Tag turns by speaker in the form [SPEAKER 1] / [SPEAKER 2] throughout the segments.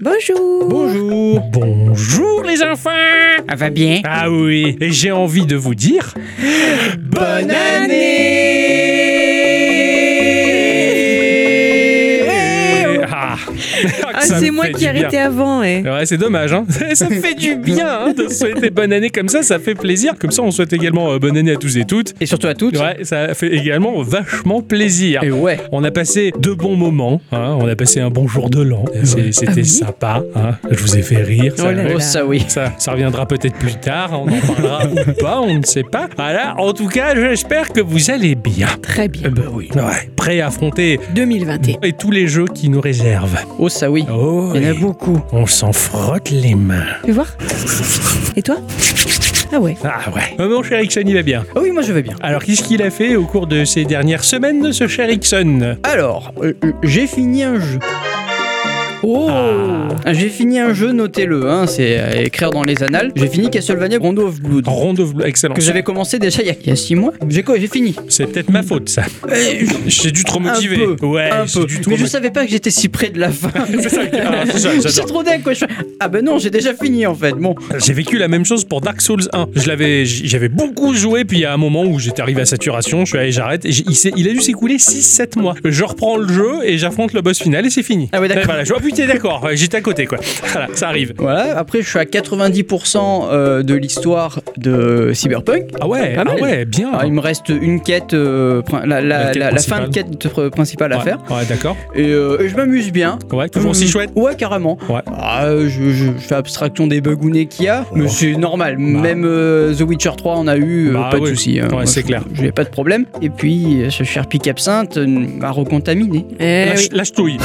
[SPEAKER 1] Bonjour.
[SPEAKER 2] Bonjour.
[SPEAKER 3] Bonjour les enfants.
[SPEAKER 1] Ça va bien
[SPEAKER 3] Ah oui, et j'ai envie de vous dire
[SPEAKER 2] Bonne
[SPEAKER 3] année. Ah,
[SPEAKER 1] Ah, c'est moi qui ai arrêté avant. eh.
[SPEAKER 3] Ouais, c'est dommage, hein. ça fait du bien hein, de souhaiter bonne année comme ça, ça fait plaisir. Comme ça, on souhaite également euh, bonne année à tous et toutes.
[SPEAKER 2] Et surtout à toutes. Oh,
[SPEAKER 3] Ouais, ça fait également vachement plaisir.
[SPEAKER 2] Et ouais.
[SPEAKER 3] On a passé de bons moments, hein, on a passé un bon jour de l'an, C'est- c'était sympa, hein. je vous ai fait rire. ça-
[SPEAKER 1] Ah Oh là là.
[SPEAKER 2] Oh, ça oui.
[SPEAKER 3] Ça, ça reviendra peut-être plus tard, on en parlera ou pas, on ne sait pas. Voilà, en tout cas, j'espère que vous allez bien.
[SPEAKER 1] Très
[SPEAKER 3] Euh,
[SPEAKER 1] bien.
[SPEAKER 2] ben oui.
[SPEAKER 3] Ouais, prêt à affronter
[SPEAKER 1] 2021.
[SPEAKER 3] et tous les jeux qui nous réservent.
[SPEAKER 2] Oh, ça oui.
[SPEAKER 3] Oh,
[SPEAKER 1] Il y en a
[SPEAKER 3] oui,
[SPEAKER 1] beaucoup.
[SPEAKER 3] on s'en frotte les mains.
[SPEAKER 1] Tu veux voir Et toi Ah ouais.
[SPEAKER 3] Ah ouais. Euh, Mon cher Ixon, il va bien.
[SPEAKER 2] Ah oui, moi je vais bien.
[SPEAKER 3] Alors, qu'est-ce qu'il a fait au cours de ces dernières semaines, ce cher Ixon
[SPEAKER 2] Alors, euh, euh, j'ai fini un jeu. Oh Ah, J'ai fini un jeu, notez-le, hein, c'est à écrire dans les annales. J'ai fini Castlevania Rondo of Blood.
[SPEAKER 3] Ronde of Blood, excellent.
[SPEAKER 2] Que j'avais commencé déjà il y a- il y a 6 mois. J'ai quoi J'ai fini.
[SPEAKER 3] C'est peut-être ma faute, ça. J'ai dû trop motiver.
[SPEAKER 2] Euh, Un peu.
[SPEAKER 3] ouais,
[SPEAKER 2] un
[SPEAKER 3] j'ai
[SPEAKER 2] peu.
[SPEAKER 3] dû trop
[SPEAKER 2] Mais je
[SPEAKER 3] motiver.
[SPEAKER 2] savais pas que j'étais si près de la fin.
[SPEAKER 3] C'est ça, ah, c'est ça, j'adore.
[SPEAKER 2] J'ai trop dingue quoi. Je fais, Ah ben non, j'ai déjà fini en fait. Bon,
[SPEAKER 3] J'ai vécu la même chose pour Dark Souls 1. Je l'avais, j- j'avais beaucoup joué, puis il y a un moment où j'étais arrivé à saturation, je suis allé, j'arrête. et j'ai- Il, s'est- il a dû s'écouler 6-7 mois. Je reprends le jeu et j'affronte le boss final et c'est fini.
[SPEAKER 2] Ah ouais, d'accord.
[SPEAKER 3] Et Voilà, je vois, putain, d'accord, ouais, j'étais à côté, quoi. Voilà, ça arrive.
[SPEAKER 2] voilà. Après, je suis à 90% euh, de l'histoire de Cyberpunk.
[SPEAKER 3] Ah ouais,
[SPEAKER 2] Pas
[SPEAKER 3] ah
[SPEAKER 2] mal.
[SPEAKER 3] ouais, bien.
[SPEAKER 2] Alors, il me reste une quête, euh, prin- la, la-
[SPEAKER 3] La quête
[SPEAKER 2] la- la fin de
[SPEAKER 3] principale.
[SPEAKER 2] quête euh, principale à
[SPEAKER 3] ouais,
[SPEAKER 2] faire.
[SPEAKER 3] ouais, d'accord.
[SPEAKER 2] Et, euh, et je m'amuse bien.
[SPEAKER 3] Ouais, toujours aussi
[SPEAKER 2] Euh,
[SPEAKER 3] chouette.
[SPEAKER 2] Ouais, carrément.
[SPEAKER 3] Ouais.
[SPEAKER 2] Ah, euh, je, je- je fais abstraction des bugounets qu'il y a, mais
[SPEAKER 3] Oh.
[SPEAKER 2] c'est normal. Même euh, The Witcher 3, on a eu, euh,
[SPEAKER 3] Bah
[SPEAKER 2] pas de
[SPEAKER 3] ouais.
[SPEAKER 2] soucis. euh,
[SPEAKER 3] Ouais,
[SPEAKER 2] moi,
[SPEAKER 3] c'est
[SPEAKER 2] je-
[SPEAKER 3] clair.
[SPEAKER 2] J'ai pas de problème. Et puis, euh, ce cher Pic Absinthe euh, m'a recontaminé.
[SPEAKER 1] Eh
[SPEAKER 3] lâche,
[SPEAKER 1] oui.
[SPEAKER 3] lâche touille.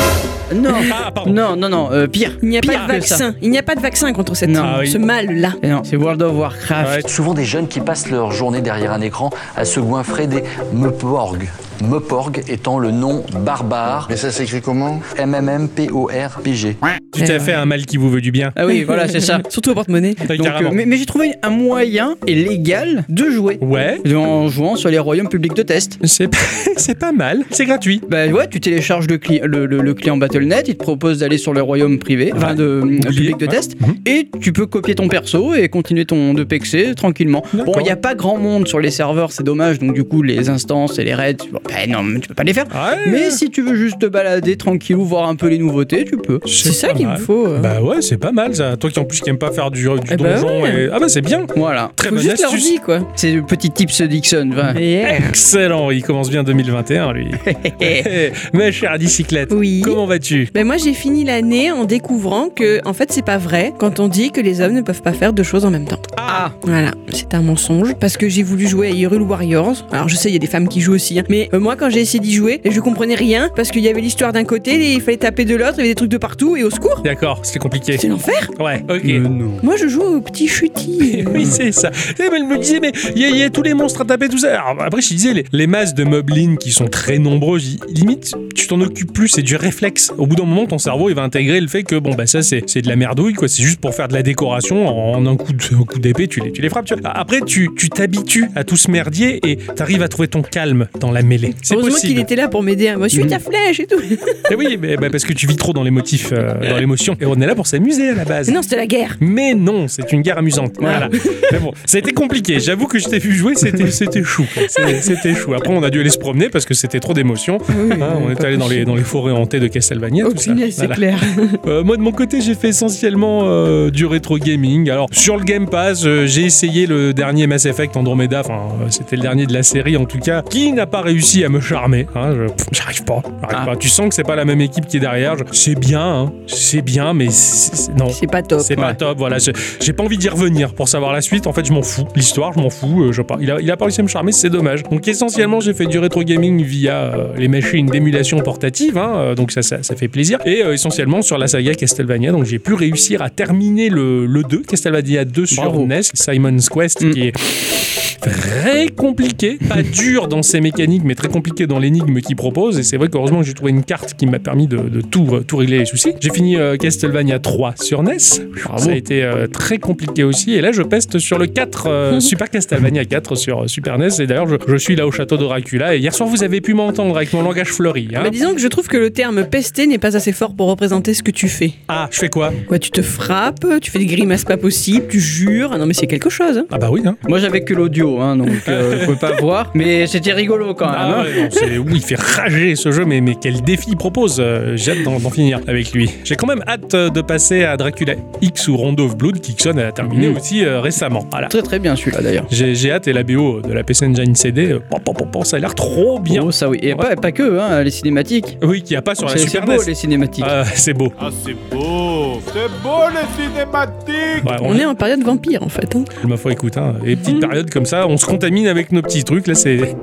[SPEAKER 2] Non,
[SPEAKER 3] Ah, pardon.
[SPEAKER 2] non, non, non, euh, pire.
[SPEAKER 1] Il n'y a
[SPEAKER 2] Pire
[SPEAKER 1] pas de
[SPEAKER 2] que ça.
[SPEAKER 1] vaccin. Il n'y a pas de vaccin contre cette,
[SPEAKER 2] Non.
[SPEAKER 3] Ah oui.
[SPEAKER 1] ce mal-là.
[SPEAKER 2] Eh non, c'est World of Warcraft.
[SPEAKER 3] Ouais.
[SPEAKER 4] souvent des jeunes qui passent leur journée derrière un écran à se goinfrer des meuporg. Meuporg étant le nom barbare
[SPEAKER 5] Mais ça s'écrit comment
[SPEAKER 4] MMMPORPG.
[SPEAKER 3] Tu t'es fait un mal qui vous veut du bien.
[SPEAKER 2] Ah oui, voilà, c'est ça.
[SPEAKER 1] Surtout au porte-monnaie.
[SPEAKER 3] Ouais,
[SPEAKER 2] Donc,
[SPEAKER 3] carrément.
[SPEAKER 2] euh, mais mais j'ai trouvé un moyen et légal de jouer
[SPEAKER 3] Ouais,
[SPEAKER 2] en jouant sur les royaumes publics de test.
[SPEAKER 3] c'est pas, c'est pas mal. C'est gratuit.
[SPEAKER 2] Bah ouais, tu télécharges le, cli- le, le- le client BattleNet, il te propose d'aller sur le royaume privé, enfin de euh, public de
[SPEAKER 3] ouais.
[SPEAKER 2] test,
[SPEAKER 3] Mhm.
[SPEAKER 2] et tu peux copier ton perso et continuer ton de pexer tranquillement. Bon,
[SPEAKER 3] D'accord.
[SPEAKER 2] il n'y a pas grand monde sur les serveurs, c'est dommage, donc du coup les instances et les raids, bon, bah non, mais tu peux pas les faire.
[SPEAKER 3] Ouais.
[SPEAKER 2] Mais si tu veux juste te balader tranquillou, voir un peu les nouveautés, tu peux.
[SPEAKER 1] C'est ça
[SPEAKER 3] pas
[SPEAKER 1] qu'il me
[SPEAKER 3] mal.
[SPEAKER 1] faut. euh.
[SPEAKER 3] Bah ouais, c'est pas mal ça. Toi qui en plus qui aime pas faire du, du
[SPEAKER 1] Eh
[SPEAKER 2] ben
[SPEAKER 1] bah
[SPEAKER 3] donjon
[SPEAKER 1] ouais.
[SPEAKER 3] et- Ah bah c'est bien.
[SPEAKER 2] Voilà,
[SPEAKER 3] Très
[SPEAKER 1] faut
[SPEAKER 3] bonne
[SPEAKER 1] juste leur
[SPEAKER 3] astuce. Eh,
[SPEAKER 1] vie, quoi.
[SPEAKER 2] c'est le petit tips Dixon. va.
[SPEAKER 1] Yeah.
[SPEAKER 3] Excellent, il commence bien 2021 lui. Eh, Ma chère bicyclette,
[SPEAKER 1] Oui.
[SPEAKER 3] comment vas-tu
[SPEAKER 1] Ben moi j'ai fini l'année en découvrant que en fait c'est pas vrai quand on dit que les hommes ne peuvent pas faire deux choses en même temps.
[SPEAKER 2] Ah,
[SPEAKER 1] Voilà, c'est un mensonge parce que j'ai voulu jouer à Hyrule Warriors. Alors je sais il y a des femmes qui jouent aussi, hein. mais euh, moi quand j'ai essayé d'y jouer, je comprenais rien parce qu'il y avait l'histoire d'un côté, et il fallait taper de l'autre, il y avait des trucs de partout et au secours.
[SPEAKER 3] D'accord, c'était compliqué.
[SPEAKER 1] C'est l'enfer.
[SPEAKER 3] Ouais, ok.
[SPEAKER 2] Euh, non.
[SPEAKER 1] Moi je joue au petit chutis. euh.
[SPEAKER 3] Oui, c'est ça. Eh ben, elle me disait, mais il y, a- il y a tous les monstres à taper, tout ça. Alors, après, je disais, les, les masses de moblins qui sont très nombreuses, j- limite, tu t'en occupes plus, c'est du réflexe. Au bout d'un moment, ton cerveau, il va intégrer le fait que, bon, bah ça, c'est c'est de la merdouille, quoi. C'est juste pour faire de la décoration. En, en un coup de- un coup d'épée, tu les, tu les frappes, tu vois. Après, tu tu t'habitues à tout ce merdier et t'arrives à trouver ton calme dans la mêlée. C'est
[SPEAKER 1] Heureusement
[SPEAKER 3] possible. Mm.
[SPEAKER 1] qu'il était là pour m'aider. hein. Moi, suis ta flèche et tout.
[SPEAKER 3] Eh oui, mais, bah, parce que tu vis trop dans les motifs, euh, dans l'émotion. Et on est là pour s'amuser à la base.
[SPEAKER 1] Mais non, c'était la guerre.
[SPEAKER 3] Mais non, c'est une guerre amusante. Voilà. Mais bon, ça a été compliqué. J'avoue que je t'ai vu jouer, c'était, c'était chou. quoi. C'est- C'était chou. Après, on a dû aller se promener parce que c'était trop d'émotions. Hein, on est allé dans les, dans les forêts hantées de Castlevania.
[SPEAKER 1] Oh
[SPEAKER 3] tout ça.
[SPEAKER 1] punaise, c'est
[SPEAKER 3] Voilà.
[SPEAKER 1] clair.
[SPEAKER 3] Euh, moi, de mon côté, j'ai fait essentiellement euh, du rétro gaming. Alors, sur le Game Pass, euh, j'ai essayé le dernier Mass Effect Andromeda. Enfin, euh, c'était le dernier de la série, en tout cas, qui n'a pas réussi à me charmer. hein. Je- pff, J'arrive pas. J'arrive
[SPEAKER 2] Ah.
[SPEAKER 3] pas. Tu sens que c'est pas la même équipe qui est derrière. Je- C'est bien, hein. c'est bien, mais c'est- c'est- non.
[SPEAKER 1] C'est pas top.
[SPEAKER 3] C'est pas
[SPEAKER 2] ouais.
[SPEAKER 3] top, voilà. je- J'ai pas envie d'y revenir pour savoir la suite. En fait, je m'en fous. L'histoire, je m'en fous. euh, je sais pas. Il a, il a pas réussi à me charmer, c'est dommage. Donc, essentiellement, j'ai fait du rétro gaming via euh, les machines d'émulation portative. hein, euh, donc, ça, ça, ça fait plaisir. Et euh, essentiellement sur la saga Castlevania. Donc, j'ai pu réussir à terminer le, le 2, Castlevania 2 sur
[SPEAKER 2] Bravo.
[SPEAKER 3] NES, Simon's Quest,
[SPEAKER 2] Mm.
[SPEAKER 3] qui est très compliqué, pas dur dans ses mécaniques, mais très compliqué dans l'énigme qu'il propose. Et c'est vrai qu'heureusement que j'ai trouvé une carte qui m'a permis de, de tout, euh, tout régler les soucis. J'ai fini euh, Castlevania 3 sur NES. Ça a été euh, très compliqué aussi. Et là, je peste sur le 4, euh, Super Castlevania 4 sur euh, Super NES. Et d'ailleurs, je, je suis là au château d'Oracula. Et hier soir, vous avez pu m'entendre avec mon langage fleuri. hein.
[SPEAKER 1] Bah, disons que je trouve que le terme pester n'est pas assez fort pour représenter ce que tu fais.
[SPEAKER 3] Ah, je fais quoi
[SPEAKER 1] Quoi, tu te frappes, tu fais des grimaces pas possibles, tu jures. Ah non, mais c'est quelque chose. hein.
[SPEAKER 3] Ah bah oui, hein.
[SPEAKER 2] Moi j'avais que l'audio, hein, donc euh, je pouvais pas voir, mais c'était rigolo quand même.
[SPEAKER 3] Ah
[SPEAKER 2] hein.
[SPEAKER 3] ouais, non, c'est- oui, il fait rager ce jeu, mais, mais quel défi il propose Euh, J'ai hâte d'en d'en finir avec lui. J'ai quand même hâte euh, de passer à Dracula X ou Rondo of Blood, Kickson a terminé
[SPEAKER 2] Mhm.
[SPEAKER 3] aussi euh, récemment. Voilà.
[SPEAKER 2] Très très bien celui-là d'ailleurs.
[SPEAKER 3] J'ai j'ai hâte et la BO de la PC Engine CD, euh, pom, pom, pom, pom, ça a l'air trop bien.
[SPEAKER 2] Oh, ça oui. Et pas, pas que, hein, les cinématiques.
[SPEAKER 3] Oui, qu'il n'y a pas sur la
[SPEAKER 2] C'est c'est
[SPEAKER 3] Super
[SPEAKER 2] beau
[SPEAKER 3] NES.
[SPEAKER 2] les cinématiques.
[SPEAKER 3] Ah, c'est beau.
[SPEAKER 5] Ah, c'est beau C'est beau les cinématiques
[SPEAKER 3] Ah Ouais,
[SPEAKER 1] On est en période vampire en fait. hein.
[SPEAKER 3] Ma foi, écoute, hein, les petites périodes comme ça, on se contamine avec nos petits trucs. Là, c'est.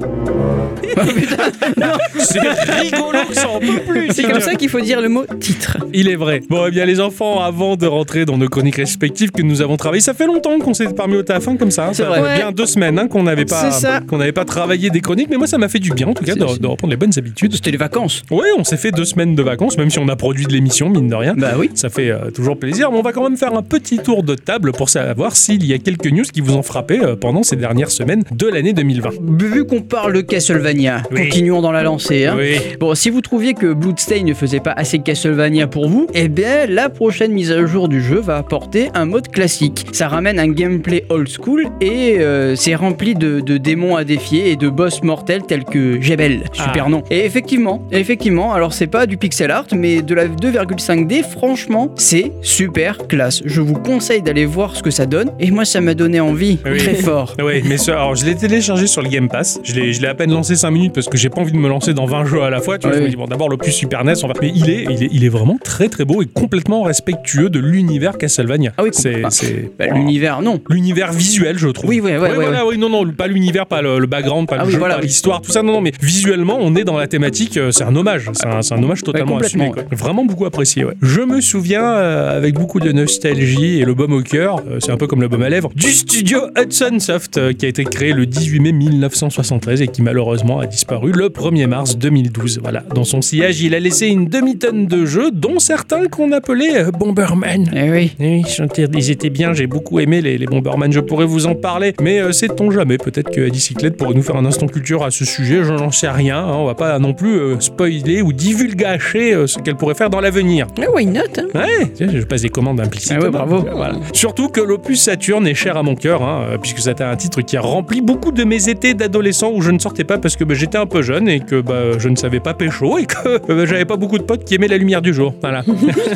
[SPEAKER 3] c'est rigolo, ça en peut plus.
[SPEAKER 1] C'est comme ça qu'il faut dire le mot titre.
[SPEAKER 3] Il est vrai. Bon, eh bien, les enfants, avant de rentrer dans nos chroniques respectives que nous avons travaillées, ça fait longtemps qu'on s'est parmi au taf, hein, comme ça. hein.
[SPEAKER 2] C'est
[SPEAKER 3] ça
[SPEAKER 2] vrai.
[SPEAKER 3] fait bien deux semaines hein, qu'on n'avait pas,
[SPEAKER 2] C'est ça.
[SPEAKER 3] qu'on n'avait pas travaillé des chroniques, mais moi, ça m'a fait du bien, en tout cas,
[SPEAKER 2] C'est-
[SPEAKER 3] de,
[SPEAKER 2] c'est-
[SPEAKER 3] de reprendre les bonnes habitudes.
[SPEAKER 2] C'était les vacances.
[SPEAKER 3] Oui, on s'est fait deux semaines de vacances, même si on a produit de l'émission, mine de rien.
[SPEAKER 2] Bah oui.
[SPEAKER 3] Ça fait euh, toujours plaisir, mais on va quand même faire un petit tour de table pour savoir s'il y a quelques news qui vous ont frappé euh, pendant ces dernières semaines de l'année 2020.
[SPEAKER 2] Vu qu'on parle de Castlevania,
[SPEAKER 3] Oui.
[SPEAKER 2] continuons dans la lancée. Hein.
[SPEAKER 3] Oui.
[SPEAKER 2] Bon, si vous trouviez que Bloodstain ne faisait pas assez Castlevania pour vous, eh bien, la prochaine mise à jour du jeu va apporter un mode classique. Ça ramène un gameplay old school et euh, c'est rempli de, de démons à défier et de boss mortels tels que Jebel, super
[SPEAKER 3] Ah.
[SPEAKER 2] nom. Et effectivement, effectivement, alors c'est pas du pixel art, mais de la 2,5D, franchement, c'est super classe. Je vous conseille d'aller voir ce que ça donne. Et moi, ça m'a donné envie,
[SPEAKER 3] Oui.
[SPEAKER 2] très fort.
[SPEAKER 3] Oui, mais ça- alors je l'ai téléchargé sur le Game Pass. Je l'ai, je l'ai à peine lancé 5 minutes parce que j'ai pas envie de me lancer dans 20 jeux à la fois. Tu vois,
[SPEAKER 2] Ouais,
[SPEAKER 3] je me
[SPEAKER 2] oui.
[SPEAKER 3] dis, bon, d'abord le plus Super NES, on va. Mais il est, il est, il est vraiment très très beau et complètement respectueux de l'univers Castlevania.
[SPEAKER 2] Ah oui,
[SPEAKER 3] c'est,
[SPEAKER 2] complètement.
[SPEAKER 3] c'est
[SPEAKER 2] Bah, L'univers, non.
[SPEAKER 3] l'univers visuel, je trouve.
[SPEAKER 2] Oui, ouais, ouais,
[SPEAKER 3] Ouais,
[SPEAKER 2] ouais, ouais.
[SPEAKER 3] voilà, oui, non, non, pas l'univers, pas le, le background, pas
[SPEAKER 2] Ah
[SPEAKER 3] le
[SPEAKER 2] oui,
[SPEAKER 3] jeu,
[SPEAKER 2] voilà,
[SPEAKER 3] pas
[SPEAKER 2] oui.
[SPEAKER 3] l'histoire, tout ça, non, non, mais visuellement, on est dans la thématique, euh, c'est un hommage, c'est un, c'est un hommage totalement
[SPEAKER 2] complètement,
[SPEAKER 3] assumé. quoi. Vraiment beaucoup apprécié, ouais. Je me souviens, euh, avec beaucoup de nostalgie et le baume au cœur, euh, c'est un peu comme le baume à lèvres, du studio Hudson Soft, euh, qui a été créé le 18 mai 1973 et qui malheureusement a disparu le 1er mars 2012. Voilà, dans son sillage, il a laissé une demi-tonne de jeux, dont certains qu'on appelait euh, Bomberman.
[SPEAKER 2] Eh oui.
[SPEAKER 3] Eh Oui, ils sont- ils étaient bien, j'ai beaucoup aimé les, les Bomberman, je pourrais vous en parler, mais euh, sait-on jamais, peut-être que Eddie Cyclette pourrait nous faire un instant culture à ce sujet, je n'en sais rien, hein, on va pas non plus euh, spoiler ou divulgacher euh, ce qu'elle pourrait faire dans l'avenir.
[SPEAKER 1] Ah, why not hein
[SPEAKER 3] Ouais, tu sais, je passe des commandes implicites.
[SPEAKER 2] Ah ouais, bravo.
[SPEAKER 3] Voilà. Surtout que l'opus Saturne est cher à mon cœur, hein, euh, puisque c'était un titre qui a rempli beaucoup de mes étés d'adolescent où je ne sortais pas parce que bah, j'étais un peu jeune et que bah, je ne savais pas pécho et que euh, j'avais pas beaucoup de potes qui aimaient la lumière du jour. Voilà.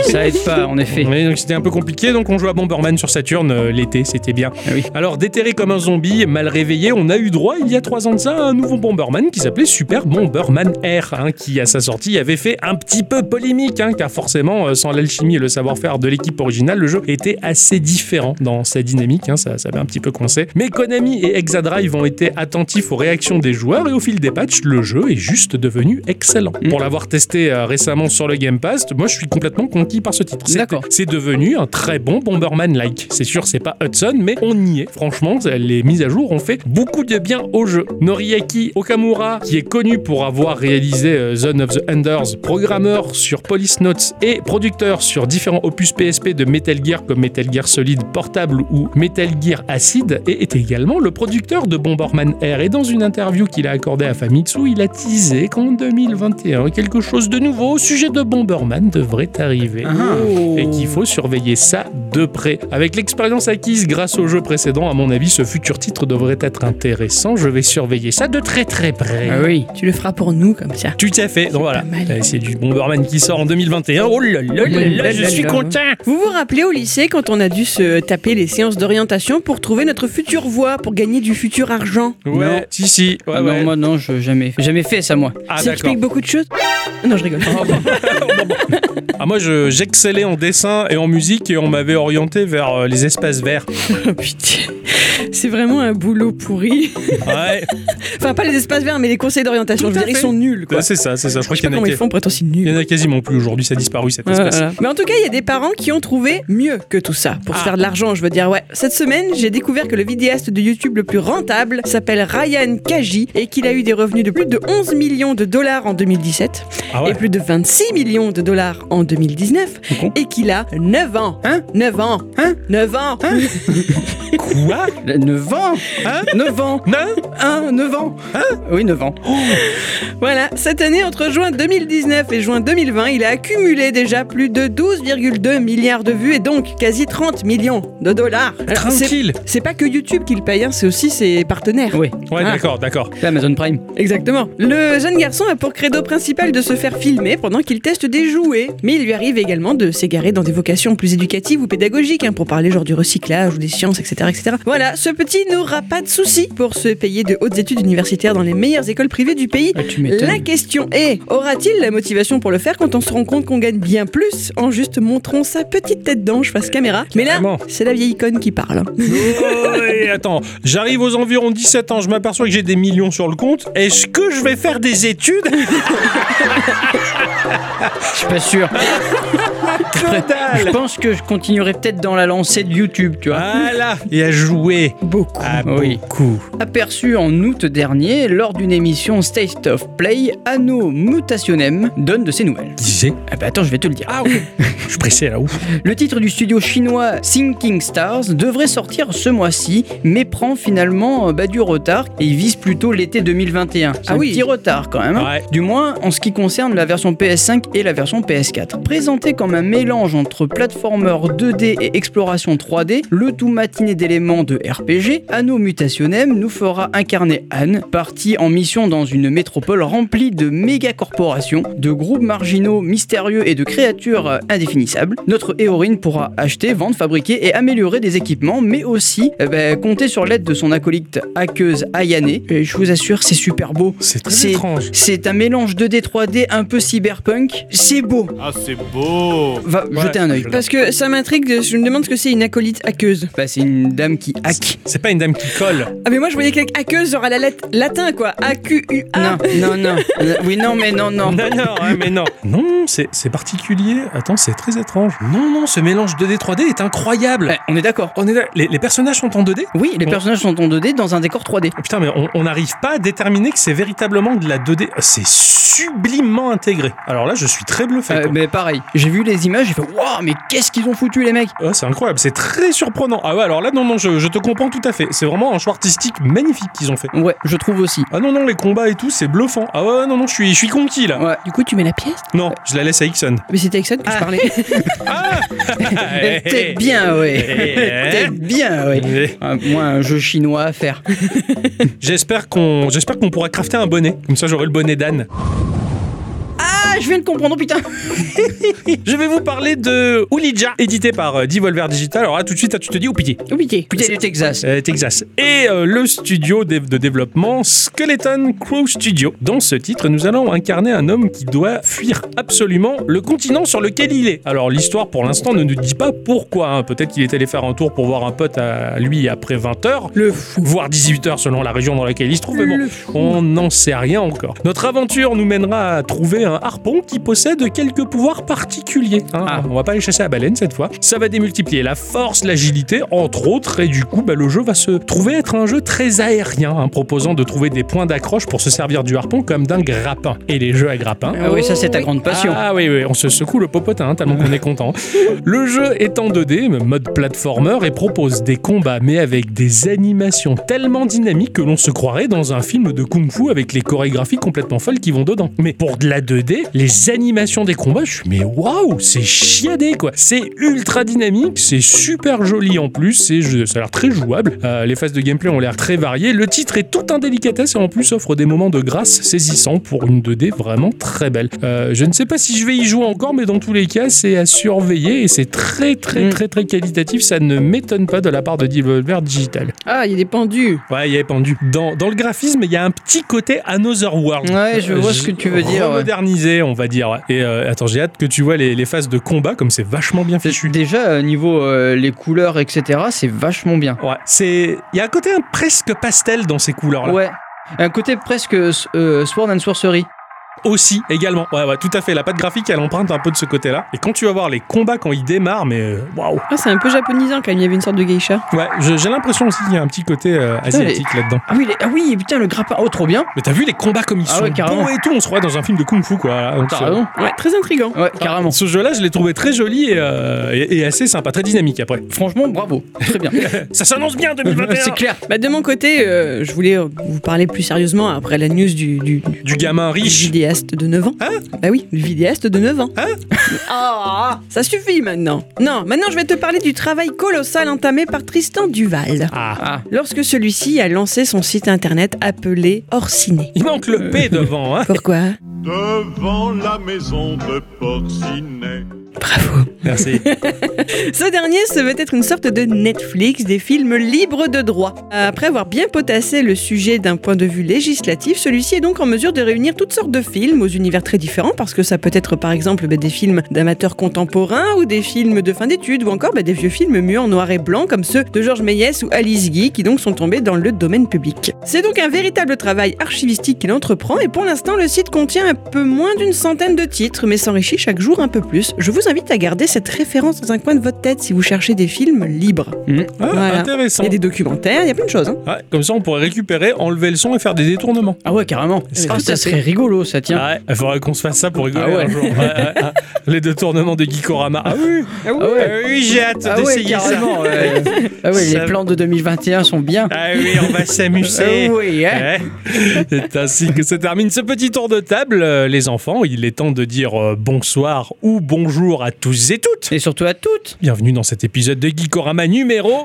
[SPEAKER 2] Ça aide pas, en effet.
[SPEAKER 3] Ouais, donc c'était un peu compliqué, donc on jouait à Bomberman sur Saturn euh, l'été, c'était bien.
[SPEAKER 2] Ah oui.
[SPEAKER 3] Alors déterré comme un zombie, mal réveillé, on a eu droit il y a trois ans de ça à un nouveau Bomberman qui s'appelait Super Bomberman R, hein, qui à sa sortie avait fait un petit peu polémique, hein, car forcément euh, sans l'alchimie et le savoir-faire de l'équipe originale, le jeu était assez différent dans sa dynamique, hein, ça, ça avait un petit peu coincé. Mais Konami et Exadrive ont été attentifs aux réactions des joueurs et au fil des patchs, le jeu est juste devenu excellent.
[SPEAKER 2] Mm.
[SPEAKER 3] Pour l'avoir testé euh, récemment sur le Game Pass, moi je suis complètement conquis par ce titre. C'est-
[SPEAKER 2] D'accord.
[SPEAKER 3] C'est devenu un très bon Bomberman-like. C'est sûr, c'est pas Hudson, mais on y est. Franchement, les mises à jour ont fait beaucoup de bien au jeu. Noriaki Okamura, qui est connu pour avoir réalisé euh, Zone of the Enders, programmeur sur Police Notes et producteur sur différents opus PSP de Metal Gear comme Metal Gear Solid Portable ou Metal Gear Acid, et est également le producteur de Bomberman R. Et dans une interview qu'il a accordée à Famitsu, il a teasé qu'en 2021, quelque chose de nouveau au sujet de Bomberman devrait arriver
[SPEAKER 2] Ah.
[SPEAKER 3] et qu'il faut surveiller ça de près. Avec l'expérience acquise grâce au jeu précédent, à mon avis, ce futur titre devrait être intéressant. Je vais surveiller ça de très très près.
[SPEAKER 2] Ah oui.
[SPEAKER 1] Tu le feras pour nous comme ça.
[SPEAKER 3] Tout à fait. Donc voilà,
[SPEAKER 1] pas mal.
[SPEAKER 3] Euh, c'est du Bomberman qui sort en 2021. Oh là là là là, je suis content.
[SPEAKER 1] Vous vous rappelez au lycée quand on a dû se taper les séances d'orientation pour trouver notre future voie, pour gagner du futur argent
[SPEAKER 2] Non.
[SPEAKER 3] si si. Ouais,
[SPEAKER 2] Ah non,
[SPEAKER 3] ouais.
[SPEAKER 2] moi non, je jamais, jamais fait ça moi.
[SPEAKER 3] Ah
[SPEAKER 1] Ça
[SPEAKER 3] d'accord. Oh.
[SPEAKER 1] explique beaucoup de choses. Non, je rigole.
[SPEAKER 3] Ah moi je- j'excellais en dessin et en musique et on m'avait orienté vers euh, les espaces verts.
[SPEAKER 1] Oh, putain. C'est vraiment un boulot pourri.
[SPEAKER 3] Ouais,
[SPEAKER 1] Enfin, pas les espaces verts, mais les conseils d'orientation.
[SPEAKER 3] Tout
[SPEAKER 1] Je veux
[SPEAKER 3] à
[SPEAKER 1] dire, ils
[SPEAKER 3] fait. Bah,
[SPEAKER 1] sont nuls, quoi.
[SPEAKER 3] c'est ça, c'est ça. Je crois
[SPEAKER 1] Je sais
[SPEAKER 3] qu'il
[SPEAKER 1] pas
[SPEAKER 3] y en
[SPEAKER 1] comment
[SPEAKER 3] a
[SPEAKER 1] ils
[SPEAKER 3] qui-
[SPEAKER 1] font pour être aussi
[SPEAKER 3] il y
[SPEAKER 1] nuls.
[SPEAKER 3] en a quasiment plus aujourd'hui, ça a disparu cet
[SPEAKER 1] Voilà,
[SPEAKER 3] espace.
[SPEAKER 1] voilà. Mais en tout cas, il y a des parents qui ont trouvé mieux que tout ça pour se
[SPEAKER 3] Ah.
[SPEAKER 1] faire de l'argent. Je veux dire, ouais. Cette semaine, j'ai découvert que le vidéaste de YouTube le plus rentable s'appelle Ryan Kaji et qu'il a eu des revenus de plus de 11 millions de dollars en 2017
[SPEAKER 3] Ah ouais.
[SPEAKER 1] et plus de 26 millions de dollars en 2019
[SPEAKER 2] con.
[SPEAKER 1] et qu'il a 9 ans.
[SPEAKER 2] Hein
[SPEAKER 1] 9 ans.
[SPEAKER 2] Hein
[SPEAKER 1] 9 ans.
[SPEAKER 3] Quoi
[SPEAKER 2] 9 ans Hein 9 ans
[SPEAKER 3] Non
[SPEAKER 2] 1, 9 Ah, ans Oui, 9 ans.
[SPEAKER 1] Voilà, cette année, entre juin 2019 et juin 2020, il a accumulé déjà plus de 12,2 milliards de vues et donc quasi 30 millions de dollars. Alors, c'est-
[SPEAKER 3] Tranquille.
[SPEAKER 1] C'est pas que YouTube qui le paye, hein, c'est aussi ses partenaires.
[SPEAKER 2] Oui,
[SPEAKER 3] Ouais,
[SPEAKER 1] Ah.
[SPEAKER 3] d'accord, d'accord.
[SPEAKER 2] c'est Amazon Prime.
[SPEAKER 1] Exactement. Le jeune garçon a pour credo principal de se faire filmer pendant qu'il teste des jouets. Mais il lui arrive également de s'égarer dans des vocations plus éducatives ou pédagogiques, hein, pour parler genre du recyclage ou des sciences, etc. etc. Voilà, ce petit n'aura pas de soucis pour se payer de hautes études universitaires dans les meilleures écoles privées du pays.
[SPEAKER 2] Ah, tu
[SPEAKER 1] La
[SPEAKER 2] m'étonnes.
[SPEAKER 1] question est, aura-t-il la motivation pour le faire quand on se rend compte qu'on gagne bien plus en juste montrant sa petite tête d'ange face caméra Mais là,
[SPEAKER 3] Carrément.
[SPEAKER 1] c'est la vieille icône qui parle. hein.
[SPEAKER 3] Oh, et attends, j'arrive aux environs 17 ans, je m'aperçois que j'ai des millions sur le compte. Est-ce que je vais faire des études
[SPEAKER 2] Je suis pas sûr. Je
[SPEAKER 3] Total
[SPEAKER 2] pense que je continuerai peut-être dans la lancée de YouTube, tu vois.
[SPEAKER 3] Voilà Et à jouer
[SPEAKER 1] Beaucoup.
[SPEAKER 3] à
[SPEAKER 2] Oui.
[SPEAKER 3] beaucoup.
[SPEAKER 2] Aperçu en août dernier lors d'une émission State of Play, Anno Mutationem donne de ses nouvelles.
[SPEAKER 3] Qui c'est
[SPEAKER 2] Ah bah attends, je vais te le dire.
[SPEAKER 3] Ah oui Je suis pressé là, ouf.
[SPEAKER 2] Le titre du studio chinois Thinking Stars devrait sortir ce mois-ci, mais prend finalement euh, bah, du retard et il vise plutôt l'été 2021. C'est
[SPEAKER 1] Ah
[SPEAKER 2] un
[SPEAKER 1] oui.
[SPEAKER 2] petit retard quand même. hein.
[SPEAKER 3] Ouais.
[SPEAKER 2] Du moins en ce qui concerne la version PS5 et la version PS4. Présenté comme un mélange entre platformer 2D et exploration 3D, le tout matiné d'éléments de RPG, Anno Mutationem nous fera incarner Anne, partie en mission dans une métropole remplie de méga corporations, de groupes marginaux mystérieux et de créatures euh, indéfinissables. Notre héroïne pourra acheter, vendre, fabriquer et améliorer des équipements, mais aussi euh, bah, compter sur l'aide de son acolyte hackeuse Ayane. Et je vous assure, c'est super beau.
[SPEAKER 3] C'est très
[SPEAKER 2] C'est-
[SPEAKER 3] étrange.
[SPEAKER 2] C'est un mélange 2D 3D un peu cyberpunk. C'est beau.
[SPEAKER 5] Ah, c'est beau
[SPEAKER 2] Va
[SPEAKER 3] Ouais,
[SPEAKER 2] jeter un œil.
[SPEAKER 3] je-
[SPEAKER 1] Parce que ça m'intrigue, je me demande ce que c'est une acolyte hackeuse.
[SPEAKER 2] Bah, c'est une dame qui hack.
[SPEAKER 3] C'est pas une dame qui colle.
[SPEAKER 1] Ah mais moi je voyais quelqu'un hackeuse genre à la lettre latin quoi, A-Q-U-A.
[SPEAKER 2] Non, non, non. Oui, non, mais non, non.
[SPEAKER 3] Non, non, hein, mais non. Non, c'est c'est particulier. Attends, c'est très étrange. Non, non, ce mélange 2D-3D est incroyable.
[SPEAKER 2] Eh, on est d'accord.
[SPEAKER 3] On est là- les, les personnages sont en 2D
[SPEAKER 2] Oui, les
[SPEAKER 3] Bon.
[SPEAKER 2] personnages sont en 2D dans un décor 3D.
[SPEAKER 3] Oh, Putain, mais on- on n'arrive pas à déterminer que c'est véritablement de la 2D. C'est sublimement intégré. Alors là, je suis très bluffé.
[SPEAKER 2] Euh,
[SPEAKER 3] quoi.
[SPEAKER 2] mais pareil, j'ai vu les images, j'ai fait Waouh, mais qu'est-ce qu'ils ont foutu les mecs
[SPEAKER 3] Ah, c'est incroyable, c'est très surprenant. Ah ouais, alors là, non, non, je, je te comprends tout à fait. C'est vraiment un choix artistique magnifique qu'ils ont fait.
[SPEAKER 2] Ouais, je trouve aussi.
[SPEAKER 3] Ah non, non, les combats et tout, c'est bluffant. Ah ouais, non, non, je suis, je suis conquis là.
[SPEAKER 2] Ouais.
[SPEAKER 1] Du coup tu mets la pièce
[SPEAKER 3] Non, je la laisse à Ixon.
[SPEAKER 1] Mais c'était avec ça que je parlais.
[SPEAKER 3] Ah,
[SPEAKER 2] T'es bien,
[SPEAKER 3] eh,
[SPEAKER 2] ouais. T'es bien, ouais. Ah, moi, un jeu chinois à faire.
[SPEAKER 3] J'espère qu'on j'espère qu'on pourra crafter un bonnet. Comme ça, j'aurai le bonnet d'Anne.
[SPEAKER 2] Ah, je viens de comprendre, oh, putain.
[SPEAKER 3] Je vais vous parler de Oulija, édité par euh, Devolver Digital. Alors là, tout de suite, là, tu te dis, oh pitié,
[SPEAKER 1] Oublié.
[SPEAKER 2] Putain, le Texas.
[SPEAKER 3] Euh, Texas. Et euh, le studio dé- de développement Skeleton Crew Studio. Dans ce titre, nous allons incarner un homme qui doit fuir absolument le continent sur lequel il est. Alors l'histoire pour l'instant ne nous dit pas pourquoi. hein. Peut-être qu'il est allé faire un tour pour voir un pote à lui après 20h.
[SPEAKER 1] Le fou.
[SPEAKER 3] Voire 18h selon la région dans laquelle
[SPEAKER 1] Ah,
[SPEAKER 3] il se trouve, mais bon, on n'en sait rien encore. Notre aventure nous mènera à trouver un harpon qui possède quelques pouvoirs particuliers. hein.
[SPEAKER 2] Ah.
[SPEAKER 3] On va pas aller chasser à baleine cette fois. Ça va démultiplier la force, l'agilité, entre autres, et du coup, bah, le jeu va se trouver être un jeu très aérien, hein, proposant de trouver des points d'accroche pour se servir du harpon comme d'un grappin. Et les jeux à grappin,
[SPEAKER 2] Ah oui, ça, c'est ta
[SPEAKER 1] Oui.
[SPEAKER 2] grande passion.
[SPEAKER 3] ah oui, oui, on se secoue le popotin hein, tellement qu'on est content. Le jeu est en 2D, mode platformer, et propose des combats, mais avec des animations tellement dynamiques que l'on se croirait dans un film de kung-fu avec les chorégraphies complètement folles qui vont dedans. Mais pour de la 2D, les animations des combats, je suis mais waouh, c'est chiadé quoi. C'est ultra dynamique, c'est super joli en plus, c'est je- ça a l'air très jouable. Euh, les phases de gameplay ont l'air très variées. Le titre est tout un délicatesse et en plus offre des moments de grâce saisissants pour une 2D vraiment très belle. Euh, je ne sais pas si je vais y jouer encore, mais dans tous les cas, c'est à surveiller et c'est très très
[SPEAKER 2] Mm.
[SPEAKER 3] très très qualitatif. Ça ne m'étonne pas de la part de Devolver Digital.
[SPEAKER 1] Ah, il est pendu.
[SPEAKER 3] Ouais, il y est pendu. Dans, dans le graphisme, il y a un petit côté Another World.
[SPEAKER 2] Ouais, je vois
[SPEAKER 3] Euh,
[SPEAKER 2] ce que tu veux dire, ouais.
[SPEAKER 3] Modernisé, on va dire. ouais. Et euh, attends, j'ai hâte que tu vois les, les phases de combat, comme c'est vachement bien fichu.
[SPEAKER 2] Déjà, euh, niveau euh, les couleurs, etc., c'est vachement bien.
[SPEAKER 3] Ouais, c'est. Il y a un côté hein, presque pastel dans ces couleurs-là.
[SPEAKER 2] Ouais. Un côté presque euh, Sword and Sorcery.
[SPEAKER 3] aussi également. Ouais, ouais, tout à fait. La patte graphique, elle emprunte un peu de ce côté-là. Et quand tu vas voir les combats quand ils démarrent, mais euh, waouh.
[SPEAKER 1] Ah, c'est un peu japonisant quand même, il y avait une sorte de geisha.
[SPEAKER 3] Ouais, je- j'ai l'impression aussi qu'il y a un petit côté euh, asiatique là-dedans.
[SPEAKER 2] Ah oui, les- ah oui, putain, le grappin. Oh, trop bien.
[SPEAKER 3] Mais t'as vu les combats comme ils
[SPEAKER 2] Ah
[SPEAKER 3] sont
[SPEAKER 2] ouais, carrément. Ah,
[SPEAKER 3] beaux et tout, on se croirait dans un film de kung-fu quoi. Donc,
[SPEAKER 2] T'as
[SPEAKER 3] euh,
[SPEAKER 2] raison.
[SPEAKER 1] Ouais, très intriguant.
[SPEAKER 2] Ah, Ouais, carrément.
[SPEAKER 3] Ce jeu-là, je l'ai trouvé très joli et, euh, et- et assez sympa, très dynamique après.
[SPEAKER 2] Franchement, bravo. Très bien.
[SPEAKER 3] Ça s'annonce bien 2021
[SPEAKER 2] C'est clair.
[SPEAKER 1] Bah, de mon côté, euh, je voulais euh, vous parler plus sérieusement après la news du, du, du
[SPEAKER 3] Du gamin riche.
[SPEAKER 1] vidéaste de 9 ans.
[SPEAKER 3] Hein
[SPEAKER 1] Bah oui, le vidéaste de 9 ans.
[SPEAKER 3] Hein
[SPEAKER 1] Ah, Ça suffit maintenant. Non, maintenant je vais te parler du travail colossal entamé par Tristan Duval.
[SPEAKER 3] Ah.
[SPEAKER 2] Ah,
[SPEAKER 1] Lorsque celui-ci a lancé son site internet appelé Orciné.
[SPEAKER 3] Il manque le P devant, hein.
[SPEAKER 1] Pourquoi
[SPEAKER 5] Devant la maison de Porcinet.
[SPEAKER 1] Bravo.
[SPEAKER 3] Merci.
[SPEAKER 1] Ce dernier se veut être une sorte de Netflix des films libres de droit. Après avoir bien potassé le sujet d'un point de vue législatif, celui-ci est donc en mesure de réunir toutes sortes de films aux univers très différents, parce que ça peut être par exemple ben, des films d'amateurs contemporains ou des films de fin d'études, ou encore ben, des vieux films muets en noir et blanc comme ceux de Georges Méliès ou Alice Guy, qui donc sont tombés dans le domaine public. C'est donc un véritable travail archivistique qu'il entreprend, et pour l'instant le site contient un peu moins d'une centaine de titres, mais s'enrichit chaque jour un peu plus. Je vous invite à garder cette référence dans un coin de votre tête si vous cherchez des films libres.
[SPEAKER 3] Ah,
[SPEAKER 1] Voilà.
[SPEAKER 3] Intéressant.
[SPEAKER 1] Il y a des documentaires, il y a plein de choses. hein.
[SPEAKER 3] Ouais, comme ça, on pourrait récupérer, enlever le son et faire des détournements.
[SPEAKER 2] ah ouais, carrément.
[SPEAKER 3] C'est
[SPEAKER 2] Ah,
[SPEAKER 3] tout
[SPEAKER 2] ça
[SPEAKER 3] à
[SPEAKER 2] serait rigolo, ça tient.
[SPEAKER 3] Ah ouais, il faudrait qu'on se fasse ça pour rigoler
[SPEAKER 2] Ah ouais.
[SPEAKER 3] un jour. Ouais, ouais, ouais. Les détournements de Gikorama. Ah oui,
[SPEAKER 2] Ah ouais.
[SPEAKER 3] Ah oui, j'ai hâte
[SPEAKER 2] Ah ouais,
[SPEAKER 3] d'essayer ça.
[SPEAKER 2] carrément. ouais. Ah ouais,
[SPEAKER 3] Ça-
[SPEAKER 2] les plans de 2021 sont bien.
[SPEAKER 3] Ah oui, on va s'amuser.
[SPEAKER 2] Ah oui, hein.
[SPEAKER 3] Ouais. C'est ainsi que se termine ce petit tour de table. Euh, Les enfants, il est temps de dire euh, bonsoir ou bonjour à tous et toutes.
[SPEAKER 2] Et surtout à toutes.
[SPEAKER 3] Bienvenue dans cet épisode de Geekorama numéro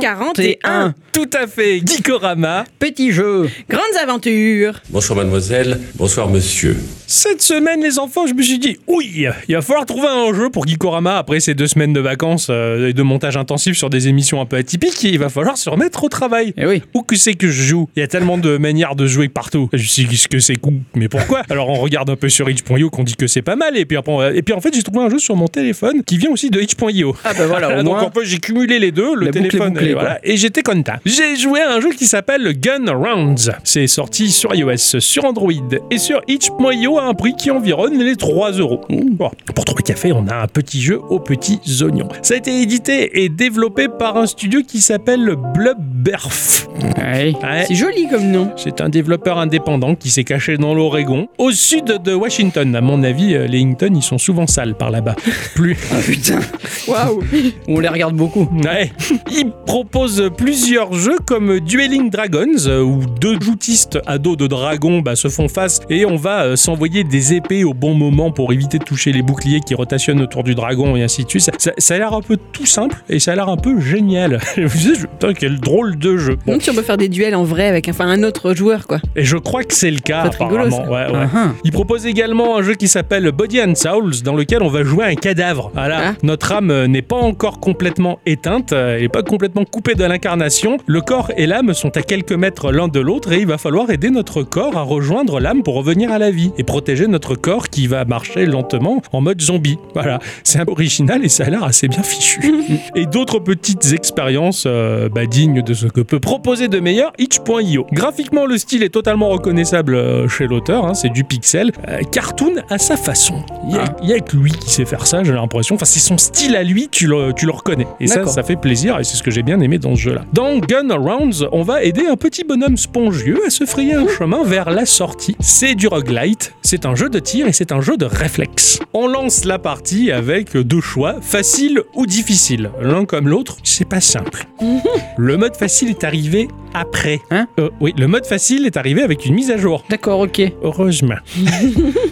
[SPEAKER 1] 241
[SPEAKER 3] Tout à fait, Geekorama.
[SPEAKER 2] Petit jeu.
[SPEAKER 1] Grandes aventures
[SPEAKER 6] Bonsoir mademoiselle, bonsoir monsieur.
[SPEAKER 3] Cette semaine, les enfants, je me suis dit, oui, il va falloir trouver un jeu pour Geekorama après ces deux semaines de vacances euh, et de montage intensif sur des émissions un peu atypiques. Il va falloir se remettre au travail.
[SPEAKER 2] Eh oui.
[SPEAKER 3] Où que c'est que je joue Il y a tellement de manières de jouer partout. Je sais ce que c'est cool, mais pourquoi Alors on regarde un peu sur itch.io qu'on dit que c'est pas mal, et puis, après, on- et puis en fait j'ai trouvé un jeu sur mon téléphone qui vient aussi de itch.io.
[SPEAKER 2] Ah bah voilà, au
[SPEAKER 3] Donc
[SPEAKER 2] moins.
[SPEAKER 3] en fait j'ai cumulé les deux, le
[SPEAKER 2] La boucle est
[SPEAKER 3] téléphone
[SPEAKER 2] bouclée,
[SPEAKER 3] et, voilà, et j'étais content. J'ai joué à un jeu qui s'appelle Gun Rounds. C'est sorti sur iOS, sur Android et sur itch.io à un prix qui environne les 3 euros.
[SPEAKER 2] Mmh.
[SPEAKER 3] Bon, pour 3 cafés, on a un petit jeu aux petits oignons. Ça a été édité et développé par un studio qui s'appelle Blubberf.
[SPEAKER 2] Ouais.
[SPEAKER 3] Ouais.
[SPEAKER 1] C'est joli comme nom.
[SPEAKER 3] C'est un développeur indépendant qui s'est caché dans l'Oregon, au sud de Washington. À mon avis, euh, les Hinton, ils sont souvent sales par là-bas. Plus.
[SPEAKER 2] Ah putain. Waouh. On les regarde beaucoup.
[SPEAKER 3] Ouais. Il propose plusieurs jeux comme Dueling Dragons, euh, où deux joutistes à dos de dragon bah, se font face et on va euh, s'envoyer des épées au bon moment pour éviter de toucher les boucliers qui rotationnent autour du dragon et ainsi de suite. Ça, ça- ça a l'air un peu tout simple et ça a l'air un peu génial. Je me disais, je- putain, quel drôle de jeu. Bon,
[SPEAKER 1] Donc si on peut faire des duels en vrai avec enfin, un autre joueur, quoi.
[SPEAKER 3] et je crois que c'est le
[SPEAKER 1] Ça
[SPEAKER 3] cas,
[SPEAKER 1] va être rigolo,
[SPEAKER 3] apparemment. Ouais, ouais.
[SPEAKER 2] Ah,
[SPEAKER 3] Il propose également un jeu qui s'appelle Body and Souls, dans lequel on va jouer à un cadavre. Voilà,
[SPEAKER 1] Ah.
[SPEAKER 3] notre âme euh, n'est pas encore complètement éteinte, euh, elle n'est pas complètement coupée de l'incarnation. Le corps et l'âme sont à quelques mètres l'un de l'autre et il va falloir aider notre corps à rejoindre l'âme pour revenir à la vie et protéger notre corps qui va marcher lentement en mode zombie. Voilà, c'est un peu original et ça a l'air assez bien fichu. et d'autres petites expériences euh, bah, dignes de ce que peut proposer de meilleur itch.io. Graphiquement, le style est totalement reconnaissable euh, chez l'auteur, hein, c'est du pixel. Euh, cartoon à sa façon. Il y, a-
[SPEAKER 2] Ah.
[SPEAKER 3] il y a que lui qui sait faire ça, j'ai l'impression. Enfin, c'est son style à lui, tu le, tu le reconnais. Et ça,
[SPEAKER 2] D'accord.
[SPEAKER 3] ça fait plaisir et c'est ce que j'ai bien aimé dans ce jeu-là. Dans Gun Rounds, on va aider un petit bonhomme spongieux à se frayer un chemin vers la sortie. C'est du roguelite, c'est un jeu de tir et c'est un jeu de réflexe. On lance la partie avec deux choix, facile ou difficile. L'un comme l'autre, c'est pas simple. Le mode facile est arrivé après.
[SPEAKER 2] Hein
[SPEAKER 3] Euh, Oui, le mode facile est arrivé avec une mise à jour.
[SPEAKER 2] D'accord, ok.
[SPEAKER 3] Heureusement.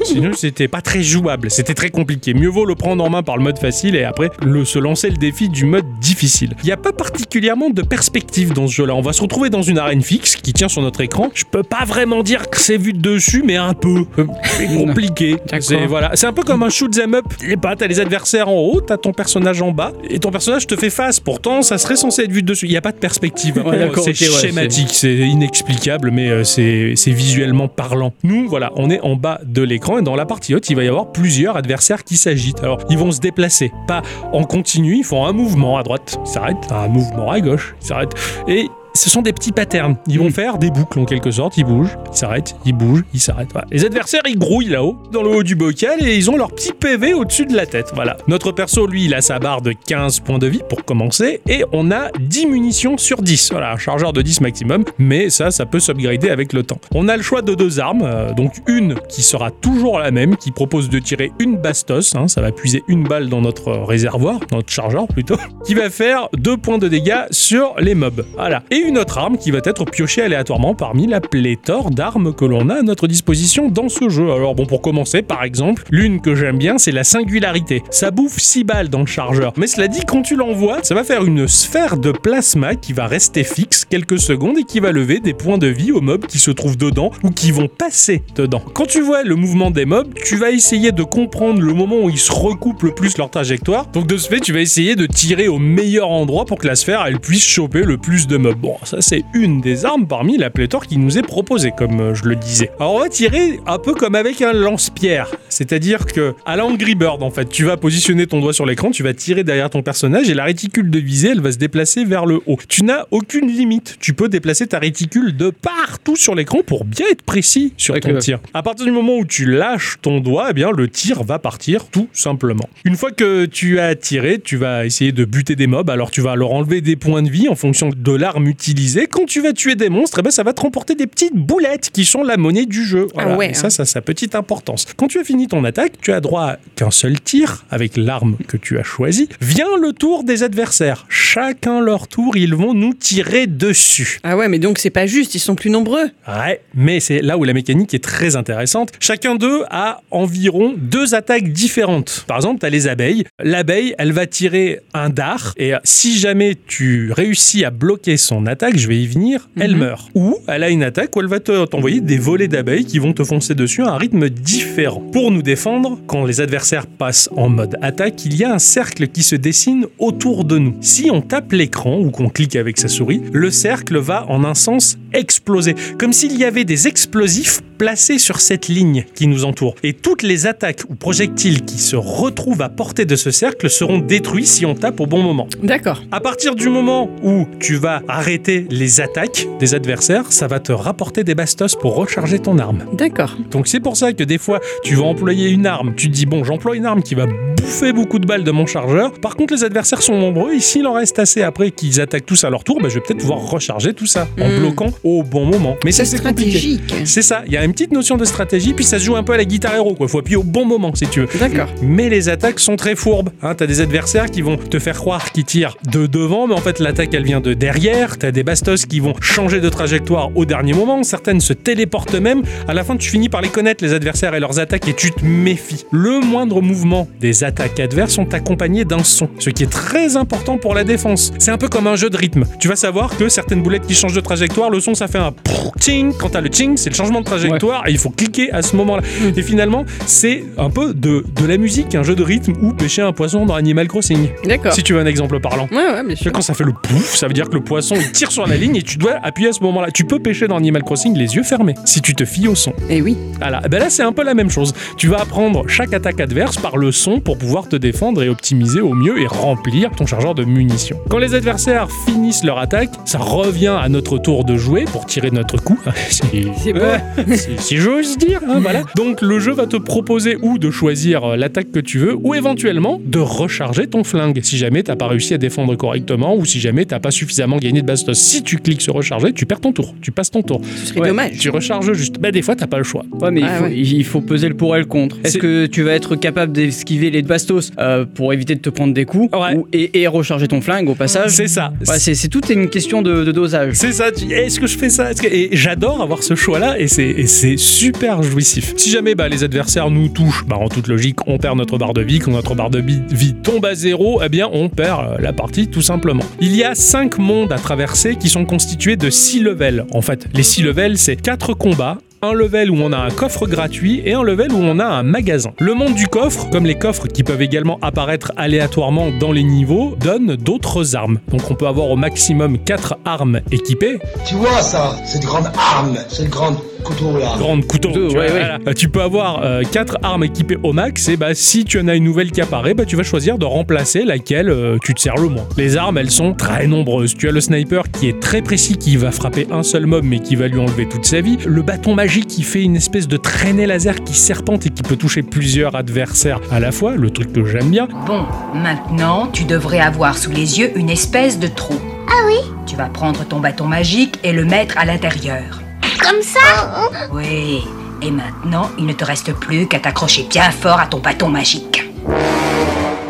[SPEAKER 3] Sinon, c'était pas très jouable, c'était très compliqué. Mieux vaut le prendre en main par le mode facile et après le, se lancer le défi du mode difficile. Il n'y a pas particulièrement de perspective dans ce jeu-là. On va se retrouver dans une arène fixe qui tient sur notre écran. Je peux pas vraiment dire que c'est vu de dessus, mais un peu. Euh, C'est compliqué.
[SPEAKER 2] D'accord.
[SPEAKER 3] C'est voilà. C'est un peu comme un shoot 'em up. Et bah, t'as les adversaires en haut, t'as ton personnage en bas, et ton personnage te fait face. Pourtant, ça serait censé être vu de dessus. Il n'y a pas de perspective.
[SPEAKER 2] Ouais, d'accord,
[SPEAKER 3] c'est
[SPEAKER 2] ok, ouais,
[SPEAKER 3] schématique graphique, c'est inexplicable, mais euh, c'est c'est visuellement parlant. Nous, voilà, on est en bas de l'écran et dans la partie haute, il va y avoir plusieurs adversaires qui s'agitent. Alors, ils vont se déplacer, pas en continu, ils font un mouvement à droite, ils s'arrêtent, un mouvement à gauche, ils s'arrêtent, et ce sont des petits patterns. Ils vont
[SPEAKER 2] Mm.
[SPEAKER 3] faire des boucles en quelque sorte. Ils bougent, ils s'arrêtent, ils bougent, ils s'arrêtent. Voilà. Les adversaires, ils grouillent là-haut, dans le haut du bocal, et ils ont leur petit PV au-dessus de la tête. Voilà. Notre perso, lui, il a sa barre de 15 points de vie pour commencer, et on a 10 munitions sur 10. Voilà, un chargeur de 10 maximum, mais ça, ça peut s'upgrader avec le temps. On a le choix de deux armes, euh, donc une qui sera toujours la même, qui propose de tirer une bastos, hein, ça va puiser une balle dans notre réservoir, dans notre chargeur plutôt, qui va faire 2 points de dégâts sur les mobs. Voilà. Et une autre arme qui va être piochée aléatoirement parmi la pléthore d'armes que l'on a à notre disposition dans ce jeu. Alors bon, pour commencer, par exemple, l'une que j'aime bien, c'est la singularité. Ça bouffe 6 balles dans le chargeur. Mais cela dit, quand tu l'envoies, ça va faire une sphère de plasma qui va rester fixe quelques secondes et qui va lever des points de vie aux mobs qui se trouvent dedans ou qui vont passer dedans. Quand tu vois le mouvement des mobs, tu vas essayer de comprendre le moment où ils se recoupent le plus leur trajectoire. Donc de ce fait, tu vas essayer de tirer au meilleur endroit pour que la sphère elle puisse choper le plus de mobs. Bon, ça c'est une des armes parmi la pléthore qui nous est proposée, comme euh, je le disais. Alors on va tirer un peu comme avec un lance-pierre, c'est-à-dire que à la Angry Bird en fait, tu vas positionner ton doigt sur l'écran, tu vas tirer derrière ton personnage et la réticule de visée elle va se déplacer vers le haut. Tu n'as aucune limite, tu peux déplacer ta réticule de partout sur l'écran pour bien être précis sur
[SPEAKER 2] Avec
[SPEAKER 3] ton
[SPEAKER 2] le-
[SPEAKER 3] tir. À partir du moment où tu lâches ton doigt, eh bien le tir va partir tout simplement. Une fois que tu as tiré, tu vas essayer de buter des mobs. Alors tu vas leur enlever des points de vie en fonction de l'arme utilisée. Quand tu vas tuer des monstres, eh ben, ça va te remporter des petites boulettes qui sont la monnaie du jeu. Voilà.
[SPEAKER 1] Ah ouais,
[SPEAKER 3] Et ça, ça a sa petite importance. Quand tu as fini ton attaque, tu as droit à qu'un seul tir avec l'arme que tu as choisie. Vient le tour des adversaires. Chacun leur tour, ils vont nous tirer dessus.
[SPEAKER 1] Ah ouais, mais donc c'est pas juste, ils sont plus nombreux.
[SPEAKER 3] Ouais, mais c'est là où la mécanique est très intéressante. Chacun d'eux a environ deux attaques différentes. Par exemple, t'as les abeilles. L'abeille, elle va tirer un dard et euh, si jamais tu réussis à bloquer son attaque, je vais y venir, elle meurt. Ou elle a une attaque où elle va te- t'envoyer des volées d'abeilles qui vont te foncer dessus à un rythme différent. Pour nous défendre, quand les adversaires passent en mode attaque, il y a un cercle qui se dessine autour de nous. Si on tape l'écran ou qu'on clique avec sa souris, le cercle va en un sens exploser, comme s'il y avait des explosifs placés sur cette ligne qui nous entoure. Et toutes les attaques ou projectiles qui se retrouvent à portée de ce cercle seront détruits si on tape au bon moment.
[SPEAKER 1] D'accord.
[SPEAKER 3] À partir du moment où tu vas arrêter les attaques des adversaires, ça va te rapporter des bastos pour recharger ton arme.
[SPEAKER 1] D'accord.
[SPEAKER 3] Donc c'est pour ça que des fois, tu vas employer une arme, tu te dis bon, j'emploie une arme qui va bouffer beaucoup de balles de mon chargeur. Par contre, les adversaires sont nombreux et s'il en reste assez après qu'ils attaquent tous à leur tour, bah, je vais peut-être pouvoir recharger tout ça en
[SPEAKER 1] Mm.
[SPEAKER 3] bloquant au bon moment. Mais ça, c'est compliqué.
[SPEAKER 1] stratégique.
[SPEAKER 3] C'est ça, il y a une petite notion de stratégie, puis ça se joue un peu à la guitare héros, quoi. Faut appuyer au bon moment si tu veux.
[SPEAKER 1] D'accord.
[SPEAKER 3] Mais les attaques sont très fourbes. Hein, t'as des adversaires qui vont te faire croire qu'ils tirent de devant, mais en fait l'attaque elle vient de derrière. T'as des bastos qui vont changer de trajectoire au dernier moment. Certaines se téléportent même. À la fin, tu finis par les connaître les adversaires et leurs attaques et tu te méfies. Le moindre mouvement des attaques adverses sont accompagnés d'un son, ce qui est très important pour la défense. C'est un peu comme un jeu de rythme. Tu vas savoir que certaines boulettes qui changent de trajectoire, le son ça fait un prrr, ting. Quand t'as le ting, c'est le changement de trajectoire et il faut cliquer à ce moment-là. Et finalement, c'est un peu de, de la musique, un jeu de rythme ou pêcher un poisson dans Animal Crossing.
[SPEAKER 1] D'accord.
[SPEAKER 3] Si tu veux un exemple parlant.
[SPEAKER 1] Ouais, ouais, bien
[SPEAKER 3] Tu sais,
[SPEAKER 1] sûr.
[SPEAKER 3] Quand ça fait le pouf, ça veut dire que le poisson il tire sur la ligne et tu dois appuyer à ce moment-là. Tu peux pêcher dans Animal Crossing les yeux fermés si tu te fies au son.
[SPEAKER 1] Eh oui.
[SPEAKER 3] Voilà. Ben là, c'est un peu la même chose. Tu vas apprendre chaque attaque adverse par le son pour pouvoir te défendre et optimiser au mieux et remplir ton chargeur de munitions. Quand les adversaires finissent leur attaque, ça revient à notre tour de jouer pour tirer notre coup. si
[SPEAKER 1] C'est beau.
[SPEAKER 3] Ouais, Eh ben, si- si j'ose dire, hein, voilà. Donc le jeu va te proposer ou de choisir euh, l'attaque que tu veux ou éventuellement de recharger ton flingue si jamais t'as pas réussi à défendre correctement ou si jamais t'as pas suffisamment gagné de bastos. Si tu cliques sur recharger, tu perds ton tour, tu passes ton tour.
[SPEAKER 1] Ce serait
[SPEAKER 2] Ouais.
[SPEAKER 1] dommage.
[SPEAKER 3] Tu recharges juste. Bah des fois t'as pas le choix.
[SPEAKER 2] Ouais, mais il,
[SPEAKER 1] Ah
[SPEAKER 2] faut,
[SPEAKER 1] ouais.
[SPEAKER 2] il faut peser le pour et le contre. Est-ce
[SPEAKER 3] C'est-
[SPEAKER 2] que tu vas être capable d'esquiver les bastos euh, pour éviter de te prendre des coups
[SPEAKER 3] Ouais.
[SPEAKER 2] ou- et, et recharger ton flingue au passage
[SPEAKER 3] Ah, C'est ça.
[SPEAKER 2] Ouais, c'est, c'est tout est une question de, de dosage.
[SPEAKER 3] C'est ça, tu- eh, est-ce que je fais ça Est-ce que- Et j'adore avoir ce choix-là et c'est- et c'est super jouissif. Si jamais bah, les adversaires nous touchent, bah, en toute logique, on perd notre barre de vie. Quand notre barre de bi- vie tombe à zéro, eh bien, on perd euh, la partie tout simplement. Il y a 5 mondes à traverser qui sont constitués de 6 levels. En fait, les 6 levels, c'est 4 combats, un level où on a un coffre gratuit et un level où on a un magasin. Le monde du coffre, comme les coffres qui peuvent également apparaître aléatoirement dans les niveaux, donne d'autres armes. Donc on peut avoir au maximum 4 armes équipées.
[SPEAKER 7] Tu vois ça, cette grande arme, cette grande couteau là.
[SPEAKER 3] grande couteau.
[SPEAKER 2] Couteau,
[SPEAKER 3] tu, vois,
[SPEAKER 2] ouais, ouais.
[SPEAKER 3] voilà. Bah, tu peux avoir 4 armes équipées au max et bah si tu en as une nouvelle qui apparaît, bah tu vas choisir de remplacer laquelle euh, tu te sers le moins. Les armes, elles sont très nombreuses. Tu as le sniper qui est très précis, qui va frapper un seul mob mais qui va lui enlever toute sa vie. Le bâton magique qui fait une espèce de traînée laser qui serpente et qui peut toucher plusieurs adversaires à la fois, le truc que j'aime bien.
[SPEAKER 8] Bon, maintenant, tu devrais avoir sous les yeux une espèce de trou. Ah oui Tu vas prendre ton bâton magique et le mettre à l'intérieur.
[SPEAKER 9] Comme ça
[SPEAKER 8] Oui. Et maintenant, il ne te reste plus qu'à t'accrocher bien fort à ton bâton magique.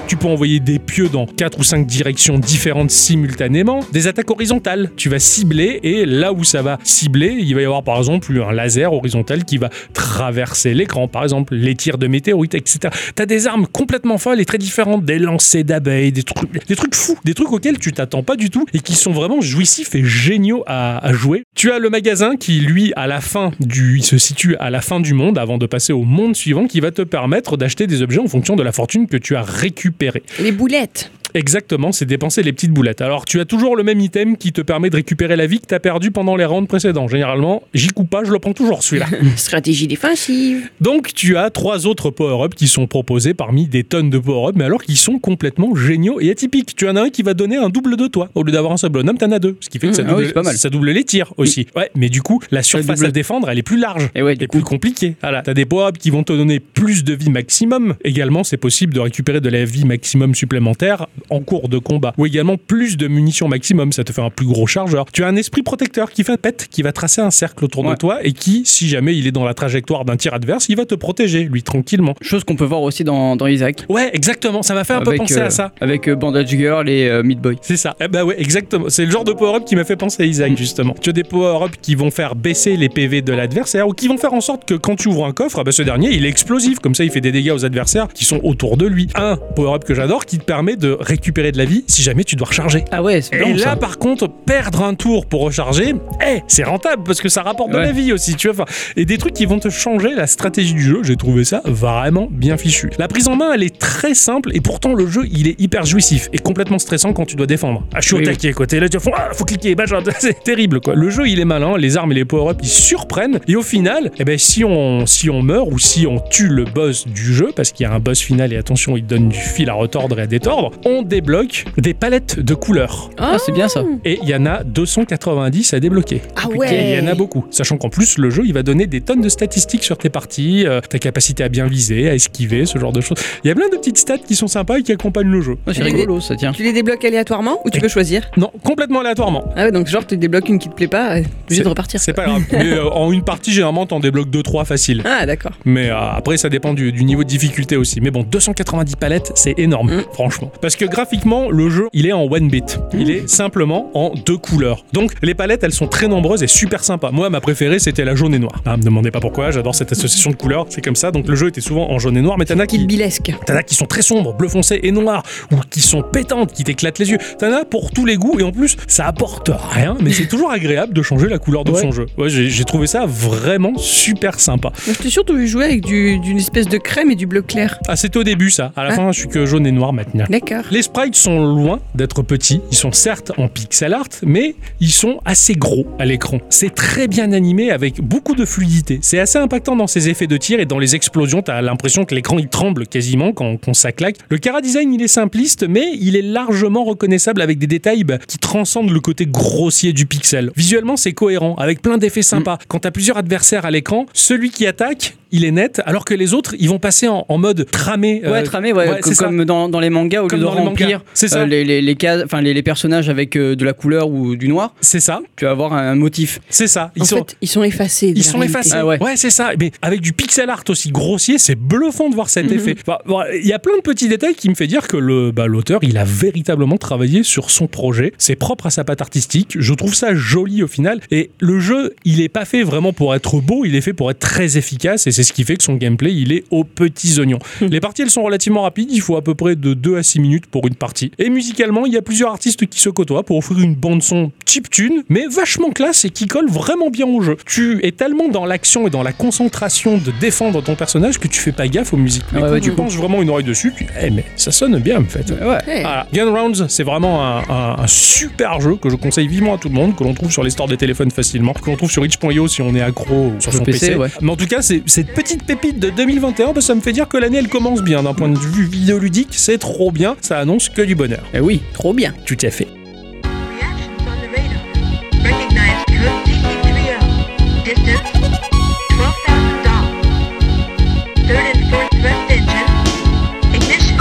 [SPEAKER 3] Tu peux envoyer des pieux dans 4 ou 5 directions différentes simultanément. Des attaques horizontales. Tu vas cibler et là où ça va cibler, il va y avoir par exemple un laser horizontal qui va traverser l'écran. Par exemple, les tirs de météorites, etc. T'as des armes complètement folles et très différentes. Des lancers d'abeilles, des trucs, des trucs fous, des trucs auxquels tu t'attends pas du tout et qui sont vraiment jouissifs et géniaux à, à jouer. Tu as le magasin qui, lui, à la fin du, il se situe à la fin du monde avant de passer au monde suivant qui va te permettre d'acheter des objets en fonction de la fortune que tu as récupérée.
[SPEAKER 1] Les boulettes.
[SPEAKER 3] Exactement, c'est dépenser les petites boulettes. Alors, tu as toujours le même item qui te permet de récupérer la vie que tu as perdue pendant les rounds précédents. Généralement, j'y coupe pas, je le prends toujours celui-là.
[SPEAKER 1] Stratégie défensive.
[SPEAKER 3] Donc, tu as trois autres power-ups qui sont proposés parmi des tonnes de power-ups, mais alors qui sont complètement géniaux et atypiques. Tu en as un qui va donner un double de toi. Au lieu d'avoir un seul bonhomme, t'en as deux. Ce qui fait que ça
[SPEAKER 2] Mmh, ah oui,
[SPEAKER 3] double,
[SPEAKER 2] c'est pas mal. Mmh.
[SPEAKER 3] ça double les tirs aussi. Ouais, mais du coup, la surface
[SPEAKER 2] double.
[SPEAKER 3] à défendre, elle est plus large.
[SPEAKER 2] Et ouais,
[SPEAKER 3] Et
[SPEAKER 2] du coup,
[SPEAKER 3] plus compliqué. Voilà. T'as des power-ups qui vont te donner plus de vie maximum. Également, c'est possible de récupérer de la vie maximum supplémentaire en cours de combat. Ou également plus de munitions maximum. Ça te fait un plus gros chargeur. Tu as un esprit protecteur qui fait un pet, qui va tracer un cercle autour
[SPEAKER 2] Ouais.
[SPEAKER 3] de toi et qui, si jamais il est dans la trajectoire d'un tir adverse, il va te protéger, lui, tranquillement.
[SPEAKER 2] chose qu'on peut voir aussi dans, dans Isaac.
[SPEAKER 3] Ouais, exactement. Ça m'a fait un peu
[SPEAKER 2] Avec,
[SPEAKER 3] penser
[SPEAKER 2] euh,
[SPEAKER 3] à ça.
[SPEAKER 2] Avec euh, Bandage Girl et euh, Meat Boy.
[SPEAKER 3] C'est ça. Eh ben ouais, exactement. C'est le genre de power-up qui m'a fait penser à Isaac, justement. Tu as des power-up qui vont faire baisser les PV de l'adversaire ou qui vont faire en sorte que quand tu ouvres un coffre, bah, ce dernier, il est explosif. Comme ça, il fait des dégâts aux adversaires qui sont autour de lui. Un power-up que j'adore qui te permet de récupérer de la vie si jamais tu dois recharger.
[SPEAKER 2] Ah ouais, c'est
[SPEAKER 3] Et
[SPEAKER 2] blanc,
[SPEAKER 3] là,
[SPEAKER 2] ça.
[SPEAKER 3] par contre, perdre un tour pour recharger, eh, c'est rentable parce que ça rapporte de
[SPEAKER 2] Ouais.
[SPEAKER 3] la vie aussi, tu vois. Enfin, et des trucs qui vont te changer la stratégie du jeu. J'ai trouvé ça vraiment bien fichu. La prise en main, elle est très simple et pourtant le jeu, il est hyper jouissif et complètement stressant quand tu dois défendre. Ah, je suis
[SPEAKER 2] Oui,
[SPEAKER 3] au
[SPEAKER 2] oui.
[SPEAKER 3] taquet, côté là, tu fais, ah, faut cliquer, bah, genre, c'est terrible, quoi. Le jeu, il est malin, les armes et les power-ups, ils surprennent et au final, eh ben, si on, si on meurt ou si on tue le boss du jeu, parce qu'il y a un boss final et attention, il donne du fil à retordre et à détordre, on débloque des palettes de couleurs.
[SPEAKER 2] Ah, c'est bien ça.
[SPEAKER 3] Et il y en a 290 à débloquer.
[SPEAKER 1] Ah
[SPEAKER 3] Et
[SPEAKER 1] ouais.
[SPEAKER 3] Il y en a beaucoup. Sachant qu'en plus, le jeu, il va donner des tonnes de statistiques sur tes parties, euh, ta capacité à bien viser, à esquiver, ce genre de choses. Il y a plein de petites stats qui sont sympas et qui accompagnent le jeu.
[SPEAKER 2] Ouais, c'est rigolo ça, tiens.
[SPEAKER 1] Tu les débloques aléatoirement ou tu peux choisir
[SPEAKER 3] Non, complètement aléatoirement.
[SPEAKER 1] Ah ouais, donc genre tu débloques une qui te plaît pas, euh, t'es obligé de repartir.
[SPEAKER 3] C'est pas grave. Mais euh, en une partie, généralement, t'en débloques 2-3 faciles.
[SPEAKER 1] Ah d'accord.
[SPEAKER 3] Mais euh, après, ça dépend du, du niveau de difficulté aussi. Mais bon, 290 palettes, c'est énorme,
[SPEAKER 1] Mm.
[SPEAKER 3] franchement. Parce que graphiquement, le jeu, il est en one bit. Il est simplement en deux couleurs. Donc, les palettes, elles sont très nombreuses et super sympas. Moi, ma préférée, c'était la jaune et noire. Ah, me demandez pas pourquoi, j'adore cette association de couleurs. C'est comme ça. Donc, le jeu était souvent en jaune et noir, mais t'en as
[SPEAKER 1] Kid
[SPEAKER 3] qui.
[SPEAKER 1] Bilesque.
[SPEAKER 3] T'en as qui sont très sombres, bleu foncé et noir, ou qui sont pétantes, qui t'éclatent les yeux. T'en as pour tous les goûts et en plus, ça apporte rien, mais c'est toujours agréable de changer la couleur de
[SPEAKER 2] Ouais.
[SPEAKER 3] son jeu. Ouais, j'ai j'ai trouvé ça vraiment super sympa.
[SPEAKER 1] Moi, Je t'ai surtout vu jouer avec du- d'une espèce de crème et du bleu clair.
[SPEAKER 3] Ah, c'était au début ça. À la
[SPEAKER 1] Ah.
[SPEAKER 3] fin, je suis que jaune et noir maintenant.
[SPEAKER 1] D'accord.
[SPEAKER 3] Les sprites sont loin d'être petits. Ils sont certes en pixel art, mais ils sont assez gros à l'écran. C'est très bien animé avec beaucoup de fluidité. C'est assez impactant dans ses effets de tir et dans les explosions. T'as l'impression que l'écran il tremble quasiment quand, quand ça claque. Le chara design il est simpliste, mais il est largement reconnaissable avec des détails bah, qui transcendent le côté grossier du pixel. Visuellement, c'est cohérent avec plein d'effets sympas.
[SPEAKER 1] Mm.
[SPEAKER 3] Quand t'as plusieurs adversaires à l'écran, celui qui attaque, il est net, alors que les autres, ils vont passer en, en mode tramé. euh,
[SPEAKER 2] Ouais, tramé, ouais,
[SPEAKER 3] ouais,
[SPEAKER 2] co-
[SPEAKER 3] c'est ça.
[SPEAKER 2] comme dans, dans les mangas, au
[SPEAKER 3] Comme
[SPEAKER 2] lieu de
[SPEAKER 3] dans les mangas.
[SPEAKER 2] remplir
[SPEAKER 3] C'est ça.
[SPEAKER 2] euh, les, les, les cases, enfin les, les personnages avec euh, de la couleur ou du noir,
[SPEAKER 3] C'est ça.
[SPEAKER 2] tu vas avoir un motif.
[SPEAKER 3] C'est ça. Ils
[SPEAKER 1] en
[SPEAKER 3] sont,
[SPEAKER 1] fait, ils sont effacés. de
[SPEAKER 3] ils
[SPEAKER 1] la
[SPEAKER 3] sont
[SPEAKER 1] réalité.
[SPEAKER 3] effacés.
[SPEAKER 2] Ah
[SPEAKER 3] ouais,
[SPEAKER 2] ouais.
[SPEAKER 3] c'est ça. Mais avec du pixel art aussi grossier, c'est bluffant de voir
[SPEAKER 1] Mhm.
[SPEAKER 3] cet effet. Enfin, bon, Il y a plein de petits détails qui me fait dire que le bah, l'auteur, il a véritablement travaillé sur son projet. C'est propre à sa patte artistique. Je trouve ça joli au final. Et le jeu, il est pas fait vraiment pour être beau. Il est fait pour être très efficace. Et c'est ce qui fait que son gameplay, il est aux petits oignons.
[SPEAKER 2] Hum.
[SPEAKER 3] Les parties, elles sont relativement rapides, il faut à peu près de 2 à 6 minutes pour une partie. Et musicalement, il y a plusieurs artistes qui se côtoient pour offrir une bande-son chiptune, mais vachement classe et qui colle vraiment bien au jeu. Tu es tellement dans l'action et dans la concentration de défendre ton personnage que tu fais pas gaffe aux musiques. Mais
[SPEAKER 2] Ah Ouais,
[SPEAKER 3] quand
[SPEAKER 2] ouais,
[SPEAKER 3] tu
[SPEAKER 2] tu-
[SPEAKER 3] penches vraiment une oreille dessus, tu... Eh, mais ça sonne bien en fait.
[SPEAKER 2] Ouais.
[SPEAKER 1] Ouais.
[SPEAKER 3] Voilà. Gunrounds, c'est vraiment un, un- un super jeu que je conseille vivement à tout le monde, que l'on trouve sur les stores des téléphones facilement, que l'on trouve sur itch.io si on est accro ou sur
[SPEAKER 2] Le
[SPEAKER 3] son PC.
[SPEAKER 2] PC, ouais.
[SPEAKER 3] Mais en tout cas, c'est cette petite pépite de 2021, bah, ça me fait dire que l'année elle commence bien. D'un point de vue vidéoludique, c'est trop bien, ça annonce que du bonheur.
[SPEAKER 2] Eh oui.
[SPEAKER 1] Trop bien.
[SPEAKER 3] Tout à fait.
[SPEAKER 7] Reactions on the radar. Recognize code DC3L. Distance 12,000 dots. Third and fourth thrust engine. Ignition.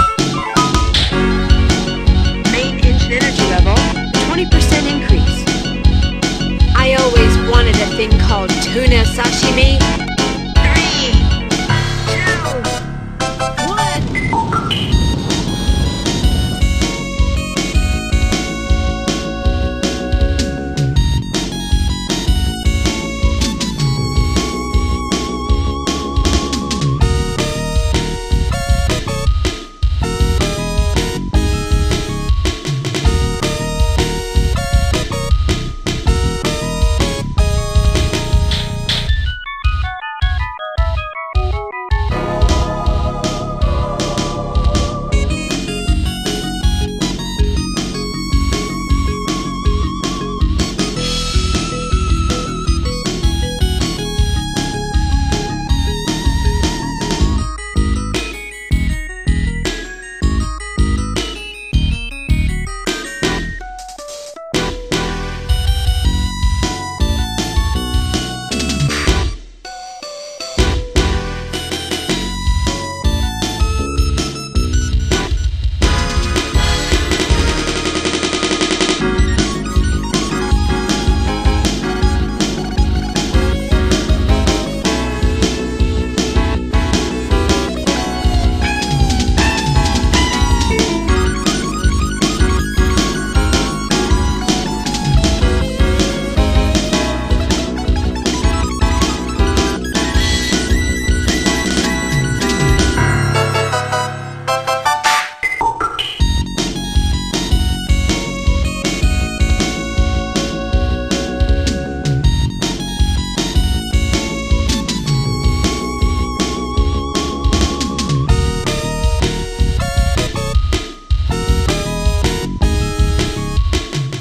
[SPEAKER 7] Main engine energy level 20% increase.
[SPEAKER 9] I always wanted a thing called tuna sashimi.
[SPEAKER 7] Three, two, one.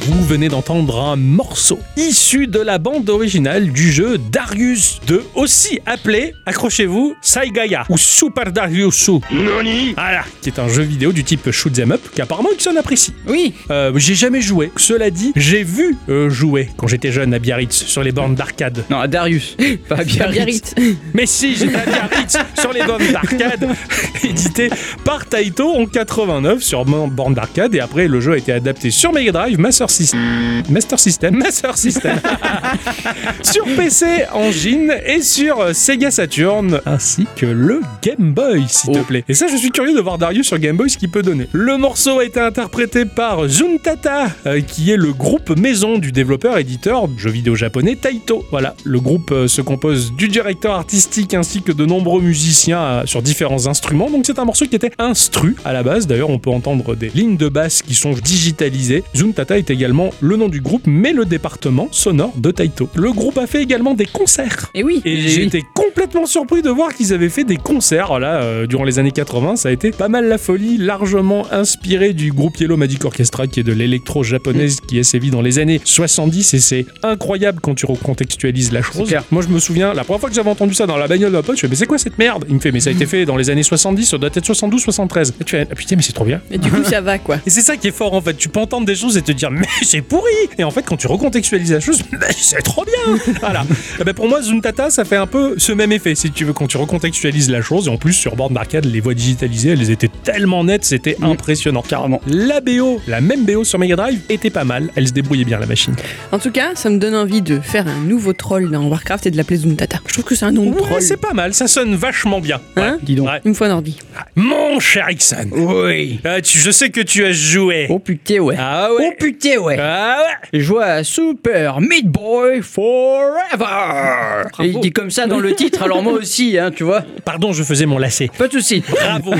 [SPEAKER 3] Vous venez d'entendre un morceau issu de la bande originale du jeu Darius 2, aussi appelé, accrochez-vous, Saigaya ou Super Darius 2. Noni Voilà, qui est un jeu vidéo du type shoot'em up qu'apparemment Ixon apprécie.
[SPEAKER 2] Oui.
[SPEAKER 3] Euh, j'ai jamais joué. Cela dit, j'ai vu euh, jouer quand j'étais jeune à Biarritz sur les bornes d'arcade.
[SPEAKER 2] Non, à Darius. Pas à Biarritz.
[SPEAKER 1] Biarritz.
[SPEAKER 3] Mais si, j'étais à Biarritz sur les bornes d'arcade, édité par Taito en 89 sur mon borne d'arcade et après le jeu a été adapté sur Mega Drive, Master System, Master System, Master System, sur PC Engine et sur euh, Sega Saturn ainsi que le Game Boy s'il te
[SPEAKER 2] Oh.
[SPEAKER 3] plaît. Et ça, je suis curieux de voir Darius sur Game Boy ce qu'il peut donner. Le morceau a été interprété par Zuntata, euh, qui est le groupe maison du développeur éditeur de jeux vidéo japonais Taito. Voilà, le groupe euh, se compose du directeur artistique ainsi que de nombreux musiciens euh, sur différents instruments. Donc c'est un morceau qui était instru à la base. D'ailleurs, on peut entendre des lignes de basse qui sont digitalisées. Zuntata est également le nom du groupe, mais le département sonore de Taito. Le groupe a fait également des concerts.
[SPEAKER 1] Eh
[SPEAKER 2] Et oui.
[SPEAKER 3] Et j'ai été complètement surpris de voir qu'ils avaient fait des concerts là euh, durant les années 80. Ça a été pas mal la folie, largement inspiré du groupe Yellow Magic Orchestra qui est de l'électro
[SPEAKER 2] Mm.
[SPEAKER 3] japonaise qui a sévi dans les années 70 et c'est incroyable quand tu recontextualises la chose.
[SPEAKER 2] clair.
[SPEAKER 3] Moi je me souviens, la première fois que j'avais entendu ça dans la bagnole de ma pote, je fais mais c'est quoi cette merde Il me fait mais ça a été fait dans les années 70, ça doit être 72, 73. Et tu fais ah, putain mais c'est trop bien.
[SPEAKER 1] Et du coup, ça va quoi.
[SPEAKER 3] Et c'est ça qui est fort en fait, tu peux entendre des choses et te dire mais c'est pourri Et en fait quand tu recontextualises la chose, mais c'est trop bien Voilà. Eh ben, pour moi Zuntata ça fait un peu ce même effet si tu veux quand tu recontextualises la chose et en plus sur borne d'arcade les voix digitalisées elles étaient tellement nettes c'était impressionnant carrément. La BO, la même BO sur Mega Drive était pas mal, elle se débrouillait bien la machine.
[SPEAKER 1] En tout cas, ça me donne envie de faire un nouveau troll dans Warcraft et de l'appeler Zuntata. Je trouve que c'est un nom de
[SPEAKER 3] Ouais,
[SPEAKER 1] troll.
[SPEAKER 3] c'est pas mal, ça sonne vachement bien.
[SPEAKER 1] Hein
[SPEAKER 2] Dis donc.
[SPEAKER 3] Ouais.
[SPEAKER 1] Une fois un ordi.
[SPEAKER 3] Mon cher Ixon,
[SPEAKER 2] Oui.
[SPEAKER 3] euh, tu- je sais que tu as joué.
[SPEAKER 2] Oh putain, ouais.
[SPEAKER 3] Ah ouais.
[SPEAKER 2] Oh putain, ouais.
[SPEAKER 3] Ouais, Ah ouais
[SPEAKER 2] Je vois à Super Meat Boy Forever. Et il dit comme ça dans le titre, alors moi aussi, hein, tu vois.
[SPEAKER 3] Pardon, je faisais mon lacet.
[SPEAKER 2] Pas de soucis.
[SPEAKER 3] Bravo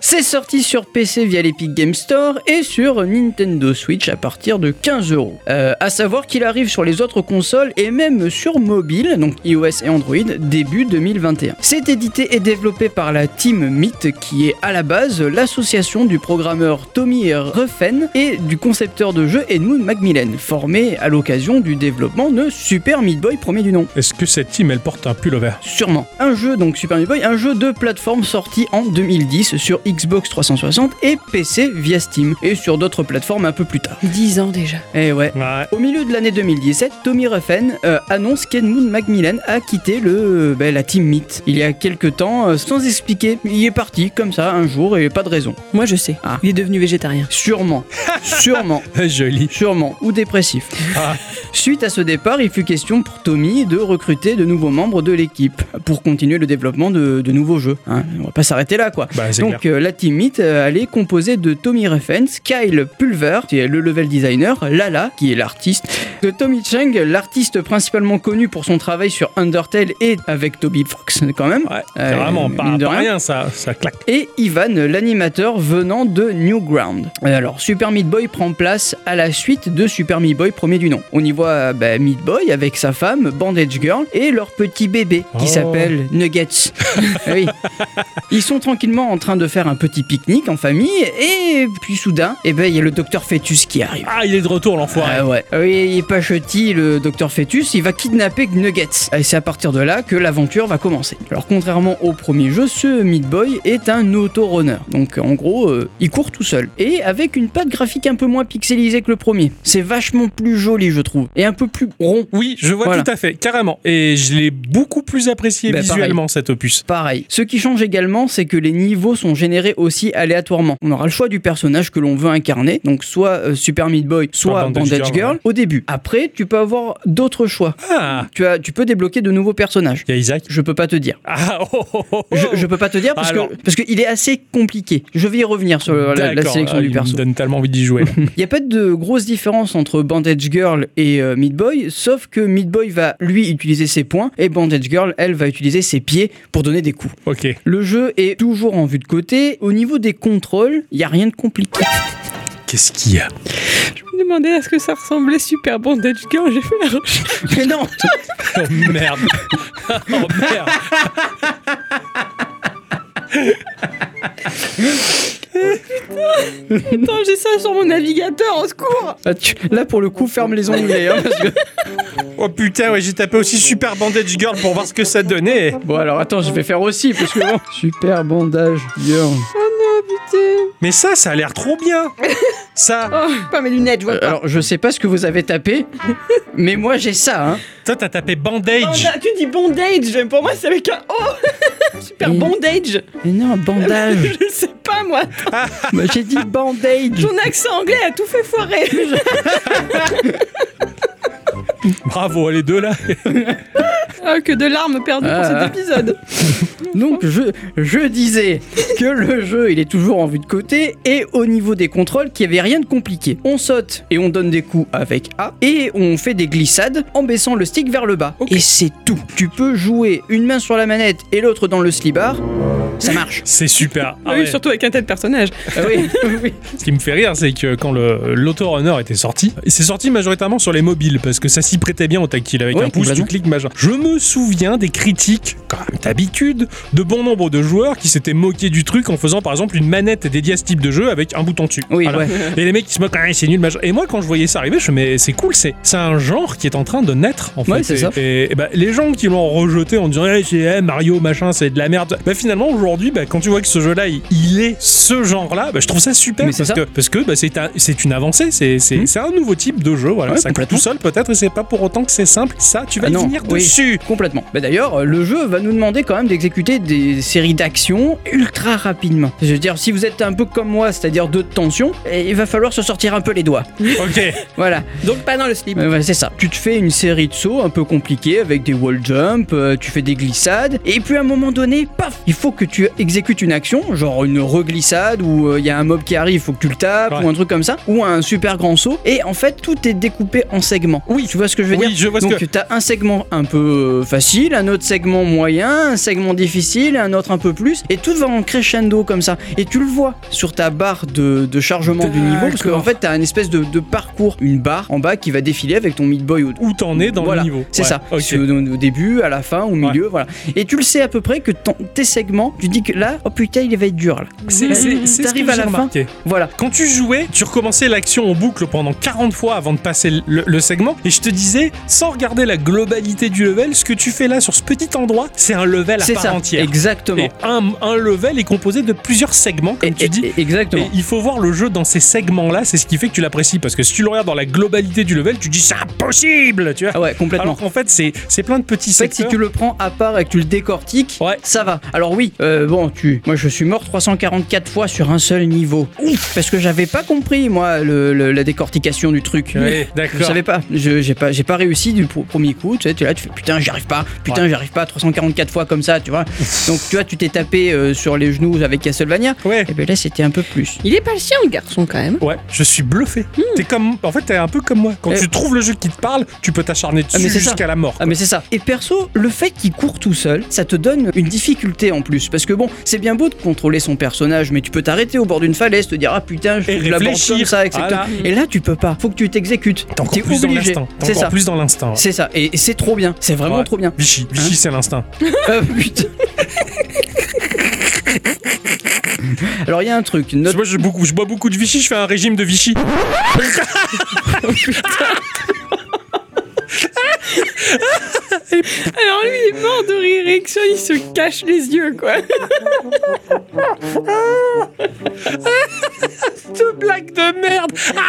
[SPEAKER 2] C'est sorti sur PC via l'Epic Game Store et sur Nintendo Switch à partir de 15 euros. Euh, À savoir qu'il arrive sur les autres consoles et même sur mobile, donc iOS et Android, début 2021. C'est édité et développé par la Team Meat, qui est à la base l'association du programmeur Tommy Ruffen et du concepteur de jeu Edmund Macmillan, formé à l'occasion du développement de Super Meat Boy premier du nom.
[SPEAKER 3] Est-ce que cette team, elle porte un pull over
[SPEAKER 2] Sûrement. Un jeu, donc Super Meat Boy, un jeu de plateforme sorti en 2010 sur Xbox 360 et PC via Steam, et sur d'autres plateformes un peu plus tard.
[SPEAKER 1] 10 ans déjà.
[SPEAKER 2] Eh ouais.
[SPEAKER 3] Ouais.
[SPEAKER 2] Au milieu de l'année 2017, Tommy Ruffen euh, annonce qu'Edmund Macmillan a quitté le, euh, ben, la Team Meat il y a quelques temps, euh, sans expliquer. Il est parti comme ça un jour et pas de raison.
[SPEAKER 1] Moi, je sais.
[SPEAKER 2] Ah.
[SPEAKER 1] Il est devenu végétarien.
[SPEAKER 2] Sûrement. Sûrement.
[SPEAKER 3] Joli.
[SPEAKER 2] Sûrement, ou dépressif.
[SPEAKER 3] Ah.
[SPEAKER 2] Suite à ce départ, il fut question pour Tommy de recruter de nouveaux membres de l'équipe pour continuer le développement de, de nouveaux jeux. hein. On va pas s'arrêter là, quoi.
[SPEAKER 3] Bah, c'est
[SPEAKER 2] Donc euh, la team Meat, euh, elle est composée de Tommy Reffens, Kyle Pulver, qui est le level designer, Lala, qui est l'artiste, de Tommy Chang, l'artiste principalement connu pour son travail sur Undertale et avec Toby Fox quand même.
[SPEAKER 3] Ouais, c'est
[SPEAKER 2] Euh,
[SPEAKER 3] vraiment pas,
[SPEAKER 2] mine de
[SPEAKER 3] pas
[SPEAKER 2] rien.
[SPEAKER 3] rien, ça, ça claque.
[SPEAKER 2] Et Ivan, l'animateur venant de Newground. Euh, Alors, Super Meat Boy prend place à la suite de Super Meat Boy premier du nom. On y voit euh, bah, Meat Boy avec sa femme, Bandage Girl, et leur petit bébé qui
[SPEAKER 3] Oh.
[SPEAKER 2] s'appelle Nuggets. oui. Ils sont tranquillement en train de faire un petit pique-nique en famille, et puis soudain, eh ben, il y a le docteur Fetus qui arrive.
[SPEAKER 3] Ah, il est de retour, l'enfoiré.
[SPEAKER 2] Ah ouais. Oui, il est pas chutty, le docteur Fetus, il va kidnapper Nuggets. Et c'est à partir de là que l'aventure va commencer. Alors, contrairement au premier jeu, ce Meat Boy est un auto-runner. Donc, en gros, euh, il court tout seul. Et avec une patte graphique un peu moins pixelisée que le premier. C'est vachement plus joli, je trouve. Et un peu plus rond.
[SPEAKER 3] Oui, je vois
[SPEAKER 2] Voilà.
[SPEAKER 3] tout à fait, carrément. Et je l'ai beaucoup plus apprécié
[SPEAKER 2] Bah,
[SPEAKER 3] visuellement, cet opus.
[SPEAKER 2] Pareil. Ce qui change également, c'est que les niveaux sont générés aussi aléatoirement. On aura le choix du personnage que l'on veut incarner, donc soit euh, Super Meat Boy, soit
[SPEAKER 3] Bandage
[SPEAKER 2] Bandage,
[SPEAKER 3] Girl,
[SPEAKER 2] Girl,
[SPEAKER 3] ouais.
[SPEAKER 2] au début. Après, tu peux avoir d'autres choix.
[SPEAKER 3] Ah,
[SPEAKER 2] Tu, as, tu peux débloquer de nouveaux personnages.
[SPEAKER 3] il y a Isaac.
[SPEAKER 2] Je peux pas te dire.
[SPEAKER 3] Ah, oh, oh, oh, oh.
[SPEAKER 2] Je, je peux pas te dire parce
[SPEAKER 3] Alors.
[SPEAKER 2] que parce qu'il est assez compliqué. Je vais y revenir sur euh, la- la, la
[SPEAKER 3] D'accord,
[SPEAKER 2] sélection
[SPEAKER 3] ah,
[SPEAKER 2] du
[SPEAKER 3] il
[SPEAKER 2] perso.
[SPEAKER 3] me donne tellement envie d'y jouer.
[SPEAKER 2] Il n'y a pas de grosse différence entre Bandage Girl et euh, Meat Boy, sauf que Meat Boy va lui utiliser ses poings et Bandage Girl, elle, va utiliser ses pieds pour donner des coups.
[SPEAKER 3] ok.
[SPEAKER 2] Le jeu est toujours en vue de côté. Au niveau des contrôles, il n'y a rien de compliqué.
[SPEAKER 3] Qu'est-ce qu'il y a
[SPEAKER 1] Je me demandais à ce que ça ressemblait super bon Dutch Girl. J'ai fait la recherche.
[SPEAKER 2] Mais non
[SPEAKER 3] Oh merde Oh merde
[SPEAKER 1] Attends, Oh, j'ai ça sur mon navigateur, au secours
[SPEAKER 2] Ah, tu- Là, pour le coup, ferme les onglets. hein, parce que-
[SPEAKER 3] Oh putain, ouais, j'ai tapé aussi Super Bandage Girl pour voir ce que ça donnait.
[SPEAKER 2] Bon, alors attends, je vais faire aussi parce que bon. Super Bandage Girl.
[SPEAKER 3] Mais ça, ça a l'air trop bien. Ça,
[SPEAKER 1] Oh, pas mes lunettes, je vois
[SPEAKER 2] Euh,
[SPEAKER 1] pas.
[SPEAKER 2] Alors, je sais pas ce que vous avez tapé, mais moi j'ai ça. Hein.
[SPEAKER 3] toi, t'as tapé Bandage.
[SPEAKER 1] Banda- Oh, tu dis bondage, pour moi c'est avec un O Super
[SPEAKER 2] Mm.
[SPEAKER 1] bondage
[SPEAKER 2] Mais non, bandage.
[SPEAKER 1] Je sais pas moi,
[SPEAKER 2] Bah, j'ai dit bandage.
[SPEAKER 1] ton accent anglais a tout fait foirer
[SPEAKER 3] Bravo, les deux là.
[SPEAKER 1] Ah, Que de larmes perdues pour
[SPEAKER 2] Ah.
[SPEAKER 1] cet épisode
[SPEAKER 2] Donc je, je disais que le jeu il est toujours en vue de côté et au niveau des contrôles qu'il n'y avait rien de compliqué. On saute et on donne des coups avec A et on fait des glissades en baissant le stick vers le bas. Et c'est tout. Tu peux jouer une main sur la manette et l'autre dans le slibard. Ça marche.
[SPEAKER 3] C'est super. Ah
[SPEAKER 1] Ah oui,
[SPEAKER 3] ouais.
[SPEAKER 1] surtout avec un tel personnage
[SPEAKER 2] Ah oui, oui.
[SPEAKER 3] Ce qui me fait rire, c'est que quand le- l'autorunner était sorti, il s'est sorti majoritairement sur les mobiles parce que ça s'y prêtait bien au tactile avec
[SPEAKER 2] Ouais,
[SPEAKER 3] un pouce, tu
[SPEAKER 2] complètement.
[SPEAKER 3] cliques, machin. Je me souviens des critiques, quand même d'habitude, de bon nombre de joueurs qui s'étaient moqués du truc en faisant par exemple une manette dédiée à ce type de jeu avec un bouton dessus.
[SPEAKER 2] Oui,
[SPEAKER 3] Voilà.
[SPEAKER 2] ouais.
[SPEAKER 3] Et les mecs qui se moquent, Ah, c'est nul, machin. Et moi, quand je voyais ça arriver, je me mais c'est cool, c'est c'est un genre qui est en train de naître en fait.
[SPEAKER 2] Ouais, c'est
[SPEAKER 3] et,
[SPEAKER 2] ça.
[SPEAKER 3] et- et bah, les gens qui l'ont rejeté en disant, Eh, c'est eh, Mario, machin, c'est de la merde. Bah finalement, aujourd'hui, bah, quand tu vois que ce jeu-là, il, il est ce genre-là, bah, je trouve ça super
[SPEAKER 2] Mais c'est
[SPEAKER 3] parce
[SPEAKER 2] ça.
[SPEAKER 3] que parce que bah, c'est un- c'est une avancée, c'est c'est-
[SPEAKER 2] Mhm.
[SPEAKER 3] c'est un nouveau type de jeu. Voilà,
[SPEAKER 2] Ouais,
[SPEAKER 3] ça coûte tout
[SPEAKER 2] complètement.
[SPEAKER 3] seul peut-être, et c'est pas pour autant que c'est simple. Ça, tu vas
[SPEAKER 2] Ah
[SPEAKER 3] y
[SPEAKER 2] non,
[SPEAKER 3] venir
[SPEAKER 2] oui.
[SPEAKER 3] dessus.
[SPEAKER 2] Complètement. Bah d'ailleurs, euh, le jeu va nous demander quand même d'exé- exécuter des séries d'actions ultra rapidement. Je veux dire, si vous êtes un peu comme moi, c'est-à-dire deux de tension, eh, il va falloir se sortir un peu les doigts.
[SPEAKER 3] Ok.
[SPEAKER 2] Voilà. Euh,
[SPEAKER 1] Donc pas dans le slip.
[SPEAKER 2] Ouais, ouais, c'est ça. Tu te fais une série de sauts un peu compliqués avec des wall jumps, euh, tu fais des glissades, et puis à un moment donné, paf, il faut que tu exécutes une action, genre une reglissade ou euh, il y a un mob qui arrive, faut que tu le tapes
[SPEAKER 3] Ouais.
[SPEAKER 2] ou un truc comme ça, ou un super grand saut. Et en fait, tout est découpé en segments. Oui, tu vois ce que je veux
[SPEAKER 3] Oui,
[SPEAKER 2] dire.
[SPEAKER 3] je vois ce
[SPEAKER 2] Donc
[SPEAKER 3] que-
[SPEAKER 2] tu as un segment un peu euh, facile, un autre segment moyen, un segment difficile, un autre un peu plus, et tout va en crescendo comme ça. Et tu le vois sur ta barre de, de chargement du niveau, parce qu'en
[SPEAKER 3] D'accord.
[SPEAKER 2] fait, t'as un espèce de, de parcours, une barre en bas qui va défiler avec ton mid boy au
[SPEAKER 3] Où t'en es dans
[SPEAKER 2] Voilà,
[SPEAKER 3] le niveau.
[SPEAKER 2] C'est
[SPEAKER 3] Ouais,
[SPEAKER 2] ça.
[SPEAKER 3] ok.
[SPEAKER 2] Sur- Au, au début, à la fin, au milieu, voilà. Et tu le sais à peu près que ton- tes segments, tu dis que là, oh putain, il va être dur là.
[SPEAKER 3] C'est c'est- c'est ce
[SPEAKER 2] T'arrives
[SPEAKER 3] que
[SPEAKER 2] à
[SPEAKER 3] j'ai
[SPEAKER 2] la fin.
[SPEAKER 3] remarqué.
[SPEAKER 2] Voilà.
[SPEAKER 3] Quand tu jouais, tu recommençais l'action en boucle pendant 40 fois avant de passer le, le- le segment, et je te disais, sans regarder la globalité du level, ce que tu fais là sur ce petit endroit, c'est un level à
[SPEAKER 2] C'est
[SPEAKER 3] part
[SPEAKER 2] ça.
[SPEAKER 3] entière.
[SPEAKER 2] Exactement.
[SPEAKER 3] Et un, un level est composé de plusieurs segments, comme tu
[SPEAKER 2] Et-
[SPEAKER 3] dis.
[SPEAKER 2] et- exactement.
[SPEAKER 3] Et il faut voir le jeu dans ces segments-là, c'est ce qui fait que tu l'apprécies. Parce que si tu le regardes dans la globalité du level, tu dis c'est impossible, tu vois.
[SPEAKER 2] Ah ouais, complètement.
[SPEAKER 3] Alors qu'en fait, c'est c'est plein de petits
[SPEAKER 2] En fait, si
[SPEAKER 3] secteurs.
[SPEAKER 2] tu le prends à part et que tu le décortiques,
[SPEAKER 3] Ouais.
[SPEAKER 2] ça va. Alors oui, euh, bon, tu, moi je suis mort 344 fois sur un seul niveau. Ouf, parce que j'avais pas compris moi le- le- la décortication du truc.
[SPEAKER 3] Ouais, d'accord.
[SPEAKER 2] Je savais pas, Je- j'ai pas, j'ai pas réussi du pro- premier coup. Tu sais, tu es là, tu fais putain, j'y arrive pas, putain, j'y arrive pas 344 fois comme ça, tu vois. Donc tu vois, tu t'es tapé euh, sur les genoux avec Castlevania.
[SPEAKER 3] Ouais.
[SPEAKER 2] Et ben là, c'était un peu plus.
[SPEAKER 1] Il est patient le garçon quand même.
[SPEAKER 3] Ouais, je suis bluffé. T'es comme, en fait, t'es un peu comme moi. Quand
[SPEAKER 2] Hmm. Euh.
[SPEAKER 3] tu trouves le jeu qui te parle, tu peux t'acharner
[SPEAKER 2] Ah, mais
[SPEAKER 3] dessus
[SPEAKER 2] c'est ça.
[SPEAKER 3] jusqu'à la mort.
[SPEAKER 2] Ah mais c'est ça. Et perso, le fait qu'il court tout seul, ça te donne une difficulté en plus. Parce que bon, c'est bien beau de contrôler son personnage, mais tu peux t'arrêter au bord d'une falaise, te dire ah putain, je
[SPEAKER 3] Et
[SPEAKER 2] la bande comme
[SPEAKER 3] réfléchir.
[SPEAKER 2] ça, etc.
[SPEAKER 3] Voilà.
[SPEAKER 2] Et là, tu peux pas. Faut que tu t'exécutes.
[SPEAKER 3] T'es encore
[SPEAKER 2] T'es
[SPEAKER 3] plus dans
[SPEAKER 2] obligé.
[SPEAKER 3] l'instant. T'es
[SPEAKER 2] C'est
[SPEAKER 3] encore
[SPEAKER 2] ça.
[SPEAKER 3] plus dans l'instinct. ouais.
[SPEAKER 2] C'est Hein ça. Et, et c'est trop bien. C'est vraiment
[SPEAKER 3] Ouais.
[SPEAKER 2] trop bien.
[SPEAKER 3] Vichy, Vichy, c'est l'instinct.
[SPEAKER 2] Euh, putain. Alors il y a un truc. Notre
[SPEAKER 3] Moi, je, beaucoup, je bois beaucoup de Vichy, je fais un régime de Vichy.
[SPEAKER 1] Alors lui il est mort de rire, Rickson il se cache les yeux quoi.
[SPEAKER 3] Cette blague de merde Ah,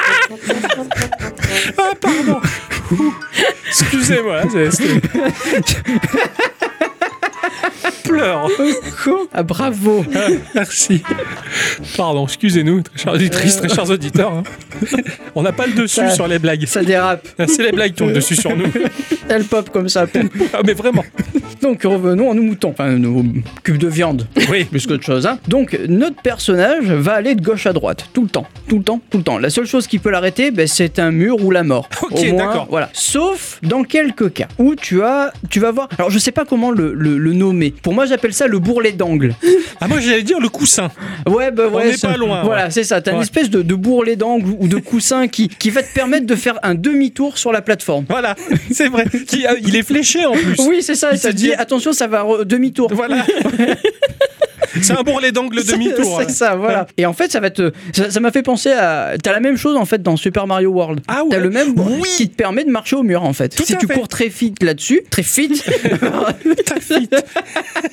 [SPEAKER 3] Ah, pardon Ouh. Excusez-moi, hein, c'est- c'est- Pleure
[SPEAKER 2] Ah bravo.
[SPEAKER 3] Ah, Merci. Pardon, excusez-nous, très chers auditrices, très chers auditeurs. hein. On n'a pas le dessus
[SPEAKER 2] Ça-
[SPEAKER 3] sur les blagues.
[SPEAKER 2] Ça dérape.
[SPEAKER 3] C'est les blagues qui ont le dessus sur nous.
[SPEAKER 2] Elle pop comme ça.
[SPEAKER 3] Ah, mais vraiment.
[SPEAKER 2] Donc revenons à nos moutons. Enfin, nos cubes de viande.
[SPEAKER 3] Oui.
[SPEAKER 2] plus qu'autre chose. hein. Donc, notre personnage va aller de gauche à droite, tout le temps, tout le temps, tout le temps. La seule chose qui peut l'arrêter, ben, c'est un mur ou la mort.
[SPEAKER 3] Ok,
[SPEAKER 2] Au moins,
[SPEAKER 3] d'accord.
[SPEAKER 2] Voilà. Sauf dans quelques cas où tu as, tu vas voir. Alors, je sais pas comment le, le- le nommer. Pour moi, j'appelle ça le bourrelet d'angle.
[SPEAKER 3] Ah, moi, j'allais dire le coussin.
[SPEAKER 2] Ouais, bah ouais.
[SPEAKER 3] On n'est
[SPEAKER 2] ça-
[SPEAKER 3] pas loin,
[SPEAKER 2] Voilà,
[SPEAKER 3] ouais.
[SPEAKER 2] c'est ça. T'as une
[SPEAKER 3] Ouais.
[SPEAKER 2] espèce de, de bourrelet d'angle ou de coussin qui, qui va te permettre de faire un demi-tour sur la plateforme.
[SPEAKER 3] Voilà, c'est vrai. Qui- ah, il est fléché en plus.
[SPEAKER 2] Oui, c'est ça.
[SPEAKER 3] Il
[SPEAKER 2] Ça
[SPEAKER 3] te
[SPEAKER 2] te dit,
[SPEAKER 3] dit-
[SPEAKER 2] attention, ça va re- demi-tour.
[SPEAKER 3] Voilà. C'est un bourrelet d'angle
[SPEAKER 2] C'est-
[SPEAKER 3] demi-tour.
[SPEAKER 2] C'est ça, voilà. Et en fait, ça va te, ça ça m'a fait penser à, t'as la même chose en fait dans Super Mario World.
[SPEAKER 3] Ah ouais.
[SPEAKER 2] T'as le même
[SPEAKER 3] Oui.
[SPEAKER 2] qui te permet de marcher au mur en fait. si
[SPEAKER 3] à
[SPEAKER 2] tu
[SPEAKER 3] fait.
[SPEAKER 2] cours très vite là-dessus, très vite.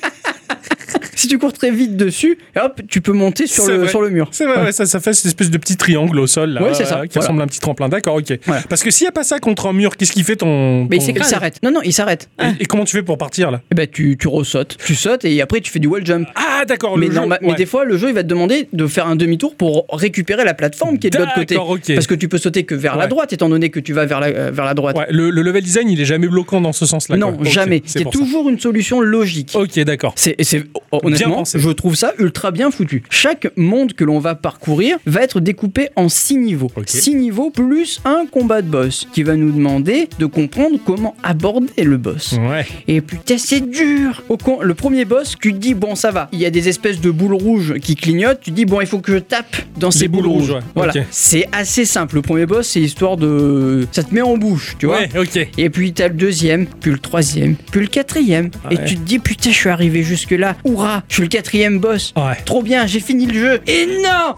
[SPEAKER 2] si tu cours très vite dessus, hop, tu peux monter sur
[SPEAKER 3] C'est
[SPEAKER 2] le
[SPEAKER 3] vrai.
[SPEAKER 2] sur le mur.
[SPEAKER 3] C'est vrai, ouais, ça, ça fait cette espèce de petit triangle au sol là,
[SPEAKER 2] Ouais, c'est ça,
[SPEAKER 3] qui
[SPEAKER 2] voilà.
[SPEAKER 3] ressemble à un petit tremplin. D'accord, ok.
[SPEAKER 2] Voilà.
[SPEAKER 3] Parce que s'il n'y a pas ça contre un mur, qu'est-ce qui fait ton.
[SPEAKER 1] Mais
[SPEAKER 3] ton-
[SPEAKER 1] c'est
[SPEAKER 2] Il Ah.
[SPEAKER 1] grave.
[SPEAKER 2] s'arrête. Non, non, il s'arrête.
[SPEAKER 3] Et, et comment tu fais pour partir là
[SPEAKER 2] Eh ben, tu, tu ressautes. Tu sautes et après tu fais du wall jump.
[SPEAKER 3] Ah, d'accord,
[SPEAKER 2] mais,
[SPEAKER 3] le jeu,
[SPEAKER 2] norma- mais
[SPEAKER 3] ouais.
[SPEAKER 2] des fois, le jeu, il va te demander de faire un demi-tour pour récupérer la plateforme qui est de l'autre côté.
[SPEAKER 3] D'accord, ok.
[SPEAKER 2] Parce que tu peux sauter que vers la
[SPEAKER 3] Ouais.
[SPEAKER 2] droite, étant donné que tu vas vers la, euh, vers la droite.
[SPEAKER 3] Ouais, le, le level design, il est jamais bloquant dans ce sens-là.
[SPEAKER 2] non,
[SPEAKER 3] quoi. Ok,
[SPEAKER 2] jamais.
[SPEAKER 3] C'est
[SPEAKER 2] C'est
[SPEAKER 3] pour
[SPEAKER 2] toujours une solution logique.
[SPEAKER 3] ça. Ok, d'accord.
[SPEAKER 2] C'est, et c'est- honnêtement,
[SPEAKER 3] pensé.
[SPEAKER 2] je trouve ça ultra bien foutu. Chaque monde que l'on va parcourir va être découpé en 6 niveaux.
[SPEAKER 3] Ok.
[SPEAKER 2] 6 niveaux plus un combat de boss qui va nous demander de comprendre comment aborder le boss.
[SPEAKER 3] Ouais.
[SPEAKER 2] Et putain, c'est dur Au con- Le premier boss, tu te dis, bon, ça va. Il y a des espèces de boules rouges qui clignotent. Tu te dis, bon, il faut que je tape dans ces boules,
[SPEAKER 3] boules
[SPEAKER 2] rouges.
[SPEAKER 3] rouges, ouais.
[SPEAKER 2] Voilà.
[SPEAKER 3] Ok.
[SPEAKER 2] C'est assez simple. Le premier boss, c'est histoire de. Ça te met en bouche, tu vois.
[SPEAKER 3] Ouais, ok.
[SPEAKER 2] Et puis t'as le deuxième, puis le troisième, puis le quatrième. Et
[SPEAKER 3] Ah Ouais.
[SPEAKER 2] tu te dis putain, je suis arrivé
[SPEAKER 3] Ah.
[SPEAKER 2] jusque là. Hourra, je suis le quatrième boss.
[SPEAKER 3] Ouais.
[SPEAKER 2] Trop bien, j'ai fini le jeu. Et non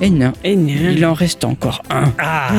[SPEAKER 2] Et non.
[SPEAKER 1] Et non.
[SPEAKER 2] Il en reste encore un.
[SPEAKER 3] Ah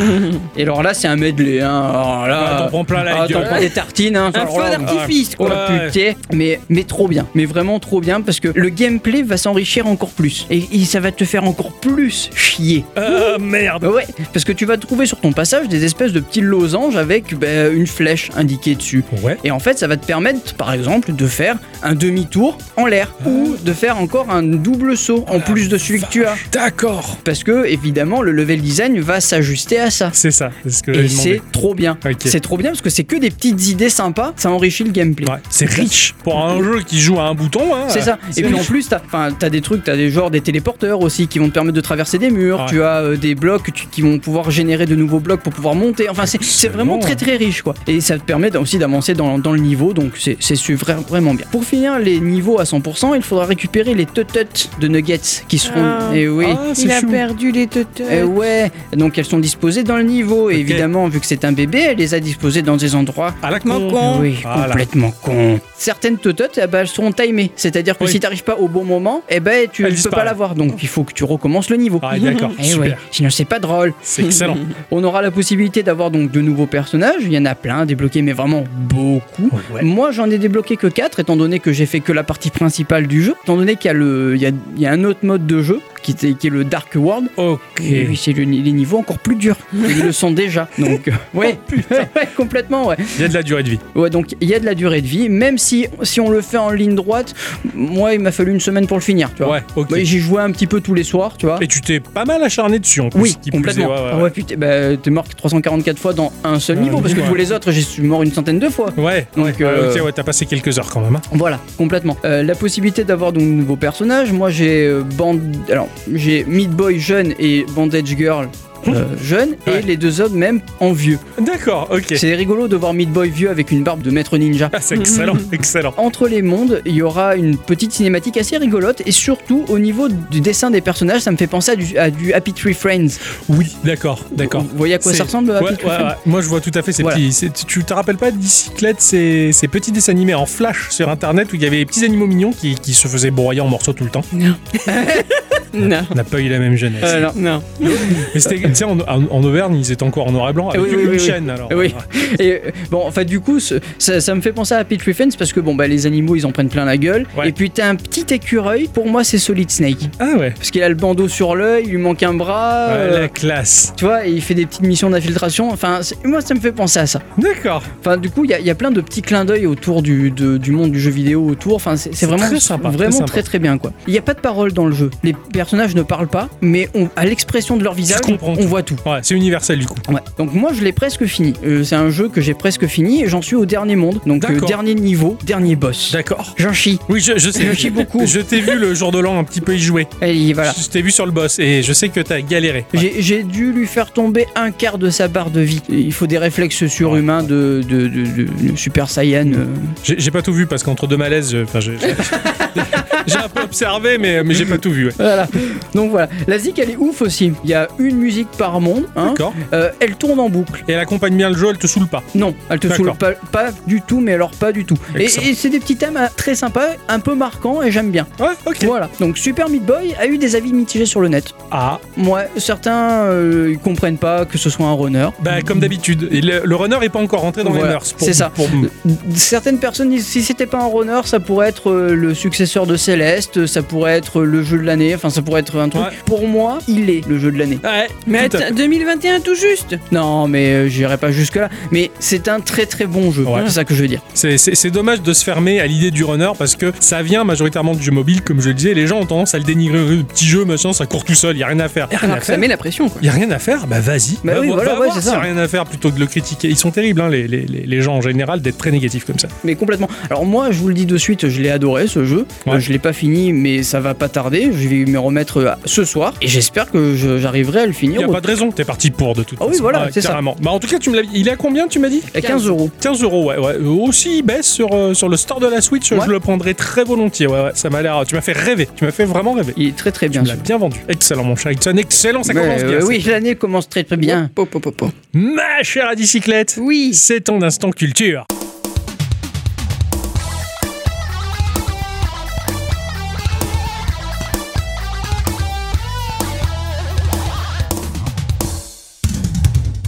[SPEAKER 2] Et alors là, c'est un medley. Hein. Alors là,
[SPEAKER 3] Ah, t'en prends plein la
[SPEAKER 2] ah, t'en
[SPEAKER 3] gueule.
[SPEAKER 2] prends des tartines. Hein.
[SPEAKER 1] Un
[SPEAKER 2] Alors
[SPEAKER 1] feu
[SPEAKER 2] là,
[SPEAKER 1] d'artifice,
[SPEAKER 2] Oh
[SPEAKER 1] quoi.
[SPEAKER 2] la
[SPEAKER 3] Ouais.
[SPEAKER 2] putain, mais, mais trop bien, mais vraiment trop bien parce que le gameplay va s'enrichir encore plus et, et ça va te faire encore plus chier.
[SPEAKER 3] Ah, merde
[SPEAKER 2] Bah ouais, parce que tu vas trouver sur ton passage des espèces de petits losanges avec bah, une flèche indiquée dessus.
[SPEAKER 3] Ouais.
[SPEAKER 2] Et en fait, ça va te permettre, par exemple, de faire un demi-tour en l'air ou de faire encore un double saut en plus de celui que tu as.
[SPEAKER 3] D'accord
[SPEAKER 2] Parce que, évidemment, le level design va s'ajuster à ça.
[SPEAKER 3] C'est ça, c'est ce que
[SPEAKER 2] Et
[SPEAKER 3] j'avais demandé.
[SPEAKER 2] c'est trop bien.
[SPEAKER 3] Ok.
[SPEAKER 2] C'est trop bien parce que c'est que des petites idées sympas, ça enrichit le gameplay.
[SPEAKER 3] Ouais, c'est riche pour un jeu qui joue à un bouton. Hein,
[SPEAKER 2] C'est ça. Et puis en plus, t'as, 'fin, t'as des trucs, t'as des genres des téléporteurs aussi qui vont te permettre de traverser des murs.
[SPEAKER 3] Ouais.
[SPEAKER 2] Tu as euh, des blocs que tu- qui vont pouvoir générer de nouveaux blocs pour pouvoir monter. Enfin, c'est, c'est vraiment très très riche quoi. Et ça te permet aussi d'avancer dans, dans le niveau, donc c'est, c'est su- vra- vraiment bien. Pour finir les niveaux à 100%, il faudra récupérer les tututs de nuggets qui seront.
[SPEAKER 1] Ah.
[SPEAKER 2] Et oui.
[SPEAKER 3] Ah, c'est
[SPEAKER 1] Il a
[SPEAKER 3] chou.
[SPEAKER 1] perdu les teuteux.
[SPEAKER 2] Eh ouais, donc elles sont disposées dans le niveau. Et
[SPEAKER 3] Ok.
[SPEAKER 2] évidemment, vu que c'est un bébé, elle les a disposées dans des endroits
[SPEAKER 3] À la con.
[SPEAKER 1] Con.
[SPEAKER 2] oui,
[SPEAKER 3] Voilà.
[SPEAKER 2] complètement con. Certaines tototes, eh ben, elles seront timées. C'est-à-dire que
[SPEAKER 3] Oui.
[SPEAKER 2] si t'arrives pas au bon moment, eh ben, tu
[SPEAKER 3] Elles
[SPEAKER 2] ne peux
[SPEAKER 3] disparaissent.
[SPEAKER 2] pas l'avoir. Donc il faut que tu recommences le niveau.
[SPEAKER 3] Ah, d'accord,
[SPEAKER 2] Eh
[SPEAKER 3] super.
[SPEAKER 2] ouais, sinon c'est pas drôle.
[SPEAKER 3] C'est excellent.
[SPEAKER 2] On aura la possibilité d'avoir donc de nouveaux personnages. Il y en a plein à débloquer, mais vraiment beaucoup.
[SPEAKER 3] Oh,
[SPEAKER 2] Moi, j'en ai débloqué que 4, étant donné que j'ai fait que la partie principale du jeu. Étant donné qu'il y a, le, il y a, il y a un autre mode de jeu qui, était- qui est le Dark World.
[SPEAKER 3] Ok.
[SPEAKER 2] Et oui, c'est le- les niveaux encore plus durs. Ils le sont déjà. Donc, euh,
[SPEAKER 3] Oh,
[SPEAKER 2] ouais, ouais, complètement, ouais.
[SPEAKER 3] Il y a de la durée de vie.
[SPEAKER 2] Ouais, donc il y a de la durée de vie, même si, si on le fait en ligne droite, moi il m'a fallu une semaine pour le finir, tu vois.
[SPEAKER 3] Ouais, ok.
[SPEAKER 2] Ouais, J'y jouais un petit peu tous les soirs, tu vois.
[SPEAKER 3] Et tu t'es pas mal acharné dessus en plus.
[SPEAKER 2] Oui,
[SPEAKER 3] qui plus
[SPEAKER 2] complètement.
[SPEAKER 3] est. Ouais, ouais,
[SPEAKER 2] Ah ouais, putain, bah, t'es mort 344 fois dans un seul
[SPEAKER 3] Un
[SPEAKER 2] niveau, parce que
[SPEAKER 3] niveau,
[SPEAKER 2] tous
[SPEAKER 3] ouais.
[SPEAKER 2] les autres, j'ai suis mort une centaine de fois.
[SPEAKER 3] ouais. Ouais,
[SPEAKER 2] Donc,
[SPEAKER 3] ouais,
[SPEAKER 2] euh,
[SPEAKER 3] ok, ouais, t'as passé quelques heures quand même. hein.
[SPEAKER 2] Voilà, complètement. Euh, la possibilité d'avoir donc de nouveaux personnages. Moi, j'ai euh, Band... alors j'ai Meat Boy jeune et Bandage Girl. euh, jeune
[SPEAKER 3] Ouais.
[SPEAKER 2] et les deux autres même en vieux.
[SPEAKER 3] D'accord, ok.
[SPEAKER 2] C'est rigolo de voir Meat Boy vieux avec une barbe de maître ninja.
[SPEAKER 3] Ah, c'est excellent, excellent.
[SPEAKER 2] Entre les mondes, il y aura une petite cinématique assez rigolote et surtout au niveau du dessin des personnages, ça me fait penser à du, à du Happy Tree Friends.
[SPEAKER 3] Oui, d'accord, d'accord.
[SPEAKER 2] Vous voyez à quoi
[SPEAKER 3] C'est-
[SPEAKER 2] ça ressemble
[SPEAKER 3] Ouais,
[SPEAKER 2] Happy
[SPEAKER 3] ouais,
[SPEAKER 2] Tree Friends
[SPEAKER 3] ouais. Moi, je vois tout à fait ces
[SPEAKER 2] Voilà.
[SPEAKER 3] petits. c'est- Tu te rappelles pas de bicyclette, ces, ces petits dessins animés en flash sur internet où il y avait les petits animaux mignons qui, qui se faisaient broyer en morceaux tout le temps
[SPEAKER 1] Non.
[SPEAKER 3] On n'a pas eu la même jeunesse.
[SPEAKER 2] Euh, non.
[SPEAKER 1] Non.
[SPEAKER 3] Mais c'était, tu sais, en, en- en Auvergne, ils étaient encore en noir et blanc avec
[SPEAKER 2] Oui, oui,
[SPEAKER 3] une
[SPEAKER 2] oui, oui.
[SPEAKER 3] chaîne. Alors,
[SPEAKER 2] Oui. Et euh, bon, enfin du coup, ce- ça, ça me fait penser à Happy Tree Friends parce que bon bah les animaux ils en prennent plein la gueule.
[SPEAKER 3] Ouais.
[SPEAKER 2] Et puis t'as un petit écureuil. Pour moi c'est Solid Snake
[SPEAKER 3] Ah ouais.
[SPEAKER 2] parce qu'il a le bandeau sur l'œil, il lui manque un bras.
[SPEAKER 3] Ah,
[SPEAKER 2] euh,
[SPEAKER 3] La classe.
[SPEAKER 2] Tu vois, et il fait des petites missions d'infiltration. Enfin, c'est- moi, ça me fait penser à ça.
[SPEAKER 3] D'accord.
[SPEAKER 2] Enfin, du coup, il y, a- il y a plein de petits clins d'œil autour du, de- du monde du jeu vidéo autour. Enfin, c'est c'est
[SPEAKER 3] C'est
[SPEAKER 2] vraiment
[SPEAKER 3] très sympa,
[SPEAKER 2] vraiment
[SPEAKER 3] très
[SPEAKER 2] très,
[SPEAKER 3] sympa.
[SPEAKER 2] très bien quoi. Il n'y a pas de parole dans le jeu. Les personnages ne parlent pas, mais on- à l'expression de leur visage,
[SPEAKER 3] comprends
[SPEAKER 2] on
[SPEAKER 3] tout.
[SPEAKER 2] voit tout.
[SPEAKER 3] Ouais, c'est universel du coup.
[SPEAKER 2] Ouais. Donc moi, je l'ai presque fini. Euh, c'est un jeu que j'ai presque fini. et J'en suis au dernier monde, donc euh,
[SPEAKER 3] D'accord.
[SPEAKER 2] dernier niveau, dernier boss.
[SPEAKER 3] D'accord.
[SPEAKER 2] J'en chie.
[SPEAKER 3] Oui, je, je sais.
[SPEAKER 2] Je chie beaucoup.
[SPEAKER 3] Je t'ai vu le jour de l'an un petit peu y jouer.
[SPEAKER 2] Allez, voilà.
[SPEAKER 3] Je t'ai vu sur le boss et je sais que t'as galéré.
[SPEAKER 2] J'ai- J'ai dû lui faire tomber un quart de sa barre de vie. Il faut des réflexes surhumains de, de, de- de- de Super Saiyan. euh,
[SPEAKER 3] J'ai j'ai pas tout vu parce qu'entre deux malaises, euh, enfin, j'ai j'ai- j'ai un peu observé, mais, mais j'ai pas tout vu. ouais.
[SPEAKER 2] Voilà. Donc voilà. La zik, elle est ouf aussi. Il y a une musique par monde. hein.
[SPEAKER 3] D'accord.
[SPEAKER 2] Euh, elle tourne en boucle.
[SPEAKER 3] Et elle accompagne bien le jeu, elle te saoule pas.
[SPEAKER 2] Non, elle te saoule
[SPEAKER 3] D'accord.
[SPEAKER 2] pas, pas du tout, mais alors pas du tout. Et,
[SPEAKER 3] Excellent.
[SPEAKER 2] et c'est des petits thèmes euh, très sympas, un peu marquants, et j'aime bien.
[SPEAKER 3] Ouais, ok.
[SPEAKER 2] Voilà. Donc Super Meat Boy a eu des avis mitigés sur le net.
[SPEAKER 3] Ah,
[SPEAKER 2] Moi, certains euh, ils comprennent pas que ce soit un runner.
[SPEAKER 3] bah comme d'habitude. Et Le, le runner est pas encore rentré dans les
[SPEAKER 2] Voilà,
[SPEAKER 3] mœurs. pour-
[SPEAKER 2] c'est ça.
[SPEAKER 3] pour-
[SPEAKER 2] Certaines personnes disent si c'était pas un runner, ça pourrait être euh, le successeur de Céleste, ça pourrait être le jeu de l'année, enfin ça pourrait être un truc.
[SPEAKER 3] Ouais.
[SPEAKER 2] Pour moi, il est le jeu de l'année.
[SPEAKER 3] Ouais,
[SPEAKER 1] Mais
[SPEAKER 3] tout à fait.
[SPEAKER 1] attends, 2021 tout juste.
[SPEAKER 2] Non, mais euh, j'irai pas jusque-là. Mais c'est un très très bon jeu,
[SPEAKER 3] Ouais.
[SPEAKER 2] c'est ça que je veux dire.
[SPEAKER 3] C'est- C'est c'est dommage de se fermer à l'idée du runner parce que ça vient majoritairement du jeu mobile, comme je le disais. Les gens ont tendance à le dénigrer. Le petit jeu, machin, ça court tout seul, y a rien à faire. Y a rien
[SPEAKER 1] Alors
[SPEAKER 3] à
[SPEAKER 1] que ça
[SPEAKER 3] faire.
[SPEAKER 1] met la pression, quoi.
[SPEAKER 3] Y a rien à faire, bah vas-y.
[SPEAKER 2] Bah
[SPEAKER 3] va
[SPEAKER 2] oui,
[SPEAKER 3] vo-
[SPEAKER 2] voilà,
[SPEAKER 3] va
[SPEAKER 2] ouais,
[SPEAKER 3] voir
[SPEAKER 2] c'est
[SPEAKER 3] s'il y a
[SPEAKER 2] ça.
[SPEAKER 3] rien à faire plutôt que de le critiquer. Ils sont terribles, hein, les, les- les- les gens en général, d'être très négatifs comme ça.
[SPEAKER 2] Mais complètement. Alors moi, je vous le dis de suite, je l'ai adoré ce jeu.
[SPEAKER 3] Ouais.
[SPEAKER 2] Euh, je l'ai pas fini, mais ça va pas tarder. Je vais me remettre euh, ce soir et j'espère que je- j'arriverai à le
[SPEAKER 3] Il
[SPEAKER 2] finir.
[SPEAKER 3] a
[SPEAKER 2] au-
[SPEAKER 3] pas de raison, t'es parti pour de toute
[SPEAKER 2] Ah oui,
[SPEAKER 3] façon.
[SPEAKER 2] voilà, c'est ça.
[SPEAKER 3] carrément. Bah, en tout cas, tu me l'as il est à combien, tu m'as dit
[SPEAKER 2] à 15 euros.
[SPEAKER 3] 15 euros, ouais, ouais. Aussi, il baisse sur, euh, sur le store de la Switch,
[SPEAKER 2] Ouais.
[SPEAKER 3] je le prendrai très volontiers. Ouais, ouais, ça m'a l'air. Tu m'as fait rêver, tu m'as fait vraiment rêver.
[SPEAKER 2] Il est très très
[SPEAKER 3] Tu
[SPEAKER 2] bien.
[SPEAKER 3] me l'as bien vendu. Excellent, mon cher Ixon, excellent, ça
[SPEAKER 2] Mais,
[SPEAKER 3] commence bien.
[SPEAKER 2] euh,
[SPEAKER 3] ça.
[SPEAKER 2] oui, l'année commence très très bien.
[SPEAKER 1] Po, po, po, po.
[SPEAKER 3] Ma chère à bicyclette,
[SPEAKER 1] Oui.
[SPEAKER 3] c'est ton instant culture.